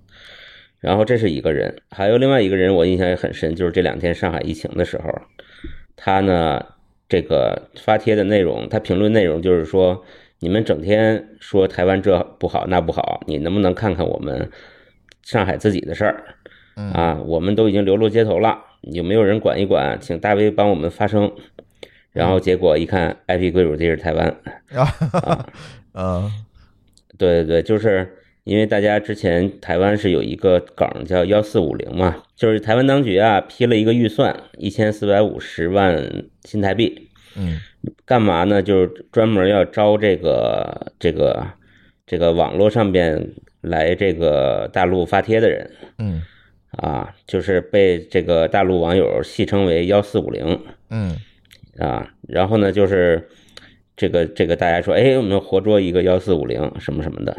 然后这是一个人，还有另外一个人，我印象也很深，就是这两天上海疫情的时候，他呢这个发帖的内容，他评论内容就是说，你们整天说台湾这不好那不好，你能不能看看我们上海自己的事儿？啊，我们都已经流落街头了，有没有人管一管？请大 V 帮我们发声。然后结果一看，IP 归属地是台湾，然后，啊嗯，对对对，就是因为大家之前台湾是有一个梗叫幺四五零嘛，就是台湾当局啊批了一个预算一千四百五十万新台币， 嗯，干嘛呢？就是专门要招这个这个这个网络上边来这个大陆发帖的人嗯，啊，就是被这个大陆网友戏称为幺四五零。嗯，啊，然后呢，就是这个这个大家说，哎，我们活捉一个幺四五零什么什么的，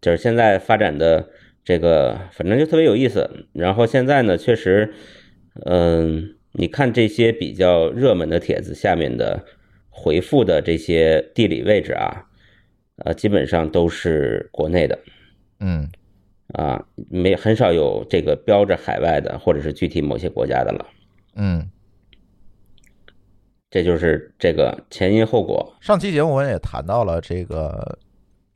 就是现在发展的这个，反正就特别有意思。然后现在呢，确实，嗯，你看这些比较热门的帖子下面的回复的这些地理位置啊，呃，基本上都是国内的嗯，啊，没很少有这个标着海外的或者是具体某些国家的了。嗯。这就是这个前因后果，上期节目我们也谈到了这个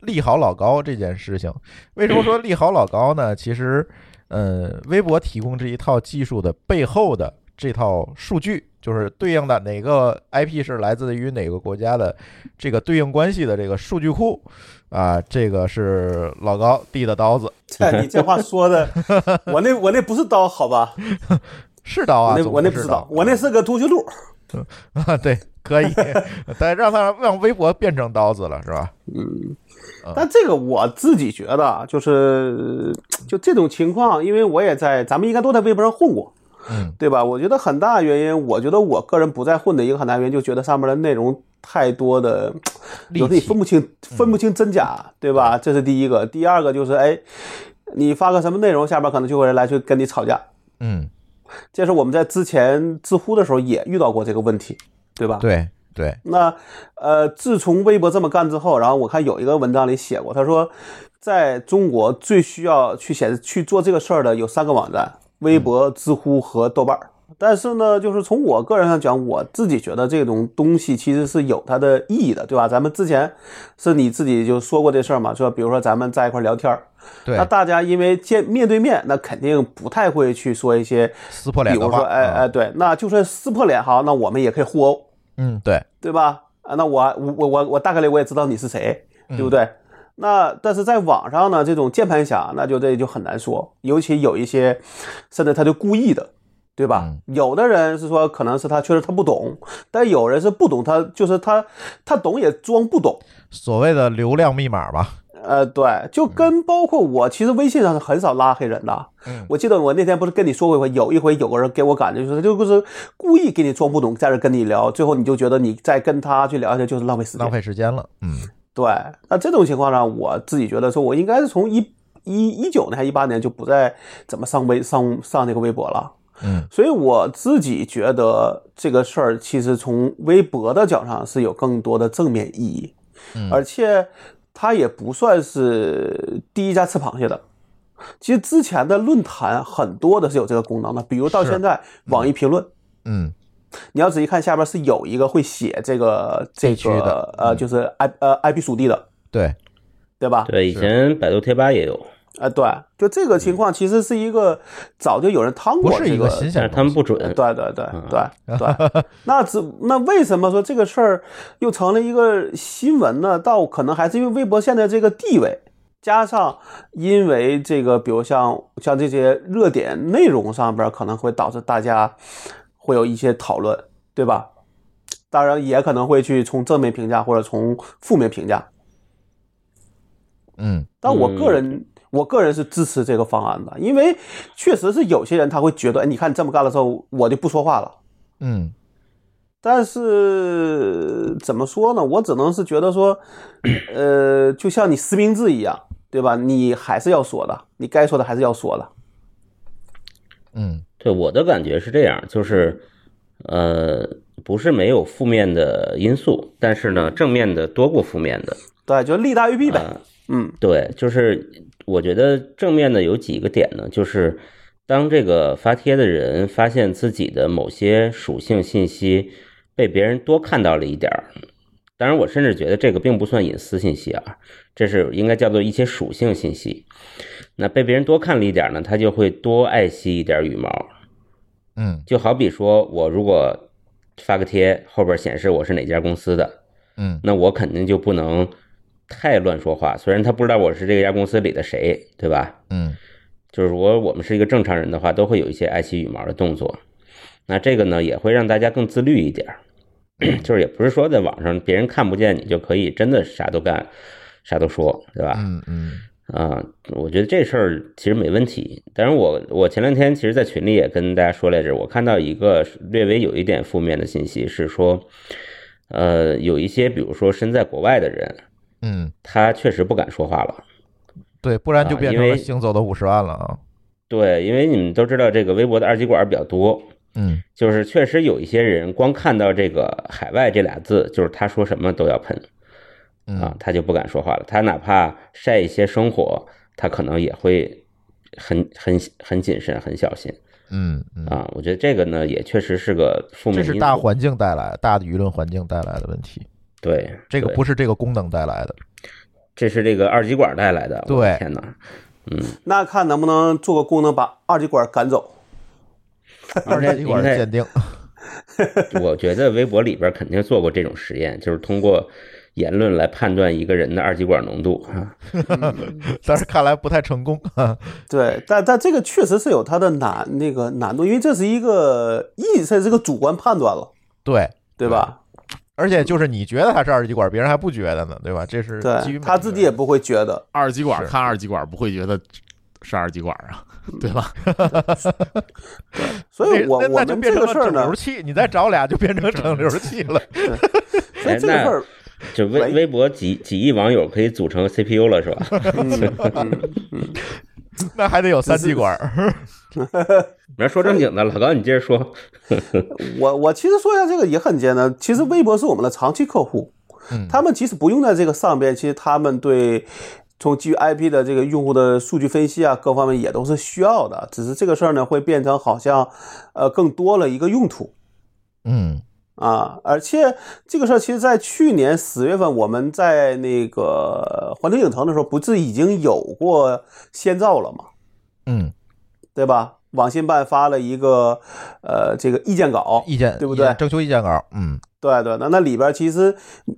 利好老高这件事情。为什么说利好老高呢？其实，呃，微博提供这一套技术的背后的这套数据，就是对应的哪个 IP 是来自于哪个国家的这个对应关系的这个数据库啊，这个是老高递的刀子，哎，你这话说的，我那我那不是刀，好吧？是刀啊，我那总我那不不是是刀，我那是个通讯录。啊， 对，可以，但让他让微博变成刀子了，是吧？但这个我自己觉得啊，就是就这种情况，因为我也在，咱们应该都在微博上混过，嗯，对吧？我觉得很大原因，我觉得我个人不再混的一个很大原因，就觉得上面的内容太多的，利有时候你器分不清分不清真假，对吧？这是第一个，第二个就是哎，你发个什么内容，下面可能就会有人来去跟你吵架。嗯，这是我们在之前知乎的时候也遇到过这个问题，对吧？对对，那呃，自从微博这么干之后，然后我看有一个文章里写过，他说，在中国最需要去显示去做这个事儿的有三个网站：微嗯博、知乎和豆瓣儿。但是呢，就是从我个人上讲，我自己觉得这种东西其实是有它的意义的，对吧？咱们之前是你自己就说过这事儿嘛，说比如说咱们在一块儿聊天儿，对那，大家因为见面对面，那肯定不太会去说一些，撕破比脸如的说话，啊哎哎，对，那就算撕破脸哈，那我们也可以互殴，嗯，对，对吧？啊，那我我我我大概率我也知道你是谁，对不对？那但是在网上呢，这种键盘侠，那就这就很难说，尤其有一些，甚至他就故意的，对吧？有的人是说可能是他确实他不懂，但有人是不懂他，就是他他懂也装不懂。所谓的流量密码吧，呃，对，就跟包括我，其实微信上是很少拉黑人的。嗯我记得我那天不是跟你说过一回，有一回有个人给我感觉就是他就是故意给你装不懂，在这跟你聊，最后你就觉得你在跟他去聊一下就是浪费时间浪。费时间了，嗯对，那这种情况呢，我自己觉得说，我应该是从一一一九年还一八年就不再怎么上微上上那个微博了。嗯，所以我自己觉得这个事儿其实从微博的角上是有更多的正面意义，嗯而且它也不算是第一家吃螃蟹的。其实之前的论坛很多的是有这个功能的，比如到是现在网易评论，嗯你要仔细看下边是有一个会写这个这地区的嗯个呃，就是 I 呃 IP 属地的，对，对吧？对，以前百度贴吧也有，哎，对，就这个情况其实是一个早就有人趟不过是这一个呃个新鲜但的是他们不准，对对对嗯对对，那只那为什么说这个事儿又成了一个新闻呢？到可能还是因为微博现在这个地位，加上因为这个，比如像像这些热点内容上边儿可能会导致大家会有一些讨论，对吧？当然也可能会去从正面评价或者从负面评价，嗯但我个人、我个人是支持这个方案的，因为确实是有些人他会觉得，哎，你看你这么干了之后，我就不说话了。嗯但是怎么说呢？我只能是觉得说，呃，就像你实名制一样，对吧？你还是要说的，你该说的还是要说的。嗯对我的感觉是这样，就是，呃，不是没有负面的因素，但是呢，正面的多过负面的。对，就利大于弊呗。呃嗯对，就是我觉得正面的有几个点呢，就是当这个发帖的人发现自己的某些属性信息被别人多看到了一点儿，当然我甚至觉得这个并不算隐私信息啊，这是应该叫做一些属性信息。那被别人多看了一点儿呢，他就会多爱惜一点儿羽毛。嗯就好比说我如果发个贴，后边显示我是哪家公司的，嗯那我肯定就不能太乱说话。虽然他不知道我是这家公司里的谁，对吧？嗯就是如果我们是一个正常人的话，都会有一些爱惜羽毛的动作。那这个呢，也会让大家更自律一点儿， 就是也不是说在网上别人看不见你就可以真的啥都干、啥都说，对吧？嗯嗯啊，我觉得这事儿其实没问题。当然我，我前两天其实，在群里也跟大家说来着，我看到一个略微有一点负面的信息是说，呃，有一些比如说身在国外的人，嗯，他确实不敢说话了。对，不然就啊变因成了为行走的五十万了啊。对，因为你们都知道这个微博的二极管比较多，嗯就是确实有一些人光看到这个“海外”这俩字，就是他说什么都要喷啊嗯，他就不敢说话了。他哪怕晒一些生活，他可能也会很很很谨慎、很小心。嗯嗯，啊，我觉得这个呢也确实是个负面这因素，是大环境带来、大的舆论环境带来的问题，对这个对不是这个功能带来的。这是这个二极管带来的，我对的天哪！那看能不能做个功能把二极管赶走。 二阶一会儿应该鉴定， 我觉得微博里边肯定做过这种实验，就是通过言论来判断一个人的二极管浓度啊。但是看来不太成功。 对，但但这个确实是有它的难那个难度，因为这是一个意，这是个主观判断了，对，对嗯吧？而且就是你觉得他是二极管，别人还不觉得呢，对吧？这是基于每对，他个自己人也不会觉得。二极管是看二极管不会觉得是二极管啊，对吧？所以那我那我那就们变这成个了事儿整呢流，器，你再找俩就变成整流器 了。所以这个哎那事儿，就微喂微博几几亿网友可以组成 CPU 了是吧？那还得有三极管。然后说正经的，老高你接着说，我我其实说一下这个也很简单，其实微博是我们的长期客户，嗯他们即使不用在这个上边，其实他们对从基于 IP 的这个用户的数据分析啊，各方面也都是需要的，只是这个事儿呢会变成好像呃更多了一个用途。嗯啊，而且这个事儿，其实，在去年十月份，我们在那个环球影城的时候，不是已经有过先兆了吗？嗯，对吧？网信办发了一个呃这个意见稿，意见对不对意见征求意见稿，嗯，对对，那那里边其实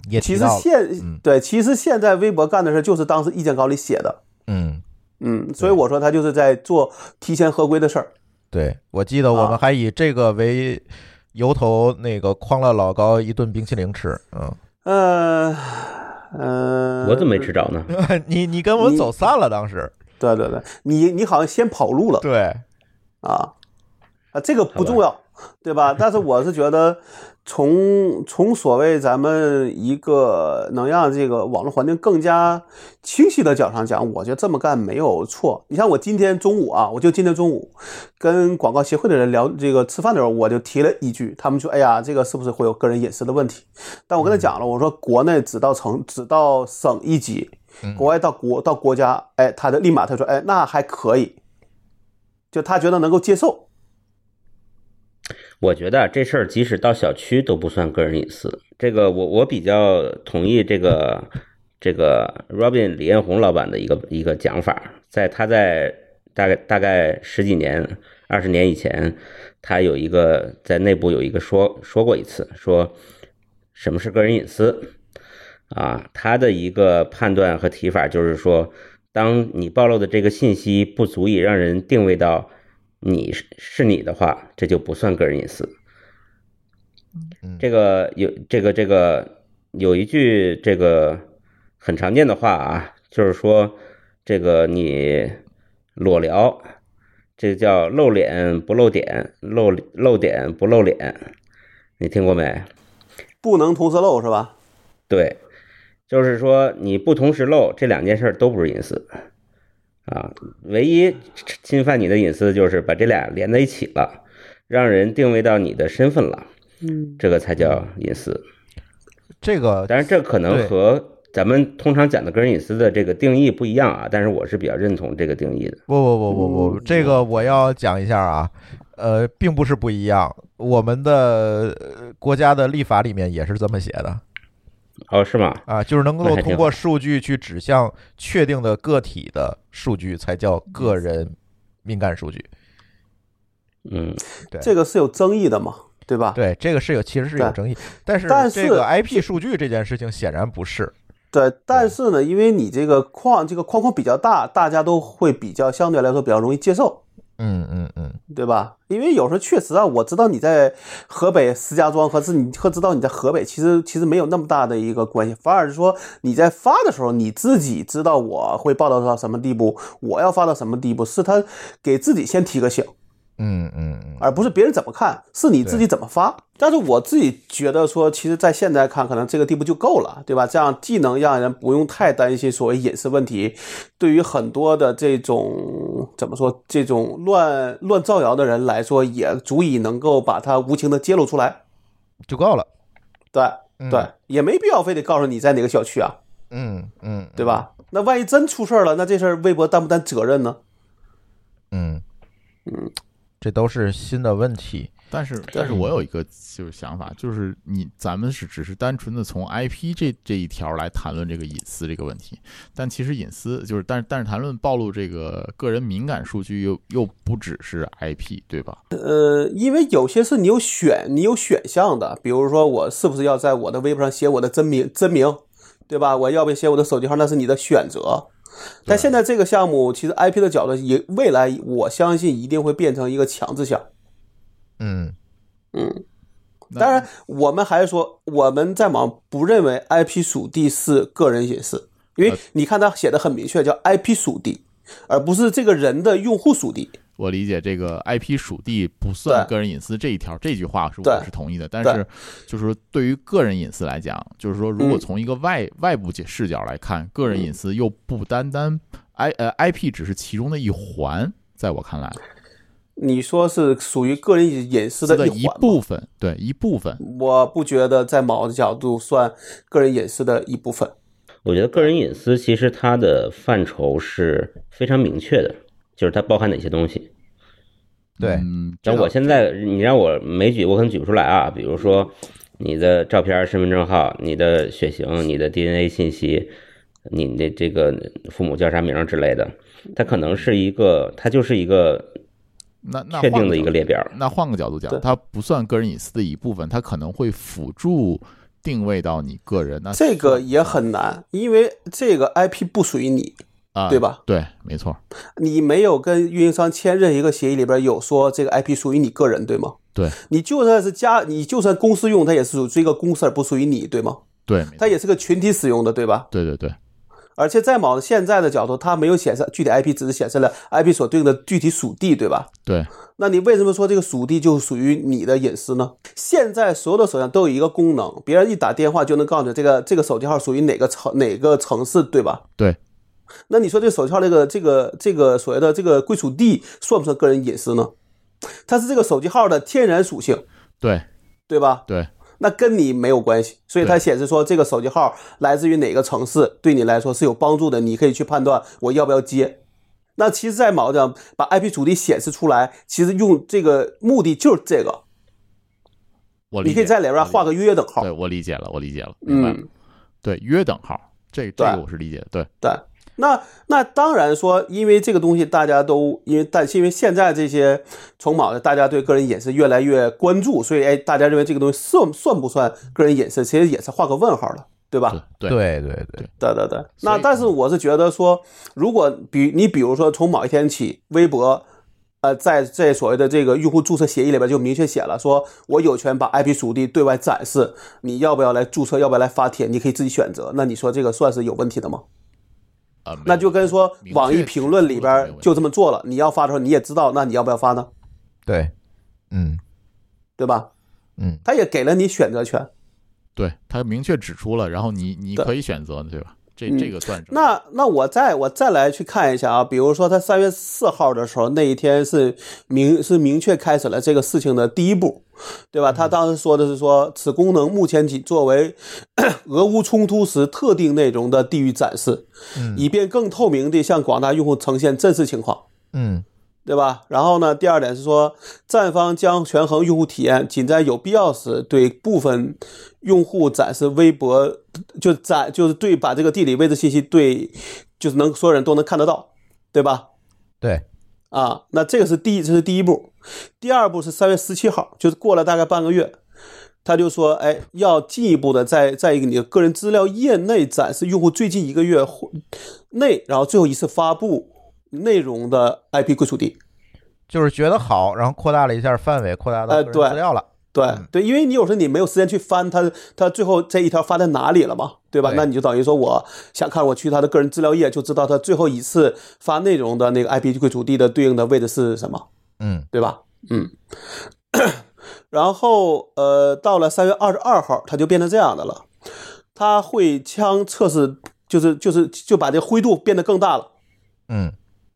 也提其实到了现、嗯对，其实现在微博干的事儿就是当时意见稿里写的，嗯，嗯，所以我说他就是在做提前合规的事儿，对，我记得我们啊还以这个为由头，那个诓了老高一顿冰淇淋吃。嗯，嗯、嗯、我怎么没吃着呢？ 你你跟我走散了，当时对对对，你你好像先跑路了对，啊啊，这个不重要，对吧？但是我是觉得从从所谓咱们一个能让这个网络环境更加清晰的角上讲，我觉得这么干没有错。你像我今天中午啊，我就今天中午跟广告协会的人聊这个吃饭的时候，我就提了一句，他们说：“哎呀，这个是不是会有个人隐私的问题？”但我跟他讲了，我说国内只到城只到省一级嗯，国外到国到国家，哎，他就立马他说：“哎，那还可以。”就他觉得能够接受，我觉得啊这事儿即使到小区都不算个人隐私。这个我我比较同意这个这个 Robin 李彦宏老板的一个一个讲法，在他在大概大概十几年、二十年以前，他有一个在内部有一个说说过一次，说什么是个人隐私啊？他的一个判断和提法就是说，当你暴露的这个信息不足以让人定位到你是是你的话，这就不算个人隐私。这个有这个这个有一句这个很常见的话啊，就是说这个你裸聊，这叫露脸不露点，露露点不露脸，你听过没？不能同时漏是吧？对，就是说你不同时露这两件事儿都不是隐私啊，唯一侵犯你的隐私就是把这俩连在一起了，让人定位到你的身份了。这个才叫隐私。这个当然，这可能对和咱们通常讲的个人隐私的这个定义不一样啊。但是我是比较认同这个定义的。不不不不不，这个我要讲一下啊，呃，并不是不一样，我们的呃国家的立法里面也是这么写的哦，是吗？啊，就是能那够还挺通过数据去指向确定的个体的数据才叫个人敏感数据。嗯，对这个是有争议的嘛，对吧？对，这个是有其实是有对争议，但是但这是个 IP 数据这件事情显然不是。对，但是呢，因为你这个框这个框框比较大，大家都会比较相对来说比较容易接受，嗯嗯嗯，对吧？因为有时候确实啊，我知道你在河北石家庄和自你和知道你在河北，其实其实没有那么大的一个关系，反而是说你在发的时候，你自己知道我会报道到什么地步，我要发到什么地步，是他给自己先提个醒。嗯嗯嗯，而不是别人怎么看，是你自己怎么发。但是我自己觉得说，其实，在现在看，可能这个地步就够了，对吧？这样既能让人不用太担心所谓隐私问题，对于很多的这种怎么说，这种乱乱造谣的人来说，也足以能够把它无情的揭露出来。就够了。对嗯对，也没必要非得告诉你在哪个小区啊，嗯嗯，对吧？那万一真出事儿了，那这事儿微博担不担责任呢？嗯嗯，这都是新的问题。但是，但是我有一个就是想法，就是你咱们是只是单纯的从 IP 这这一条来谈论这个隐私这个问题，但其实隐私就是，但是但是谈论暴露这个个人敏感数据又又不只是 IP，对吧？呃，因为有些是你有选，你有选项的，比如说我是不是要在我的微博上写我的真名真名，对吧？我要不要写我的手机号，那是你的选择。但现在这个项目，其实 IP 的角度也未来，我相信一定会变成一个强制项。嗯那当然，我们还是说我们在忙，不认为 IP 属地是个人隐私，因为呃你看它写的很明确，叫 IP 属地，而不是这个人的用户属地。我理解这个 IP 属地不算对个人隐私这一条，这句话是我对是同意的。但对是，就是说对于个人隐私来讲，就是说如果嗯从一个外、外部界视角来看，个人隐私又不单单 I 呃 IP 只是其中的一环，在我看来你说是属于个人隐私它的的一一环吗部分，对一部分。我不觉得在某的角度算个人隐私的一部分。我觉得个人隐私其实它的范畴是非常明确的，就是它包含哪些东西。对嗯，但这个我现在你让我没举，我可能举不出来啊。比如说你的照片、身份证号、你的血型、你的 DNA 信息、你的这个父母叫啥名儿之类的，它可能是一个，它就是一个那那确换定的一角个度列表。那换个角度讲对，它不算个人隐私的一部分，它可能会辅助定位到你个人。那这个也很难，因为这个 IP 不属于你，啊、对吧？对，没错，你没有跟运营商签任何一个协议里边有说这个 IP 属于你个人，对吗？对你就算是家，你就算公司用，它也是属于一个公司，而不属于你，对吗？对，没错它也是个群体使用的，对吧？对对对。而且在某的现在的角度，它没有显示具体 IP，只是显示了 IP 所对应的具体属地，对吧？对，那你为什么说这个属地就属于你的隐私呢？现在所有的手机都有一个功能，别人一打电话就能告诉你这个这个手机号属于哪个城哪个城市，对吧？对。那你说这手机号这个这个这个所谓的这个归属地算不算个人隐私呢？它是这个手机号的天然属性，对对吧？对那跟你没有关系，所以它对显示说这个手机号来自于哪个城市，对你来说是有帮助的，你可以去判断我要不要接。那其实，在某讲把 IP 主题显示出来，其实用这个目的就是这个，我理你解，可以在里边画个个约等号对，。我理解了，我理解了，明白了。嗯，对，约等号，这这对个我是理解的，对对，那那当然说，因为这个东西大家都因为但因为现在这些从码的，大家对个人隐私越来越关注，所以哎，大家认为这个东西算算不算个人隐私，其实也是画个问号了，啊对吧？对对对对，对对对，所以那但是我是觉得说，如果比你比如说从某一天起，微博，呃，在在所谓的这个用户注册协议里边就明确写了，说我有权把 IP 属地对外展示，你要不要来注册，要不要来发帖，你可以自己选择。那你说这个算是有问题的吗？啊，没有那就跟说明确网易评论里指出了没边问题就这么做了，你要发的时候你也知道，那你要不要发呢？对，嗯对吧？嗯，他也给了你选择权。对他明确指出了，然后你你对可以选择，对吧？这嗯这个算是那那我再我再来去看一下啊，比如说他三月四号的时候那一天是明是明确开始了这个事情的第一步，对吧？嗯他当时说的是说此功能目前仅作为 俄乌冲突时特定内容的地域展示，嗯以便更透明地向广大用户呈现真实情况。嗯对吧？然后呢，第二点是说，站方将权衡用户体验，仅在有必要时对部分用户展示微博，就展就是对把这个地理位置信息对，就是能所有人都能看得到，对吧？对，啊，那这个是第一，这是第一步。第二步是三月十七号，就是过了大概半个月，他就说，哎，要进一步的在在一个你的个人资料页内展示用户最近一个月或内，然后最后一次发布内容的 IP 归属地。就是觉得好，然后扩大了一下范围，扩大到哎个对人资料了，对对，因为你有时候你没有时间去翻它，它最后这一条发在哪里了嘛，对吧？对那你就等于说，我想看，我去他的个人资料页就知道他最后一次发内容的那个 IP 归属地的对应的位置是什么，嗯对吧？嗯。 然后呃，到了三月二十二号，它就变成这样的了，它会将测试，就是就是就把这灰度变得更大了。嗯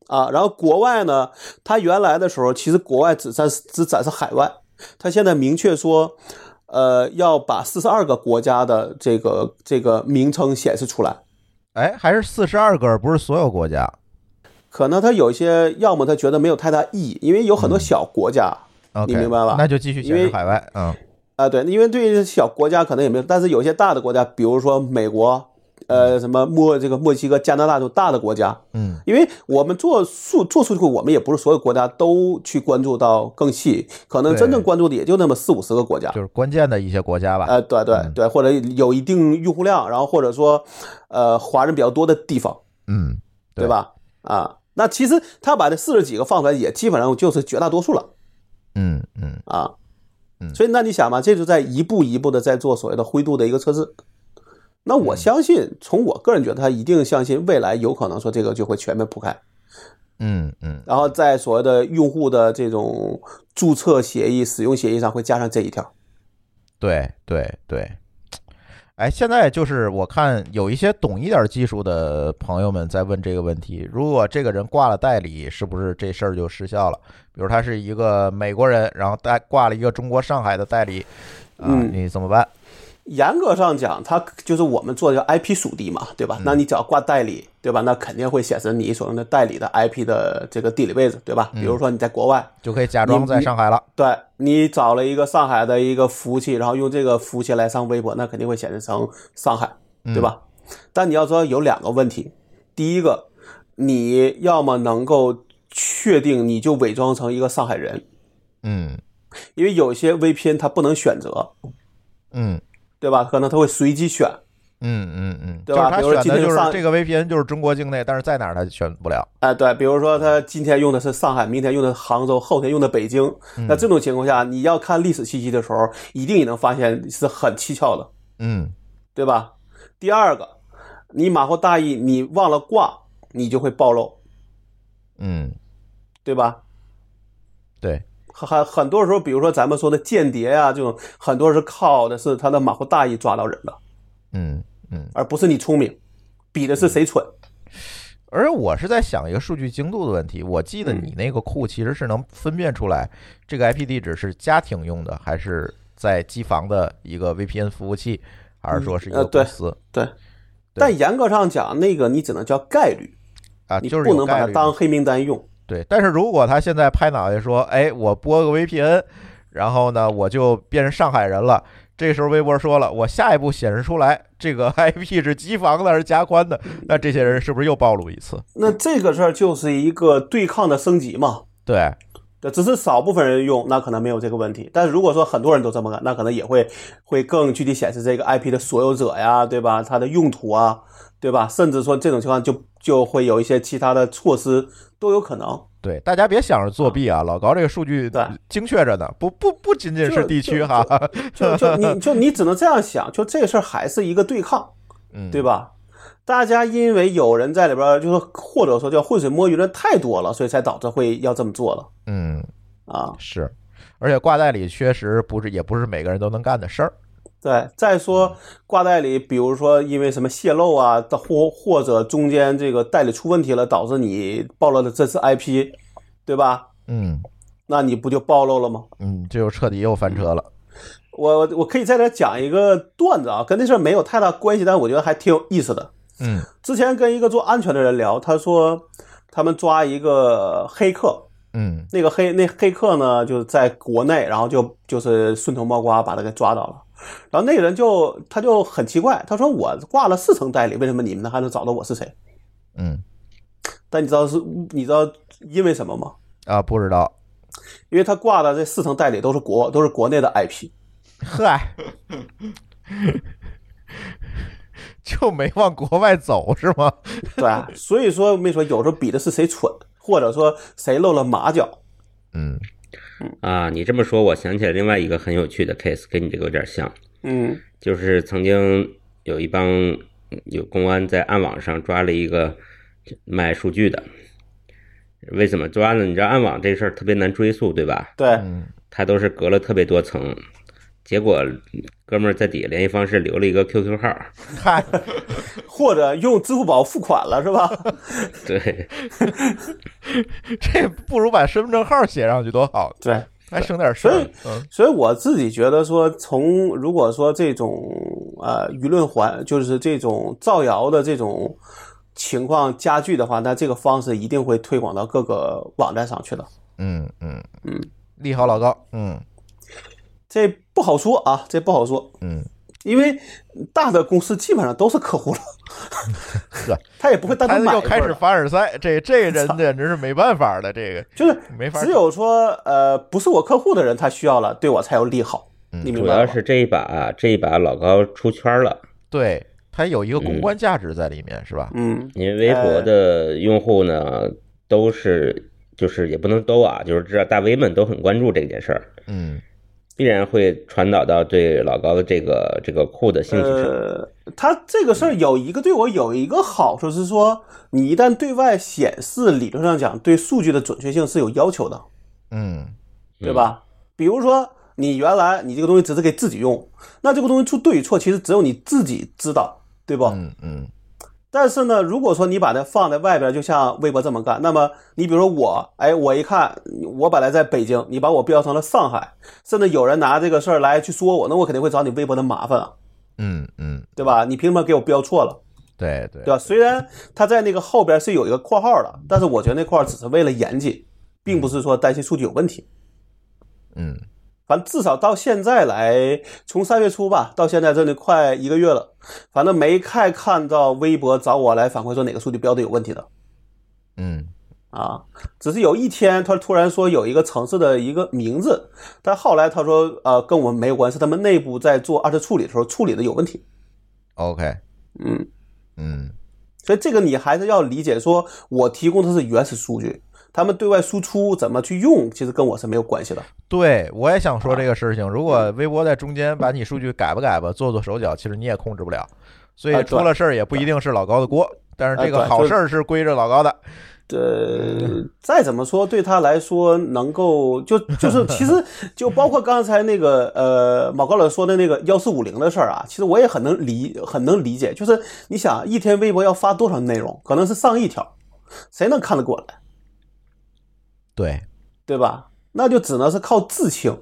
啊，然后国外呢，它原来的时候其实国外只展只展示海外，它现在明确说，呃，要把四十二个国家的这个这个名称显示出来。哎，还是四十二个，不是所有国家，可能它有一些，要么它觉得没有太大意义，因为有很多小国家， OK，明白吧那就继续显因示为海外，嗯啊，对，因为对于小国家可能也没有，但是有一些大的国家，比如说美国，呃，什么墨这个墨西哥、加拿大这种大的国家，嗯因为我们做数做数据库，我们也不是所有国家都去关注到更细，可能对真正关注的也就那么四五十个国家就。是关键的一些国家吧，嗯呃，对对对，或者有一定用户量，然后或者说，呃，华人比较多的地方，嗯，对？吧？啊，那其实他把这四十几个放出来，也基本上就是绝大多数了嗯嗯啊嗯。所以那你想嘛，这就在一步一步的在做所谓的灰度的一个测试。那嗯我相信，从我个人觉得，他一定相信未来有可能说这个就会全面铺开。嗯嗯，然后在所谓的用户的这种注册协议、使用协议上会加上这一条。对对对。哎，现在就是我看有一些懂一点技术的朋友们在问这个问题：如果这个人挂了代理，是不是这事儿就失效了？比如他是一个美国人，然后代挂了一个中国上海的代理，啊，嗯你怎么办？严格上讲，它就是我们做的叫 IP 属地嘛，对吧？那你只要挂代理，对吧？那肯定会显示你所用的代理的 IP 的这个地理位置，对吧？比如说你在国外，就可以假装你在上海了。对你找了一个上海的一个服务器，然后用这个服务器来上微博，那肯定会显示成上海，对吧？但你要说有两个问题，第一个，你要么能够确定你就伪装成一个上海人，嗯因为有些 VPN 它不能选择，嗯对吧？可能它会随机选，嗯嗯嗯，就对是吧他比如说选今的天就是上这个 VPN 就是中国境内，但是在哪儿他选不了。哎、对，比如说它今天用的是上海，明天用的是杭州，后天用的北京，那这种情况下，你要看历史信息的时候，一定也能发现是很蹊跷的，嗯对吧？第二个，你马虎大意，你忘了挂，你就会暴露，嗯，对吧？对，很很很多时候，比如说咱们说的间谍啊，这种很多是靠的是他的马虎大意抓到人了，嗯嗯。而不是你聪明，比的是谁蠢。而我是在想一个数据精度的问题。我记嗯得你那个库其实是能分辨出来这个 IP 地址是家庭用的，还是在机房的一个 VPN 服务器，还是说是一呃个对公司对，但严格上讲，那个你只能叫概率，啊？你就是不有能把概它率当黑名单用。对。但是如果他现在拍脑袋说，哎，我播个 VPN，然后呢，我就变成上海人了。这个时候微博说了，我下一步显示出来这个 IP 是机房的还是加宽的，那这些人是不是又暴露一次？那这个事儿就是一个对抗的升级嘛。对，对，只是少部分人用，那可能没有这个问题。但是如果说很多人都这么干，那可能也会会更具体显示这个 IP 的所有者呀，对吧？它的用途啊，对吧？甚至说这种情况就就会有一些其他的措施都有可能。对，大家别想着作弊啊，老高这个数据对精确着呢，不不不仅仅是就地区就哈，就就你就你只能这样想，就这事儿还是一个对抗，嗯，对？吧？大家因为有人在里边儿，就是或者说叫浑水摸鱼的太多了，所以才导致会要这么做了嗯，啊。是，而且挂代理确实不是，也不是每个人都能干的事儿。对，再说挂代理，比如说因为什么泄露啊，的或或者中间这个代理出问题了，导致你暴露了这次 IP，对吧？嗯那你不就暴露了吗？嗯，这就彻底又翻车了。我我我可以在这讲一个段子啊，跟那事儿没有太大关系，但我觉得还挺有意思的。嗯之前跟一个做安全的人聊，他说他们抓一个黑客，嗯那个黑那黑客呢，就是在国内，然后就就是顺藤摸瓜把他给抓到了。然后那个人就他就很奇怪，他说我挂了四层代理，为什么你们还能找到我是谁？嗯但你知道是你知道因为什么吗？啊，不知道，因为他挂的这四层代理都是国都是国内的 IP，嗨， 就没往国外走是吗？对吧、 所以说没说有时候比的是谁蠢，或者说谁露了马脚。嗯啊，你这么说，我想起来另外一个很有趣的 case，跟你这个有点像，嗯就是曾经有一帮有公安在暗网上抓了一个卖数据的，为什么抓呢？你知道暗网这事儿特别难追溯，对吧？对，嗯它都是隔了特别多层，结果哥们儿在底下联系方式留了一个 QQ 号，嗨，或者用支付宝付款了是吧？ 对，这不如把身份证号写上去多好，对，还省点事儿。嗯所以我自己觉得说，从如果说这种呃舆论环，就是这种造谣的这种情况加剧的话，那这个方式一定会推广到各个网站上去的。嗯嗯嗯，利好老高，嗯这不好说啊，这不好说，嗯，因为大的公司基本上都是客户了，嗯 呵，他也不会单独他买又一份开儿始的。凡尔赛，这这人简直是没办法的，这个就是没法只有说呃不是我客户的人，他需要了，对我才有利好。嗯你明主白要吗？是这一把这一把老高出圈了。对他有一个公关价值在里面，是吧？嗯，因为微博的用户呢，都是就是也不能都啊，就是知道大 V 们都很关注这件事儿，嗯必然会传导到对老高的这个这个酷的兴趣上。呃，他这个事儿有一个对我有一个好处是说，你一旦对外显示，理论上讲对数据的准确性是有要求的，嗯对吧？比如说你原来你这个东西只是给自己用，那这个东西出对与错其实只有你自己知道，对不？嗯嗯但是呢，如果说你把它放在外边，就像微博这么干，那么你比如说我，哎，我一看我本来在北京，你把我标成了上海，甚至有人拿这个事儿来去说我，那我肯定会找你微博的麻烦啊，嗯嗯，对吧？你凭什么给我标错了？对对对吧？虽然它在那个后边是有一个括号的，但是我觉得那括号只是为了严谨，并不是说担心数据有问题。嗯反正至少到现在来，从三月初吧到现在，真的快一个月了，反正没太看到微博找我来反馈说哪个数据标的有问题的嗯啊。只是有一天他突然说有一个城市的一个名字，但后来他说呃跟我们没有关系，是他们内部在做二次处理的时候处理的有问题。 ，OK，嗯，嗯所以这个你还是要理解，说我提供的是原始数据，他们对外输出怎么去用，其实跟我是没有关系的。对，我也想说这个事情。如果微博在中间把你数据改吧改吧，做做手脚，其实你也控制不了，所以哎对出了事儿也不一定是老高的锅。但是这哎个对好就是事儿是归着老高的，呃，再怎么说，对他来说能够就 就是，其实就包括刚才那个呃马高老师说的那个幺四五零的事儿啊，其实我也很能理很能理解。就是你想一天微博要发多少内容，可能是上亿条，谁能看得过来，对，对吧？那就只能是靠自清，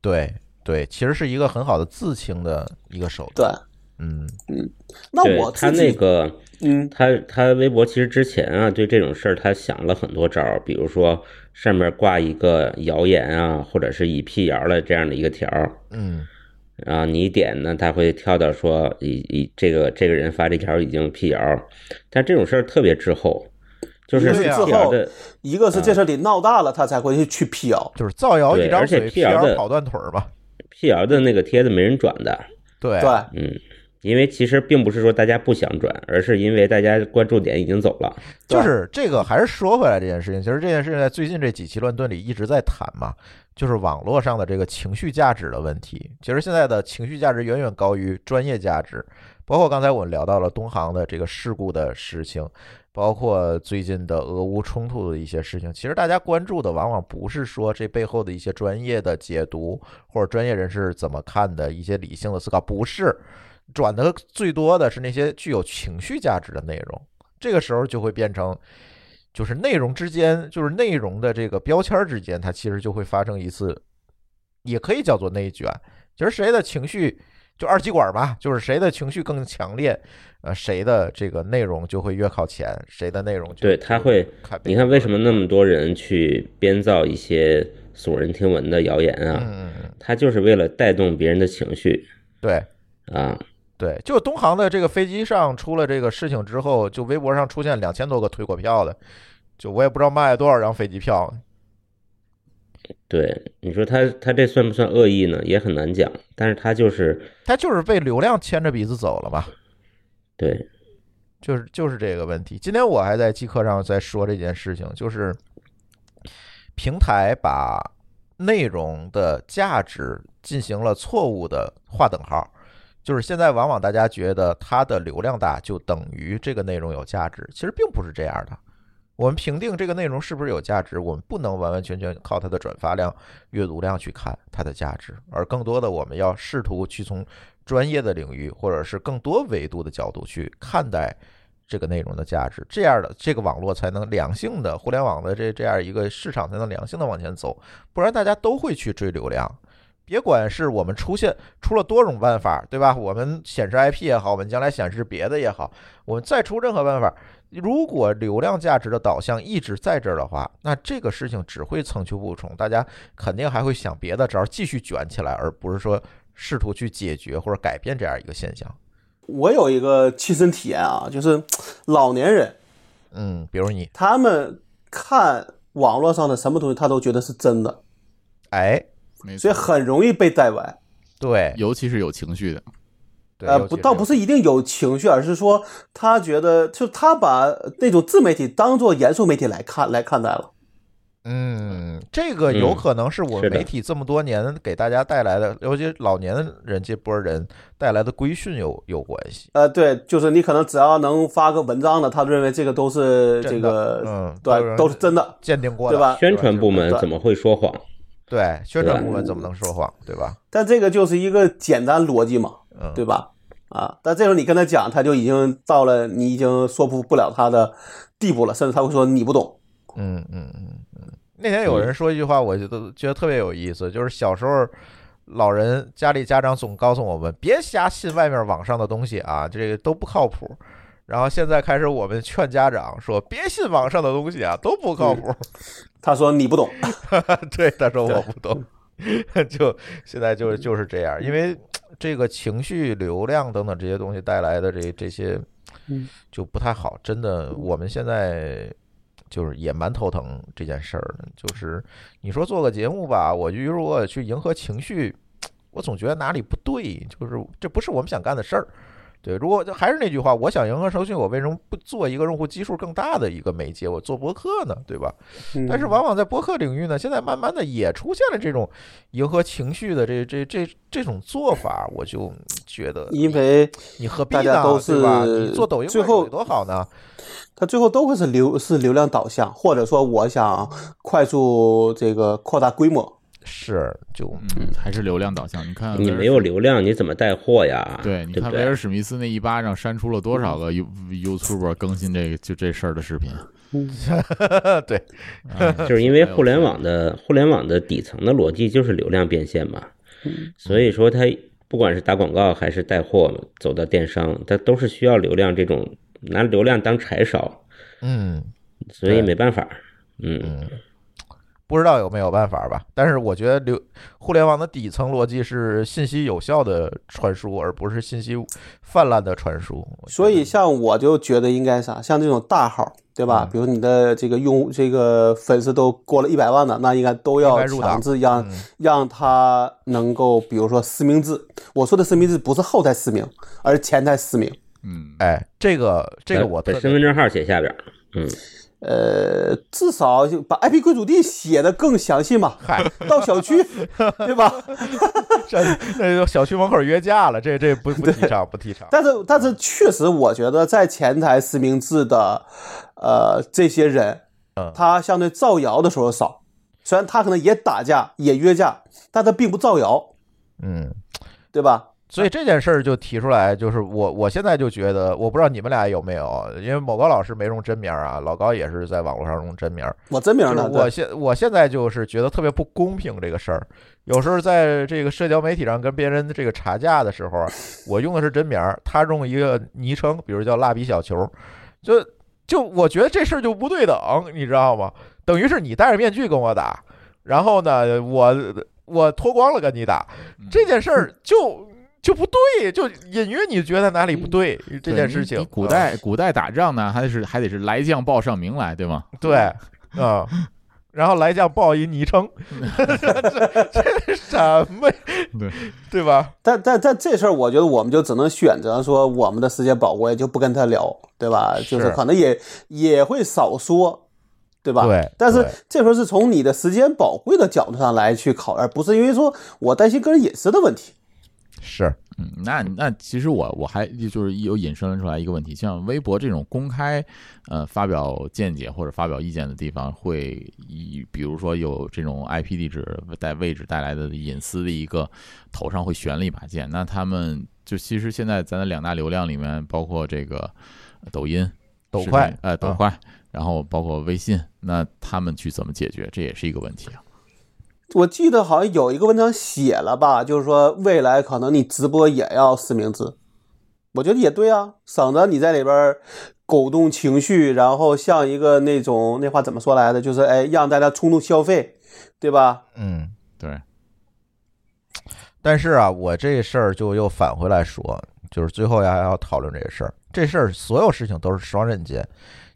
对对，其实是一个很好的自清的一个手对段。。嗯那对我他自己，那个嗯，他他微博其实之前啊，对这种事儿他想了很多招儿，比如说上面挂一个谣言啊，或者是以辟谣的这样的一个条儿，嗯然后你一点呢，他会跳到说已已这个这个人发这条已经辟谣，但这种事儿特别滞后，就是对辟啊谣的，一个是嗯这事儿得闹大了，他才会去去辟谣。就是造谣一对张而且嘴，辟 PR 谣的跑断腿儿嘛。辟谣的那个帖子没人转的，对对，嗯，因为其实并不是说大家不想转，而是因为大家关注点已经走了，对就是这个，还是说回来这件事情，其实这件事情在最近这几期乱炖里一直在谈嘛，就是网络上的这个情绪价值的问题。其实现在的情绪价值远远高于专业价值，包括刚才我们聊到了东航的这个事故的事情，包括最近的俄乌冲突的一些事情。其实大家关注的往往不是说这背后的一些专业的解读，或者专业人士怎么看的一些理性的思考，不是。转的最多的是那些具有情绪价值的内容，这个时候就会变成，就是内容之间，就是内容的这个标签儿之间，它其实就会发生一次，也可以叫做内卷。其实谁的情绪就二极管吧，就是谁的情绪更强烈，呃，谁的这个内容就会越靠前，谁的内容就对它会。你看为什么？那么多人去编造一些耸人听闻的谣言嗯啊？嗯，嗯他就是为了带动别人的情绪对。啊，对，就东航的这个飞机上出了这个事情之后，就微博上出现两千多个退火票的，就我也不知道卖了多少张飞机票。对，你说他他这算不算恶意呢？也很难讲，但是他就是他就是被流量牵着鼻子走了嘛，对，就是就是这个问题。今天我还在机课上在说这件事情，就是平台把内容的价值进行了错误的划等号，就是现在往往大家觉得它的流量大就等于这个内容有价值，其实并不是这样的。我们评定这个内容是不是有价值，我们不能完完全全靠它的转发量、阅读量去看它的价值，而更多的我们要试图去从专业的领域或者是更多维度的角度去看待这个内容的价值，这样的这个网络才能良性的互联网的这这样一个市场才能良性的往前走，不然大家都会去追流量。别管是我们出现出了多种办法，对吧？我们显示 IP 也好，我们将来显示别的也好，我们再出任何办法，如果流量价值的导向一直在这儿的话，那这个事情只会层出不穷，大家肯定还会想别的招儿继续卷起来，而不是说试图去解决或者改变这样一个现象。我有一个亲身体验啊，就是老年人嗯，比如你，他们看网络上的什么东西，他都觉得是真的，哎，没所以错，很容易被带歪。对，尤其是有情绪的，对呃，尤不，其倒不是一定有情绪，而是说他觉得，就他把那种自媒体当做严肃媒体来看来看待了。嗯，这个有嗯可能是我是们的媒体这么多年给大家带来的，尤其老年人这波人带来的规训有有关系。呃，对，就是你可能只要能发个文章的，他认为这个都是真这的个，嗯都是对，都是真的。鉴定过的，对吧宣传部门对怎么会说谎？对宣传对部门怎么能说谎，对吧？但这个就是一个简单逻辑嘛，嗯，对吧？啊，但这时候你跟他讲，他就已经到了你已经说服不了他的地步了，甚至他会说你不懂。嗯嗯嗯嗯。那天有人说一句话，我觉得觉得特别有意思，就是小时候老人家里家长总告诉我们，别瞎信外面网上的东西啊，这个都不靠谱。然后现在开始，我们劝家长说，别信网上的东西啊，都不嗯靠谱。他说你不懂，对，他说我不懂，就现在就就是这样，因为这个情绪流量等等这些东西带来的这这些，就不太好。真的，我们现在就是也蛮头疼这件事儿的。就是你说做个节目吧，我就如果去迎合情绪，我总觉得哪里不对，就是这不是我们想干的事儿。对，如果还是那句话，我想迎合程序，我为什么不做一个用户基数更大的一个媒介，我做博客呢？对吧？ 但嗯是往往在播客领域呢，现在慢慢的也出现了这种迎合情绪的这这这这种做法，我就觉得因为你何必大呢？家都对吧？是你做抖音最快手后有多好呢？他最后都会是流是流量导向，或者说我想快速这个扩大规模。是就嗯，还是流量导向。你看，你没有，流量，你怎么带货呀？啊对，你不看威对尔？史密斯那一巴掌扇出了多少个 You YouTuber 更新这个就这事儿的视频，嗯对，啊就是因为互联网的互联网的底层的逻辑就是流量变现嘛，所以说它不管是打广告还是带货，走到电商，它都是需要流量这种拿流量当柴烧，嗯。所以没办法。嗯，嗯，不知道有没有办法吧。但是我觉得流互联网的底层逻辑是信息有效的传输，而不是信息泛滥的传输。我觉得所以，像我就觉得应该啥，像这种大号，对嗯吧？比如你的这个用这个粉丝都过了一百万的，那应该都应该要入党强制让嗯让他能够，比如说实名制。我说的实名制不是后台实名，而是前台实名。嗯，哎，这个这个我特别把 身份证号写下边儿，嗯，呃，至少就把 IP 归属地写的更详细嘛。嗨， 到 小区，对吧？这那就小区门口约架了，这这不不提倡，不提倡。但是，但是确实，我觉得在前台实名制的，呃，这些人嗯，他相对造谣的时候少。虽然他可能也打架、也约架，但他并不造谣，嗯，对吧？所以这件事儿就提出来，就是我我现在就觉得，我不知道你们俩有没有，因为某高老师没用真名儿啊，老高也是在网络上用真名儿。我真名就是呢？我对现我现在就是觉得特别不公平这个事儿，有时候在这个社交媒体上跟别人这个查价的时候啊，我用的是真名儿，他用一个昵称，比如叫蜡笔小球，就就我觉得这事儿就不对等，你知道吗？等于是你戴着面具跟我打，然后呢，我我脱光了跟你打，这件事儿就就不对，就隐约你觉得哪里不对这对件你事情你。啊古嗯代古代打仗呢，还得是还得是来将报上名来，对吗？对，啊、然后来酱报一昵称， 这这是什么？对对吧？但但但这事儿，我觉得我们就只能选择说我们的时间宝贵，就不跟他聊，对吧？是就是可能也也会少说，对吧？对但是对这时候是从你的时间宝贵的角度上来去考虑，而不是因为说我担心个人隐私的问题。是，嗯，那那其实我我还就是有引申出来一个问题，像微博这种公开呃发表见解或者发表意见的地方，会以比如说有这种 IP 地址带位置带来的隐私的一个头上会悬了一把剑。那他们就其实现在咱的两大流量里面，包括这个抖音、抖视频快呃抖啊快，然后包括微信，那他们去怎么解决，这也是一个问题啊。我记得好像有一个文章写了吧，就是说未来可能你直播也要实名制，我觉得也对啊，省得你在里边儿狗动情绪，然后像一个那种那话怎么说来的，就是哎让大家冲动消费，对吧？嗯。对，但是啊，我这事儿就又返回来说，就是最后还要讨论这事儿。这事儿所有事情都是双刃剑。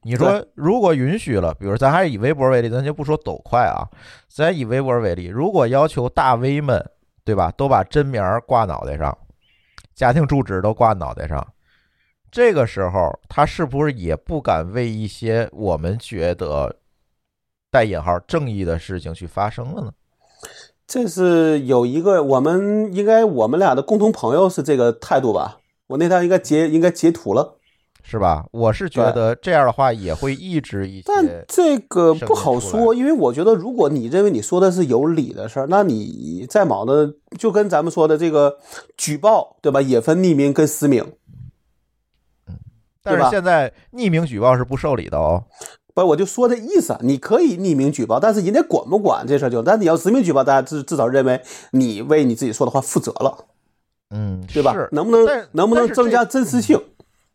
你说如果允许了，比如咱还是以微博为例，咱就不说抖快啊，咱以啊微博为例，如果要求大 V 们对吧，都把真名儿挂脑袋上，啊家庭住址都挂脑袋上，这个时候他是不是也不敢为一些我们觉得带引号正义的事情去发声了呢？这是有一个我们应该我们俩的共同朋友是这个态度吧？我那天应该截应该截图了，是吧？我是觉对得这样的话也会抑制一但些，这个不好声音出说，因为我觉得如果你认为你说的是有理的事儿，那你再忙的就跟咱们说的这个举报对吧？也分匿名跟实名。但是吧现在匿名举报是不受理的哦。不，我就说这意思啊，你可以匿名举报，但是人家管不管这事儿就，但你要实名举报，大家至至少认为你为你自己说的话负责了，嗯，对吧是？能不能但是能不但能是增这加真实性？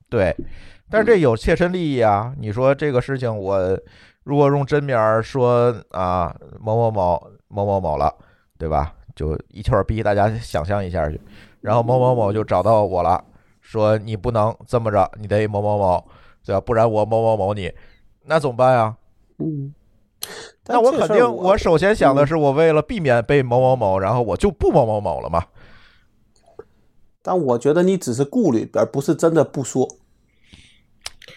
对，嗯但是这有切身利益啊！你说这个事情，我如果用真名儿说啊某某某某某某了，对吧？就一圈儿逼大家想象一下去，然后某某某就找到我了，说你不能这么着，你得某某某，对吧？不然我某某某你，那怎么办啊呀？嗯，那我肯定，我首先想的是，我为了避免被某某某，然后我就不某某某了嘛。但我觉得你只是顾虑，而不是真的不说。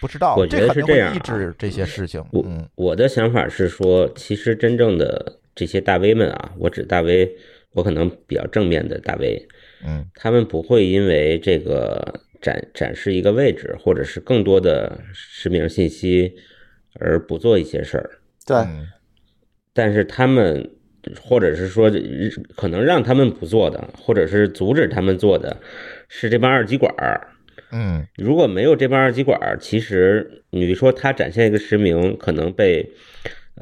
不知道我，觉这肯得是定这会样抑啊制这些事情。我嗯我的想法是说，其实真正的这些大 V 们啊，我指大 V，我可能比较正面的大 V，嗯他们不会因为这个展展示一个位置，或者是更多的实名信息而不做一些事儿，对，嗯但是他们。或者是说，可能让他们不做的，或者是阻止他们做的，是这帮二极管儿。嗯，如果没有这帮二极管儿，其实你说他展现一个实名，可能被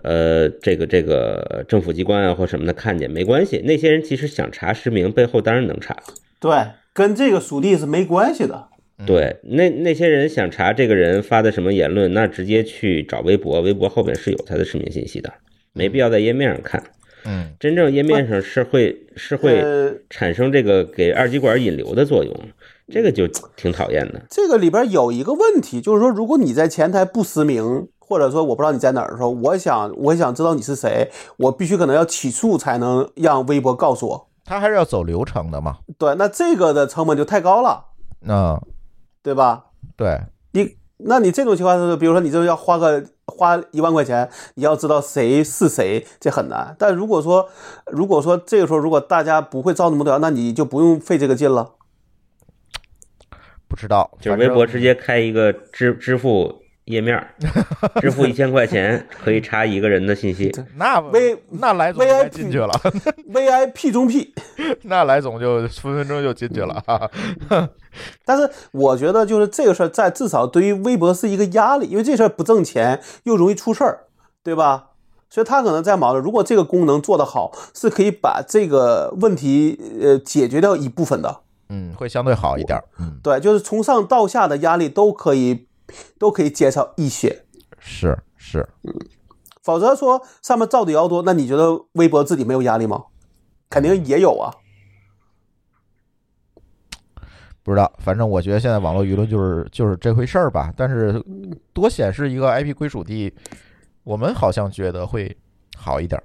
呃这个这个政府机关啊或什么的看见没关系。那些人其实想查实名，背后当然能查。对，跟这个属地是没关系的。对，那那些人想查这个人发的什么言论，那直接去找微博，微博后面是有他的实名信息的。没必要在页面上看。嗯，真正页面上是会是会呃，产生这个给二极管引流的作用，这个就挺讨厌的。这个里边有一个问题，就是说，如果你在前台不实名，或者说我不知道你在哪儿的时候，我想我想知道你是谁，我必须可能要起诉才能让微博告诉我。他还是要走流程的嘛。对，那这个的成本就太高了，那对吧？对，你那你这种情况是，比如说你这要花个花一万块钱，你要知道谁是谁，这很难。但如果说如果说这个时候如果大家不会照那么多，那你就不用费这个劲了。不知道，就是反微正博直接开一个支支付页面儿，支付一千块钱可以查一个人的信息。那微那来总应该进去了， VIP 中 P。那来总就分分钟就进去了啊。但是我觉得就是这个事儿，在至少对于微博是一个压力，因为这事儿不挣钱又容易出事儿，对吧？所以他可能在忙着，如果这个功能做得好，是可以把这个问题呃解决掉一部分的。嗯，会相对好一点。嗯，对，就是从上到下的压力都可以都可以减少一些，是是，否则说上面造的谣多，那你觉得微博自己没有压力吗？肯定也有啊。不知道，反正我觉得现在网络舆论就是就是这回事儿吧。但是多显示一个 IP 归属地，我们好像觉得会好一点。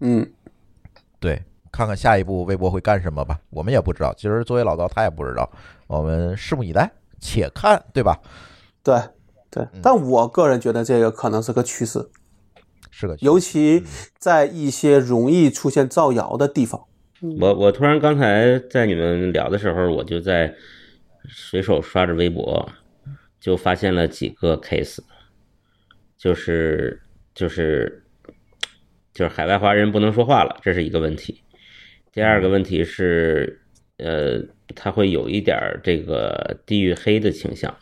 嗯，对，看看下一步微博会干什么吧，我们也不知道。其实作为老高，他也不知道，我们拭目以待，且看，对吧？对对，但我个人觉得这个可能是个趋势。是个尤其在一些容易出现造谣的地方。我我突然刚才在你们聊的时候，我就在随手刷着微博，就发现了几个 case，就是就是就是海外华人不能说话了，这是一个问题。第二个问题是，呃，他会有一点儿这个地域黑的倾向。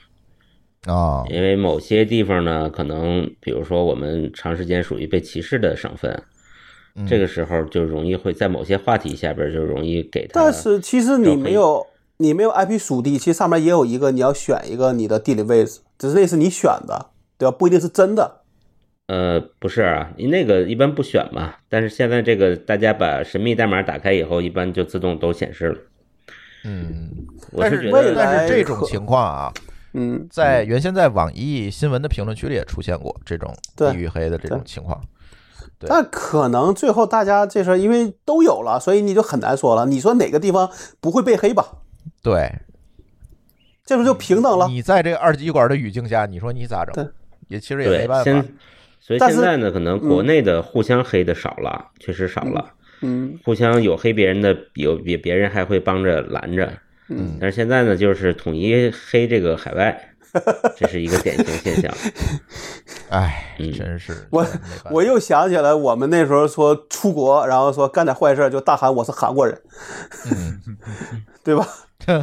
啊，因为某些地方呢，可能比如说我们长时间属于被歧视的省份，嗯这个时候就容易会在某些话题下边就容易给他。但是其实你没有你没有 IP 属地，其实上面也有一个你要选一个你的地理位置，只是那是你选的，对吧？不一定是真的。呃，不是啊，你那个一般不选嘛。但是现在这个大家把神秘代码打开以后，一般就自动都显示了。嗯，我但是是觉为了得，但是这种情况啊，嗯，在原先在网易新闻的评论区里也出现过这种对地域黑的这种情况。对但可能最后大家这事儿因为都有了，所以你就很难说了。你说哪个地方不会被黑吧？对，这不就平等了？你在这个二极管的语境下，你说你咋整对？也其实也没对办，法现。所以但是现在呢，可能国内的互相黑的少了，确实少了。嗯互相有黑别人的，有别别人还会帮着拦着。嗯，但是现在呢，就是统一黑这个海外，这是一个典型现象。哎，嗯真是我真没办法我又想起来我们那时候说出国，然后说干点坏事儿就大喊我是韩国人，嗯 对 吧？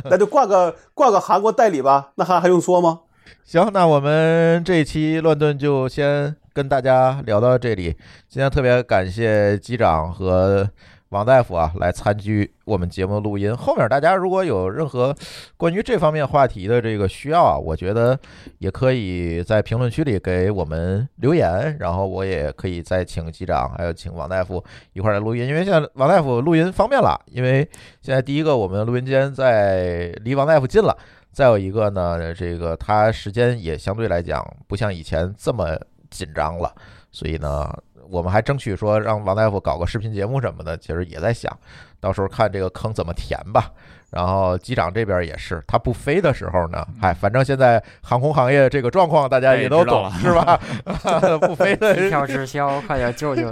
那就挂个挂个韩国代理吧，那还还用说吗？行，那我们这一期乱炖就先跟大家聊到这里。今天特别感谢机长和王大夫啊来参与我们节目的录音。后面大家如果有任何关于这方面话题的这个需要啊，我觉得也可以在评论区里给我们留言，然后我也可以再请机长还有请王大夫一块儿来录音，因为现在王大夫录音方便了，因为现在第一个我们录音间在离王大夫近了。再有一个呢，这个他时间也相对来讲不像以前这么紧张了，所以呢，我们还争取说让王大夫搞个视频节目什么的，其实也在想，到时候看这个坑怎么填吧。 然后机长这边也是，他不飞的时候呢，嗨，反正现在航空行业这个状况大家也都懂，是吧？ 不飞 的机票滞销，快点救救！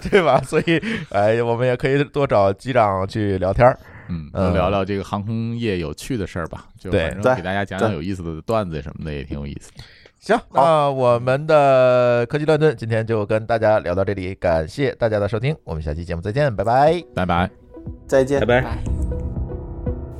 对吧？所以，哎，我们也可以多找机长去聊天儿。嗯，嗯多聊聊这个航空业有趣的事儿吧，就对反正对给大家讲讲对有意思的段子什么的也挺有意思的。行，那我们的科技乱炖今天就跟大家聊到这里，感谢大家的收听，我们下期节目再见，拜拜。拜拜。再见拜。拜。拜。